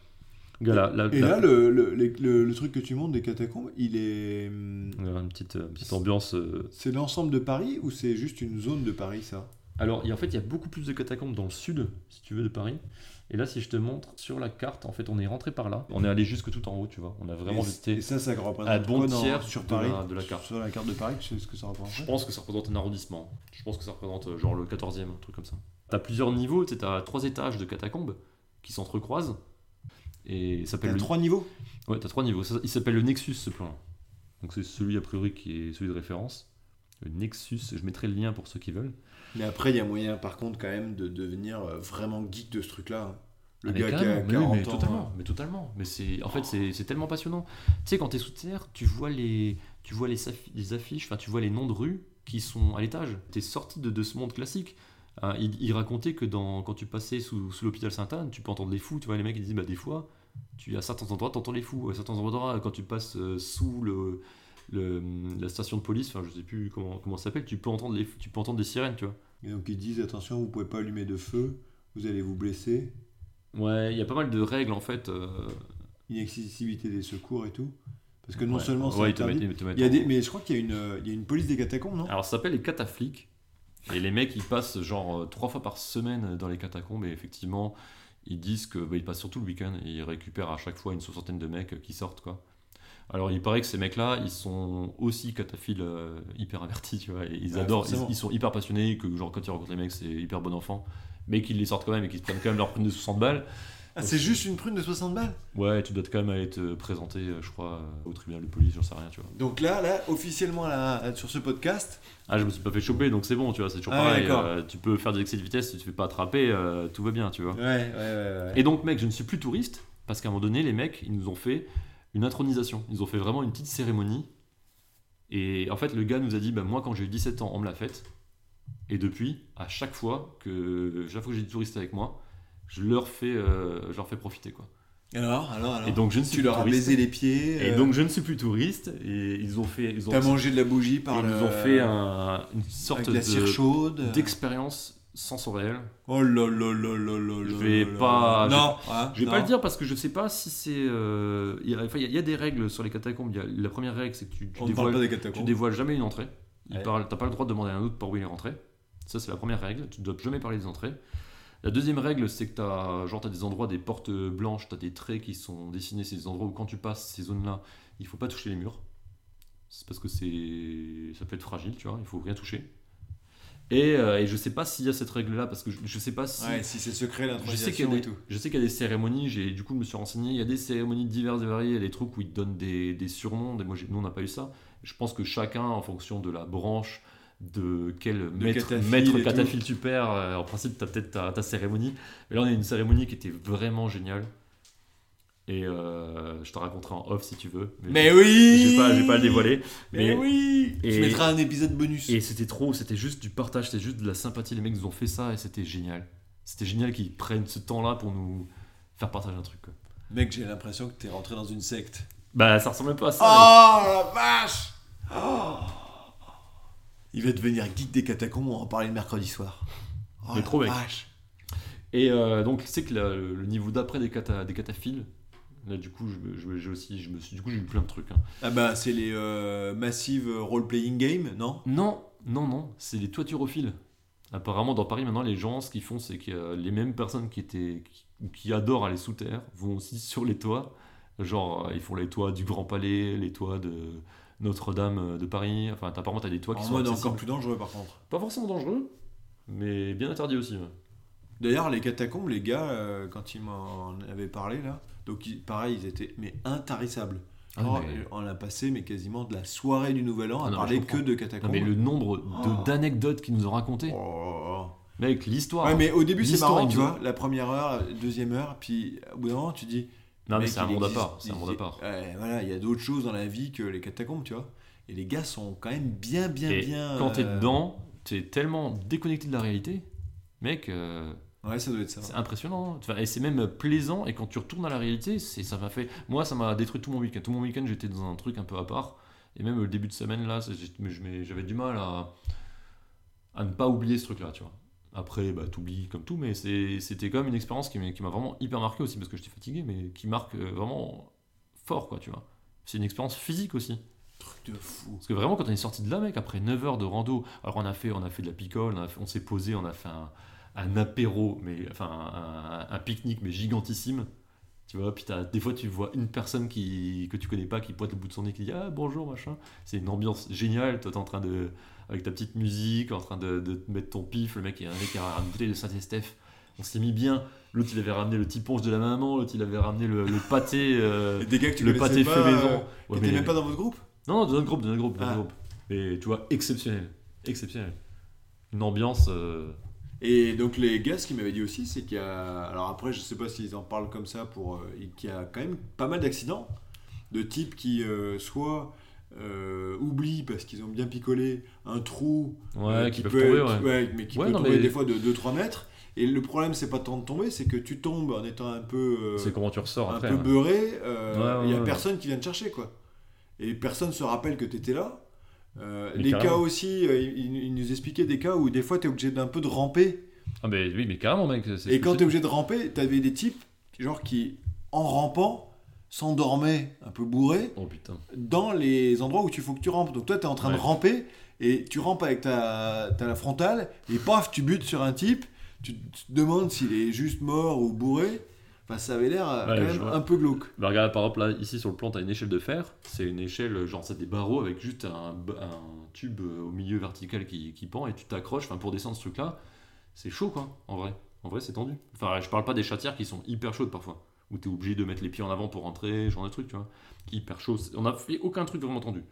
Speaker 2: Gars, la- la-
Speaker 1: Et
Speaker 2: la-
Speaker 1: là, le, le, les- le- le truc que tu montes des catacombes, il est. hum,
Speaker 2: on a une petite, euh, petite ambiance. euh.
Speaker 1: C'est l'ensemble de Paris ou c'est juste une zone de Paris, ça
Speaker 2: Alors, il y a- en fait, il y a beaucoup plus de catacombes dans le sud, si tu veux, de Paris. Et là, si je te montre sur la carte, en fait, on est rentré par là. On est allé jusque tout en haut, tu vois. On a vraiment
Speaker 1: et,
Speaker 2: visité.
Speaker 1: et ça, ça représente
Speaker 2: un bon
Speaker 1: quoi dans-
Speaker 2: tiers
Speaker 1: sur
Speaker 2: de
Speaker 1: Paris
Speaker 2: la- de la carte.
Speaker 1: Sur la carte de Paris, tu sais ce que ça représente
Speaker 2: Je pense que ça représente un arrondissement. Je pense que ça représente euh, genre le 14e, un truc comme ça. T'as plusieurs niveaux, tu sais, t'as trois étages de catacombes qui s'entrecroisent. Et il s'appelle
Speaker 1: T'as
Speaker 2: le...
Speaker 1: trois niveaux
Speaker 2: Ouais, t'as trois niveaux. Ça- il s'appelle le Nexus ce plan. Donc c'est celui a priori qui est celui de référence. Le Nexus, je mettrai le lien pour ceux qui veulent.
Speaker 1: Mais après, il y a moyen, par contre, quand même, de devenir euh, vraiment geek de ce truc-là. hein. Le
Speaker 2: Ah, mais
Speaker 1: gars qui a
Speaker 2: carrément, mais
Speaker 1: 40 ans. hein.
Speaker 2: oui, mais totalement, mais totalement. Mais c'est en fait c'est c'est tellement passionnant. Tu sais quand t'es sous terre, tu vois les tu vois les, saf- les affiches, enfin tu vois les noms de rues qui sont à l'étage. T'es sorti de, de ce monde classique. Hein, il, il racontait que dans, quand tu passais sous, sous l'hôpital Sainte-Anne, tu peux entendre les fous. Tu vois les mecs ils disent bah des fois tu à certains endroits t'entends les fous. À certains endroits quand tu passes euh, sous le, le- la station de police, enfin je sais plus comment comment ça s'appelle, tu peux entendre les fous- tu peux entendre des sirènes tu vois.
Speaker 1: Et donc, ils disent attention, vous pouvez pas allumer de feu, vous allez vous blesser,
Speaker 2: Ouais, il y a pas mal de règles en fait. euh,
Speaker 1: inaccessibilité des secours et tout. Parce que non
Speaker 2: ouais.
Speaker 1: seulement c'est
Speaker 2: Ouais, ils te
Speaker 1: interdit,
Speaker 2: mettent- ils te mettent
Speaker 1: il y a
Speaker 2: en-
Speaker 1: des, mais je crois qu'il y a une, euh, il y a une police des catacombes, non
Speaker 2: Alors ça s'appelle les cataflics. Et les mecs, ils passent genre euh, trois fois par semaine dans les catacombes. Et effectivement, ils disent que bah, ils passent surtout le week-end. Et ils récupèrent à chaque fois une soixantaine de mecs euh, qui sortent, quoi. Alors il paraît que ces mecs-là, ils sont aussi cataphiles euh, hyper avertis, tu vois. Et ils
Speaker 1: Ouais,
Speaker 2: adorent, ils,
Speaker 1: forcément.
Speaker 2: ils sont hyper passionnés, que genre quand ils rencontrent les mecs, c'est hyper bon enfant. Mais qu'ils les sortent quand même et qu'ils se prennent quand même leur prune de 60 balles.
Speaker 1: Ah, c'est juste une prune de 60 balles
Speaker 2: Ouais, tu dois quand même aller te présenter, euh, je crois, euh, au tribunal de police, j'en sais rien, tu vois.
Speaker 1: Donc là, là, officiellement, là, là, sur ce podcast,
Speaker 2: Ah, je me suis pas fait choper, donc c'est bon, tu vois, c'est toujours
Speaker 1: Ah ouais,
Speaker 2: pareil.
Speaker 1: d'accord.
Speaker 2: euh, tu peux faire des excès de vitesse, si tu te fais pas attraper, euh, tout va bien, tu vois.
Speaker 1: ouais, ouais, ouais, ouais.
Speaker 2: Et donc, mec, je ne suis plus touriste, parce qu'à un moment donné, les mecs, ils nous ont fait une intronisation. Ils ont fait vraiment une petite cérémonie. Et en fait, le gars nous a dit, bah, moi, quand j'ai eu 17 ans, on me l'a faite. Et depuis, à chaque fois que, chaque fois que j'ai des touristes avec moi, je leur fais, euh, je leur fais profiter, quoi.
Speaker 1: alors, alors, alors.
Speaker 2: et donc, je ne suis
Speaker 1: tu
Speaker 2: plus
Speaker 1: leur as
Speaker 2: touriste.
Speaker 1: baisé les pieds.
Speaker 2: Et
Speaker 1: euh,
Speaker 2: donc, je ne suis plus touriste. Et ils ont fait, ils ont,
Speaker 1: t'as mangé de la bougie par
Speaker 2: ils
Speaker 1: le.
Speaker 2: nous ont fait un- une sorte
Speaker 1: avec de la cire
Speaker 2: de
Speaker 1: chaude.
Speaker 2: d'expérience sensorielle.
Speaker 1: Oh là là là là là
Speaker 2: Je
Speaker 1: là
Speaker 2: vais
Speaker 1: là
Speaker 2: pas-
Speaker 1: là. Non, hein,
Speaker 2: Je vais
Speaker 1: non.
Speaker 2: pas le dire parce que je sais pas si c'est. euh, il y a- enfin, il y, a- il y a des règles sur les catacombes. Il y a- la première règle, c'est que tu, tu
Speaker 1: On ne parle
Speaker 2: dévoiles,
Speaker 1: pas des
Speaker 2: tu
Speaker 1: catacombes.
Speaker 2: dévoiles jamais une entrée. Tu
Speaker 1: Ouais.
Speaker 2: n'as pas le droit de demander à un autre par où il est rentré. Ça, c'est la première règle. Tu ne dois jamais parler des entrées. La deuxième règle, c'est que tu as, des endroits, des portes blanches, tu as des traits qui sont dessinés. C'est des endroits où, quand tu passes ces zones-là, il faut pas toucher les murs. C'est parce que c'est ça peut être fragile, tu vois. Il faut rien toucher. Et, euh, et je sais pas s'il y a cette règle-là, parce que je, je sais pas si.
Speaker 1: Ouais, si c'est secret
Speaker 2: Je sais qu'il y,
Speaker 1: l'intronisation
Speaker 2: a
Speaker 1: et
Speaker 2: des-
Speaker 1: tout.
Speaker 2: je sais qu'il y a des cérémonies, j'ai, du coup, je me suis renseigné. Il y a des cérémonies diverses et variées, il y a des trucs où ils te donnent des, des surnoms. Des, moi, j'ai- nous, on n'a pas eu ça. Je pense que chacun, en fonction de la branche, de quel maître,
Speaker 1: cataphile
Speaker 2: maître
Speaker 1: et
Speaker 2: cataphile tu perds, euh, en principe, tu as peut-être ta, ta cérémonie. Mais là, on a une cérémonie qui était vraiment géniale. Et euh, je te raconterai en off si tu veux.
Speaker 1: Mais oui
Speaker 2: je vais pas, je vais pas le dévoiler.
Speaker 1: Mais, oui
Speaker 2: et-
Speaker 1: Tu mettras un épisode bonus.
Speaker 2: Et c'était trop, c'était juste du partage, c'était juste de la sympathie. Les mecs nous ont fait ça et c'était génial. C'était génial qu'ils prennent ce temps-là pour nous faire partager un truc. quoi.
Speaker 1: Mec, j'ai l'impression que t'es rentré dans une secte.
Speaker 2: Bah, ça ressemble pas à ça.
Speaker 1: Oh la vache Oh. Il va devenir geek des catacombes, on va en parler le mercredi soir. Oh,
Speaker 2: Mais
Speaker 1: la
Speaker 2: trop, mec.
Speaker 1: vache.
Speaker 2: mais- Et euh, donc, c'est que la- le niveau d'après des, cata, des cataphiles, là, du coup, je, je- j'ai aussi, je me suis, du coup, j'ai eu plein de trucs. hein.
Speaker 1: Ah bah, c'est les euh, massive role-playing game, non
Speaker 2: Non, non, non, c'est les toiturophiles. Apparemment, dans Paris, maintenant, les gens, ce qu'ils font, c'est que euh, les mêmes personnes qui, étaient, qui, qui adorent aller sous terre vont aussi sur les toits. Genre, euh, ils font les toits du Grand Palais, les toits de Notre-Dame euh, de Paris. Enfin, t'as- apparemment, t'as des toits qui
Speaker 1: En
Speaker 2: sont
Speaker 1: mode
Speaker 2: accessibles.
Speaker 1: encore plus dangereux, par contre.
Speaker 2: Pas forcément dangereux, mais bien interdit aussi. ouais.
Speaker 1: D'ailleurs, les catacombes, les gars, euh, quand ils m'en avaient parlé, là, donc ils- pareil, ils étaient mais intarissables.
Speaker 2: Ah,
Speaker 1: Oh,
Speaker 2: mais-
Speaker 1: On a passé mais quasiment de la soirée du Nouvel An
Speaker 2: Ah,
Speaker 1: à
Speaker 2: non, mais
Speaker 1: parler
Speaker 2: je comprends.
Speaker 1: que de
Speaker 2: Non,
Speaker 1: catacombes.
Speaker 2: mais le nombre
Speaker 1: Oh.
Speaker 2: de- d'anecdotes qu'ils nous ont racontées.
Speaker 1: Oh.
Speaker 2: Mec, l'histoire.
Speaker 1: Ouais, mais au début, c'est
Speaker 2: L'histoire,
Speaker 1: marrant,
Speaker 2: il
Speaker 1: tu
Speaker 2: nous-
Speaker 1: vois. La première heure, deuxième heure, puis au bout d'un moment, tu dis.
Speaker 2: Non, mais
Speaker 1: mec,
Speaker 2: c'est un
Speaker 1: il
Speaker 2: monde à
Speaker 1: existe-
Speaker 2: part. C'est un monde à part.
Speaker 1: Ouais, voilà, il y a d'autres choses dans la vie que les catacombes, tu vois. Et les gars sont quand même bien, bien,
Speaker 2: Et
Speaker 1: bien.
Speaker 2: quand t'es
Speaker 1: euh,
Speaker 2: dedans, t'es tellement déconnecté de la réalité. Mec, euh,
Speaker 1: Ouais, ça doit être ça.
Speaker 2: c'est impressionnant. hein. Enfin, et c'est même plaisant. Et quand tu retournes à la réalité, c'est, ça m'a fait. Moi, ça m'a détruit tout mon week-end. Tout mon week-end, j'étais dans un truc un peu à part. Et même le début de semaine, là, c'est- j'ai- mais je m'ai- j'avais du mal à, à ne pas oublier ce truc-là, tu vois. Après, bah, t'oublies comme tout, mais c'est- c'était quand même une expérience qui m'a qui m'a vraiment hyper marqué aussi, parce que j'étais fatigué, mais qui marque euh, vraiment fort, quoi, tu vois. C'est une expérience physique aussi.
Speaker 1: Truc de fou.
Speaker 2: Parce que vraiment, quand on est sorti de là, mec, après 9 heures de rando, alors on a fait, on a fait de la picole, on, a fait- on s'est posé, on a fait un, un apéro, mais enfin un, un- un pique-nique, mais gigantissime. Tu vois, puis t'as- des fois tu vois une personne qui, que tu connais pas qui pointe le bout de son nez qui dit Ah bonjour machin. C'est une ambiance géniale. Toi t'es en train de. avec ta petite musique, en train de, de te mettre ton pif. Le mec, il y a un mec qui a une bouteille de Saint-Estèphe. On s'est mis bien. L'autre il avait ramené le petit ponche de la maman. L'autre il avait ramené le, le pâté. euh,
Speaker 1: Et des gars que tu
Speaker 2: le
Speaker 1: connaissais
Speaker 2: pâté fait
Speaker 1: pas,
Speaker 2: maison.
Speaker 1: euh,
Speaker 2: Ouais,
Speaker 1: T'étais
Speaker 2: mais-
Speaker 1: même pas dans votre groupe
Speaker 2: non, non, de notre groupe, de notre groupe, de notre
Speaker 1: Ah.
Speaker 2: groupe. Et tu vois, exceptionnel. Exceptionnel. Une ambiance. euh,
Speaker 1: Et donc, les gars, ce qu'ils m'avaient dit aussi, c'est qu'il y a. Alors après, je sais pas s'ils en parlent comme ça pour. euh, et qu'il y a quand même pas mal d'accidents de types qui, euh, soit. euh, oublient parce qu'ils ont bien picolé un trou
Speaker 2: Ouais,
Speaker 1: Euh,
Speaker 2: qui, peuvent tomber,
Speaker 1: peut-
Speaker 2: ouais.
Speaker 1: qui- mais qui
Speaker 2: Ouais,
Speaker 1: peut
Speaker 2: non,
Speaker 1: tomber
Speaker 2: mais-
Speaker 1: des fois de 2-3 mètres. Et le problème, c'est pas tant de tomber, c'est que tu tombes en étant un peu, euh,
Speaker 2: C'est comment tu ressors
Speaker 1: un
Speaker 2: après. hein.
Speaker 1: peu
Speaker 2: ouais.
Speaker 1: beurré. euh, Il
Speaker 2: Ouais, ouais,
Speaker 1: y a
Speaker 2: ouais.
Speaker 1: personne qui vient te chercher, quoi. Et personne se rappelle que t'étais là. Euh,
Speaker 2: Mais
Speaker 1: les cas
Speaker 2: carrément.
Speaker 1: aussi, euh, ils, ils nous expliquaient des cas où des fois t'es obligé d'un peu de ramper
Speaker 2: Ah, mais oui, mais carrément, mec. c'est-
Speaker 1: Et quand t'es obligé de ramper, t'avais des types, genre, qui, en rampant, s'endormaient un peu bourrés
Speaker 2: Oh putain.
Speaker 1: dans les endroits où tu faut que tu rampes. Donc toi, t'es en train
Speaker 2: Ouais.
Speaker 1: de ramper et tu rampes avec ta, ta la frontale et paf, tu butes sur un type. Tu tu te demandes s'il est juste mort ou bourré. Enfin, ça avait l'air euh,
Speaker 2: Ouais,
Speaker 1: quand
Speaker 2: je
Speaker 1: même
Speaker 2: vois.
Speaker 1: un peu glauque.
Speaker 2: Bah, regarde, par exemple, là, ici sur le plan, t'as une échelle de fer. C'est une échelle, genre, c'est des barreaux avec juste un, b- un tube euh, au milieu vertical qui, qui pend et tu t'accroches. Enfin, pour descendre ce truc-là, c'est chaud, quoi, en vrai. En vrai, c'est tendu. Enfin, je parle pas des chatières qui sont hyper chaudes parfois, où t'es obligé de mettre les pieds en avant pour rentrer, ce genre de truc, tu vois. Qui est hyper chaud. C'est- On a fait aucun truc vraiment tendu.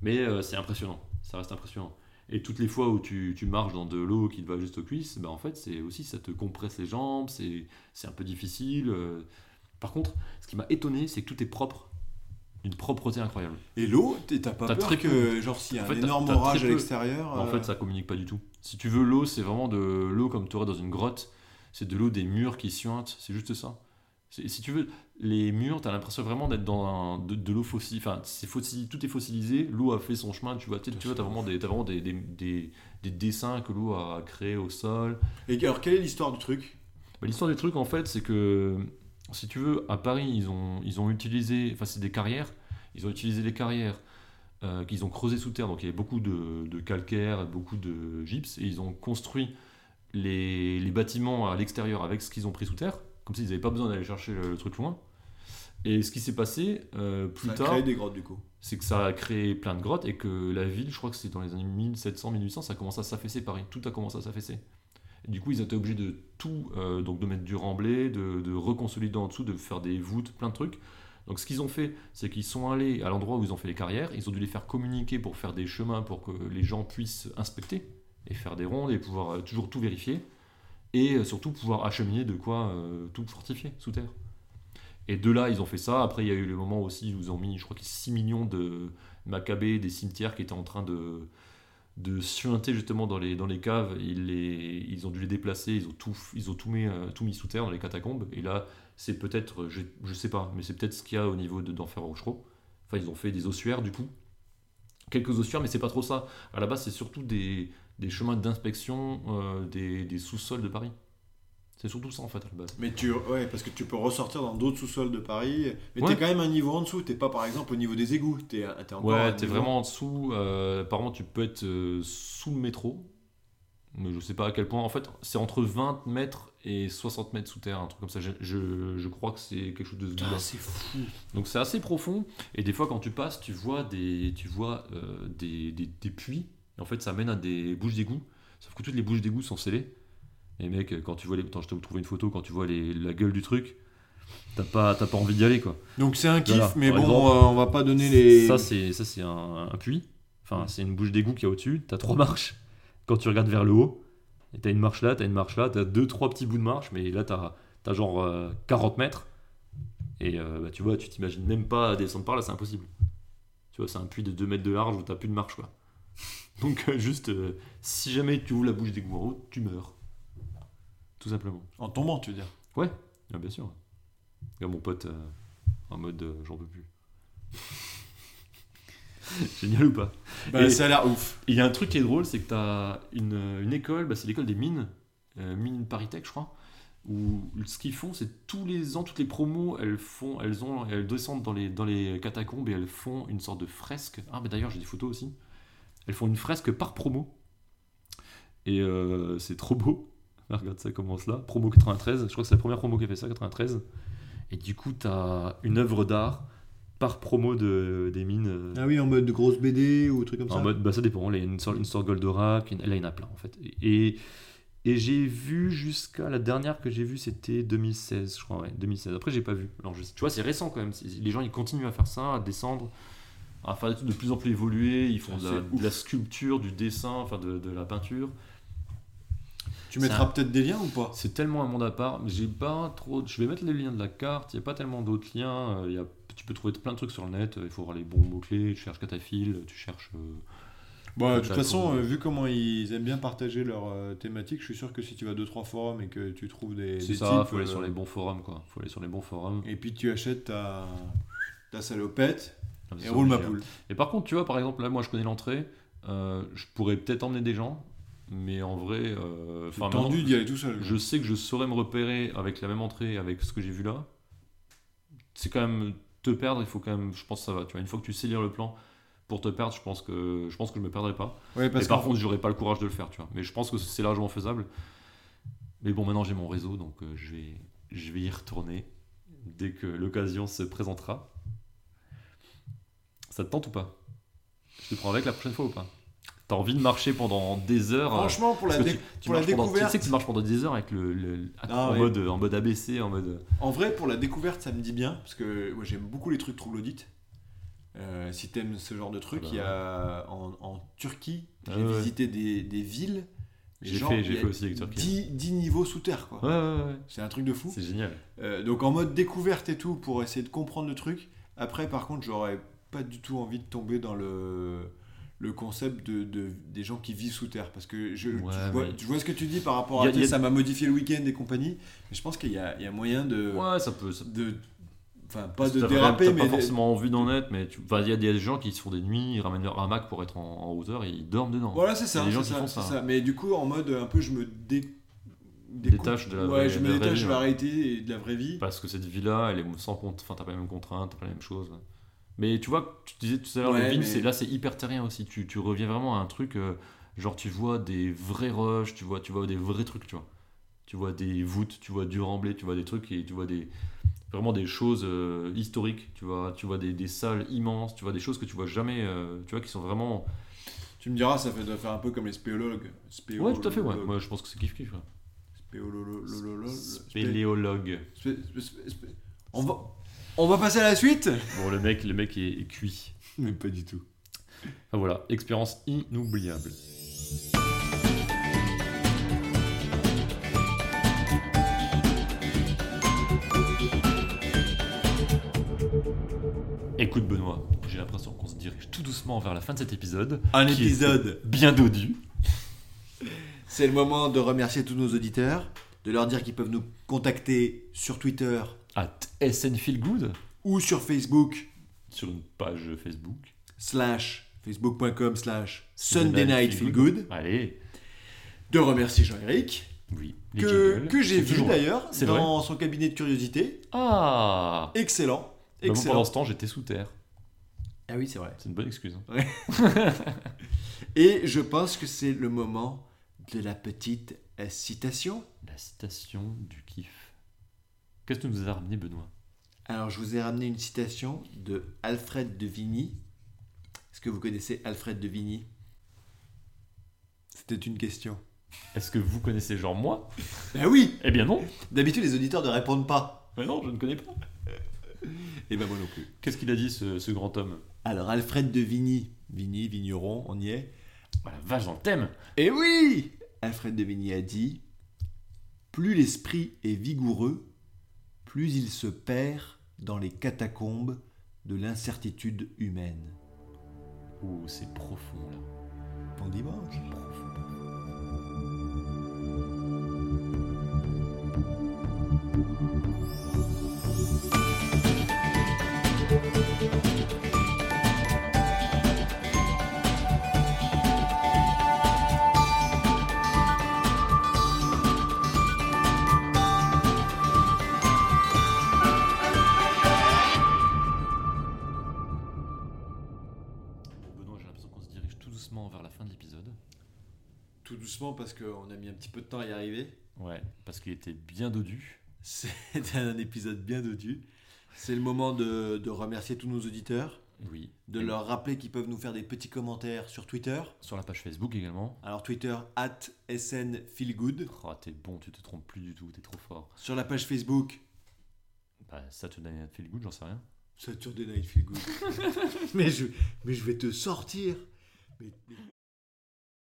Speaker 2: Mais euh, c'est impressionnant. Ça reste impressionnant. Et toutes les fois où tu, tu marches dans de l'eau qui te va juste aux cuisses, bah en fait, c'est aussi, ça te compresse les jambes, c'est c'est un peu difficile. euh. Par contre, ce qui m'a étonné, c'est que tout est propre. Une propreté incroyable.
Speaker 1: Et l'eau, t'es- t'as pas
Speaker 2: T'as
Speaker 1: peur
Speaker 2: très
Speaker 1: que, genre, s'il y a
Speaker 2: en
Speaker 1: un
Speaker 2: fait, t'as-
Speaker 1: énorme
Speaker 2: t'as très
Speaker 1: orage à
Speaker 2: peu.
Speaker 1: l'extérieur.
Speaker 2: En
Speaker 1: euh,
Speaker 2: fait, ça communique pas du tout. Si tu veux l'eau, c'est vraiment de l'eau comme tu aurais dans une grotte. C'est de l'eau des murs qui suintent. C'est juste ça. C'est- Si tu veux, les murs, t'as l'impression vraiment d'être dans un- de, de l'eau fossile. Enfin, c'est fossil, tout est fossilisé. L'eau a fait son chemin. Tu vois, tu tu vois, t'as vraiment des, t'as vraiment des, des, des- des dessins que l'eau a créés au sol.
Speaker 1: Et alors, quelle est l'histoire du truc
Speaker 2: Bah, L'histoire du truc, en fait, c'est que, si tu veux, à Paris, ils ont, ils ont utilisé, enfin, c'est des carrières, ils ont utilisé les carrières euh, qu'ils ont creusées sous terre, donc il y avait beaucoup de, de calcaire, beaucoup de gypse, et ils ont construit les, les bâtiments à l'extérieur avec ce qu'ils ont pris sous terre, comme s'ils n'avaient pas besoin d'aller chercher le, le truc loin. Et ce qui s'est passé euh, plus
Speaker 1: Ça a
Speaker 2: tard,
Speaker 1: créé des grottes, du coup.
Speaker 2: c'est que ça a créé plein de grottes et que la ville, je crois que c'est dans les années 1700, 1800, ça a commencé à s'affaisser Paris. Tout a commencé à s'affaisser. Et Du coup, ils étaient obligés de tout, euh, donc de mettre du remblai, de, de reconsolider en dessous, de faire des voûtes, plein de trucs. Donc ce qu'ils ont fait, c'est qu'ils sont allés à l'endroit où ils ont fait les carrières, ils ont dû les faire communiquer pour faire des chemins pour que les gens puissent inspecter et faire des rondes et pouvoir euh, toujours tout vérifier et euh, surtout pouvoir acheminer de quoi euh, tout fortifier sous terre. Et de là, ils ont fait ça. Après, il y a eu le moment aussi où ils ont mis, je crois qu'il y a 6 millions de Maccabées, des cimetières qui étaient en train de, de suinter justement dans les, dans les caves. Ils, les, ils ont dû les déplacer, ils ont tout, ils ont tout, mis, euh, tout mis sous terre dans les catacombes. Et là, c'est peut-être, euh, je, je sais pas, mais c'est peut-être ce qu'il y a au niveau de- d'Enfer Rochereau. Enfin, ils ont fait des ossuaires du coup. Quelques ossuaires, mais c'est pas trop ça. À la base, c'est surtout des, des chemins d'inspection euh, des, des sous-sols de Paris. C'est surtout ça en fait à la base.
Speaker 1: Mais tu, ouais, parce que tu peux ressortir dans d'autres sous-sols de Paris. Mais
Speaker 2: Ouais.
Speaker 1: t'es quand même un niveau en dessous. T'es pas, par exemple, au niveau des égouts. T'es, t'es encore à un
Speaker 2: Ouais, t'es
Speaker 1: niveau-
Speaker 2: vraiment en dessous. euh, apparemment, tu peux être euh, sous le métro. Mais je sais pas à quel point. En fait, c'est entre 20 mètres et 60 mètres sous terre, un truc comme ça. Je, je, je crois que c'est quelque chose de ce goût-là.
Speaker 1: Putain, c'est fou.
Speaker 2: Donc c'est assez profond. Et des fois, quand tu passes, tu vois des, tu vois, euh, des, des, des puits. Et en fait, ça mène à des bouches d'égout. Sauf que toutes les bouches d'égout sont scellées. Et mec, quand tu vois les. Attends, je t'ai trouvé une photo. Quand tu vois les, la gueule du truc, t'as pas, t'as pas envie d'y aller, quoi.
Speaker 1: Donc c'est un kiff,
Speaker 2: Voilà,
Speaker 1: mais
Speaker 2: par
Speaker 1: bon,
Speaker 2: exemple.
Speaker 1: euh, on va pas donner les.
Speaker 2: Ça, c'est, ça, c'est un, un puits. Enfin, c'est une bouche d'égout qui est au-dessus. T'as trois marches quand tu regardes vers le haut. Et t'as une marche là, t'as une marche là, t'as deux, trois petits bouts de marche. Mais là, t'as, t'as genre euh, 40 mètres. Et euh, bah, tu vois, tu t'imagines même pas descendre par là, c'est impossible. Tu vois, c'est un puits de 2 mètres de large où t'as plus de marche, quoi. Donc, euh, juste, euh, si jamais tu ouvres la bouche d'égout en haut, tu meurs. Tout simplement.
Speaker 1: En tombant, tu veux dire.
Speaker 2: Ouais, ah, bien sûr. Regarde mon pote euh, en mode euh, j'en peux plus. Génial ou pas
Speaker 1: Bah,
Speaker 2: Et-
Speaker 1: ça a l'air ouf.
Speaker 2: Il y a un truc qui est drôle, c'est que tu as une, une école, bah, c'est l'école des mines, euh, mines Paritech, je crois, où ce qu'ils font, c'est tous les ans, toutes les promos, elles font, elles ont, elles descendent dans les, dans les catacombes et elles font une sorte de fresque. Ah, mais d'ailleurs, j'ai des photos aussi. Elles font une fresque par promo. Et euh, c'est trop beau. Ah, regarde ça commence là. Promo 93. Je crois que c'est la première promo qui a fait ça, 93. Et du coup, tu as une œuvre d'art par promo de, des mines. euh,
Speaker 1: Ah oui, en mode de grosse BD ou truc comme
Speaker 2: en mode, bah ça dépend, là, il y a une sorte, une sorte Goldorak, une- là il y en a plein en fait. Et, et j'ai vu jusqu'à la dernière que j'ai vue, c'était 2016, je crois, ouais, 2016. Après j'ai pas vu. Alors, je, tu vois, c'est récent quand même. C'est- Les gens ils continuent à faire ça, à descendre, à faire des trucs de plus en plus évolués. Ils font
Speaker 1: Ah,
Speaker 2: de
Speaker 1: c'est
Speaker 2: la, de la sculpture, du dessin, enfin de, de la peinture.
Speaker 1: Tu
Speaker 2: ça-
Speaker 1: mettras peut-être des liens ou pas
Speaker 2: C'est tellement un monde à part. J'ai pas trop. Je vais mettre les liens de la carte. Il n'y a pas tellement d'autres liens. euh, il Y a... Tu peux trouver plein de trucs sur le net. Euh, Il faut avoir les bons mots-clés. Tu cherches catafile, tu cherches. euh,
Speaker 1: Bah, de
Speaker 2: Peut-être
Speaker 1: toute façon,
Speaker 2: qu'on-
Speaker 1: euh, vu comment ils aiment bien partager leurs euh, thématiques, je suis sûr que si tu vas 2-3 forums et que tu trouves des,
Speaker 2: C'est
Speaker 1: des
Speaker 2: ça,
Speaker 1: types,
Speaker 2: faut aller
Speaker 1: euh,
Speaker 2: sur les bons forums quoi. Faut aller sur les bons forums.
Speaker 1: et puis tu achètes ta, ta salopette
Speaker 2: Comme
Speaker 1: et
Speaker 2: ça,
Speaker 1: roule ma
Speaker 2: cher.
Speaker 1: poule.
Speaker 2: Et par contre, tu vois, par exemple, là, moi, je connais l'entrée. euh, je pourrais peut-être emmener des gens, Mais en vrai, euh,
Speaker 1: C'est
Speaker 2: enfin,
Speaker 1: tendu
Speaker 2: maintenant,
Speaker 1: d'y aller tout seul.
Speaker 2: je sais que je saurais me repérer avec la même entrée, avec ce que j'ai vu là. C'est quand même te perdre, il faut quand même, je pense que ça va. Tu vois, une fois que tu sais lire le plan pour te perdre, je pense que je pense que je me perdrai pas.
Speaker 1: Ouais, parce
Speaker 2: Et par
Speaker 1: qu'en-
Speaker 2: contre, j'aurais pas le courage de le faire, tu vois. Mais je pense que c'est largement faisable. Mais bon, maintenant j'ai mon réseau, donc euh, je vais je vais y retourner dès que l'occasion se présentera. Ça te tente ou pas Je te prends avec la prochaine fois ou pas T'as envie de marcher pendant des heures euh,
Speaker 1: franchement, pour la,
Speaker 2: parce que
Speaker 1: dé-
Speaker 2: tu- tu
Speaker 1: pour la
Speaker 2: marches pendant-
Speaker 1: découverte,
Speaker 2: tu sais que tu marches pendant 10 heures avec le, le- le-
Speaker 1: Ah,
Speaker 2: en,
Speaker 1: ouais.
Speaker 2: mode, en mode ABC, en mode. euh,
Speaker 1: En vrai, pour la découverte, ça me dit bien, parce que moi j'aime beaucoup les trucs troglodytes. Euh, si t'aimes ce genre de truc,
Speaker 2: Ah bah
Speaker 1: il y a en, en Turquie, j'ai
Speaker 2: Ah ouais.
Speaker 1: visité des, des villes. mais
Speaker 2: J'ai
Speaker 1: genre,
Speaker 2: fait, j'ai
Speaker 1: il y a
Speaker 2: fait aussi avec Turquie.
Speaker 1: 10, 10 niveaux sous terre, quoi.
Speaker 2: Ouais, ouais, ouais.
Speaker 1: C'est un truc de fou.
Speaker 2: C'est génial.
Speaker 1: Euh, donc en mode découverte et tout, pour essayer de comprendre le truc. Après, par contre, j'aurais pas du tout envie de tomber dans le, le concept de, de- des gens qui vivent sous terre. Parce que je, je
Speaker 2: Ouais,
Speaker 1: vois,
Speaker 2: mais-
Speaker 1: je vois ce que tu dis par rapport
Speaker 2: Y
Speaker 1: à
Speaker 2: a-
Speaker 1: tu sais,
Speaker 2: y a-
Speaker 1: ça m'a modifié le week-end et compagnie. Mais je pense qu'il y a, il y a moyen de
Speaker 2: Ouais, ça peut. ça-
Speaker 1: de enfin pas
Speaker 2: Parce que
Speaker 1: de
Speaker 2: t'as
Speaker 1: déraper
Speaker 2: vraiment- t'as
Speaker 1: mais
Speaker 2: pas forcément envie d'en être, mais tu- enfin, il y a des gens qui se font des nuits, ils ramènent leur hamac pour être en, en hauteur et ils dorment dedans.
Speaker 1: voilà c'est ça
Speaker 2: Il y a des gens
Speaker 1: c'est
Speaker 2: qui
Speaker 1: ça,
Speaker 2: font
Speaker 1: c'est
Speaker 2: ça.
Speaker 1: ça. mais du coup en mode un peu je me dé...
Speaker 2: Détache de la
Speaker 1: ouais
Speaker 2: vraie-
Speaker 1: je
Speaker 2: de
Speaker 1: me
Speaker 2: la vraie
Speaker 1: détache
Speaker 2: vie,
Speaker 1: de la
Speaker 2: ouais.
Speaker 1: réalité et de la vraie vie
Speaker 2: Parce que cette vie-là, elle est sans compte. Enfin, t'as pas les mêmes contraintes, t'as pas les mêmes choses. Mais tu vois, tu disais tout à l'heure,
Speaker 1: Ouais,
Speaker 2: le Vine,
Speaker 1: mais-
Speaker 2: c'est là, c'est hyper terrien aussi. Tu, tu reviens vraiment à un truc, euh, genre tu vois des vrais rushs, tu vois, tu vois des vrais trucs, tu vois. Tu vois des voûtes, tu vois du remblai, tu vois des trucs et tu vois des vraiment des choses euh, historiques, tu vois, tu vois des, des salles immenses, tu vois des choses que tu vois jamais, euh, tu vois, qui sont vraiment.
Speaker 1: tu me diras ça fait doit faire un peu comme les spéologues
Speaker 2: Ouais, tout à fait, ouais. Moi, je pense que c'est kiff kiff. ouais.
Speaker 1: oh,
Speaker 2: Spéléologue.
Speaker 1: on va on va passer à la suite
Speaker 2: Bon, le mec, le mec est- est cuit.
Speaker 1: mais pas du tout
Speaker 2: Ah, voilà, expérience inoubliable. Écoute Benoît, j'ai l'impression qu'on se dirige tout doucement vers la fin de cet épisode,
Speaker 1: un
Speaker 2: Qui est-
Speaker 1: épisode
Speaker 2: bien dodu.
Speaker 1: c'est le moment de remercier tous nos auditeurs de leur dire qu'ils peuvent nous contacter sur Twitter
Speaker 2: At SN Feel Good
Speaker 1: ou sur Facebook
Speaker 2: sur une page Facebook.
Speaker 1: slash facebook.com slash Sunday Night Feel Good
Speaker 2: Allez,
Speaker 1: de remercier Jean-Eric
Speaker 2: oui. les
Speaker 1: que,
Speaker 2: jingles,
Speaker 1: que j'ai
Speaker 2: c'est
Speaker 1: vu
Speaker 2: toujours-
Speaker 1: d'ailleurs
Speaker 2: C'est
Speaker 1: dans son cabinet de curiosité.
Speaker 2: Ah
Speaker 1: Excellent,
Speaker 2: Bah, moi, pendant
Speaker 1: excellent.
Speaker 2: ce temps, j'étais sous terre.
Speaker 1: Ah oui c'est vrai.
Speaker 2: C'est une bonne excuse. hein.
Speaker 1: Et je pense que c'est le moment de la petite euh, citation.
Speaker 2: La citation du kiff. Qu'est-ce que tu nous as ramené, Benoît
Speaker 1: Alors je vous ai ramené une citation de Alfred de Vigny. Est-ce que vous connaissez Alfred de Vigny C'était une question.
Speaker 2: Est-ce que vous connaissez genre moi
Speaker 1: Ben oui
Speaker 2: Eh bien non
Speaker 1: D'habitude les auditeurs ne répondent pas.
Speaker 2: Mais non, je ne connais pas.
Speaker 1: Et ben moi non plus.
Speaker 2: Qu'est-ce qu'il a dit, ce, ce grand homme
Speaker 1: Alors Alfred de Vigny. Vigny, vigneron, on y est.
Speaker 2: Voilà, Ah, vache dans le thème
Speaker 1: Eh oui Alfred de Vigny a dit Plus l'esprit est vigoureux, plus il se perd dans les catacombes de l'incertitude humaine.
Speaker 2: Ouh, c'est profond, là.
Speaker 1: Bon dimanche
Speaker 2: Benoît, j'ai l'impression qu'on se dirige tout doucement vers la fin de l'épisode.
Speaker 1: Tout doucement, parce qu'on a mis un petit peu de temps à y arriver.
Speaker 2: Ouais, parce qu'il était bien dodu.
Speaker 1: C'est un épisode bien dodu. C'est le moment de, de remercier tous nos auditeurs,
Speaker 2: Oui.
Speaker 1: de
Speaker 2: Et
Speaker 1: leur rappeler qu'ils peuvent nous faire des petits commentaires sur Twitter.
Speaker 2: Sur la page Facebook également.
Speaker 1: Alors Twitter, at SNFeelGood.
Speaker 2: Oh, t'es bon, tu te trompes plus du tout, t'es trop fort.
Speaker 1: Sur la page Facebook,
Speaker 2: Bah, ça te donne un feel good, j'en sais rien.
Speaker 1: Saturday Night Feel Good. mais, je, mais je vais te sortir. Mais- mais-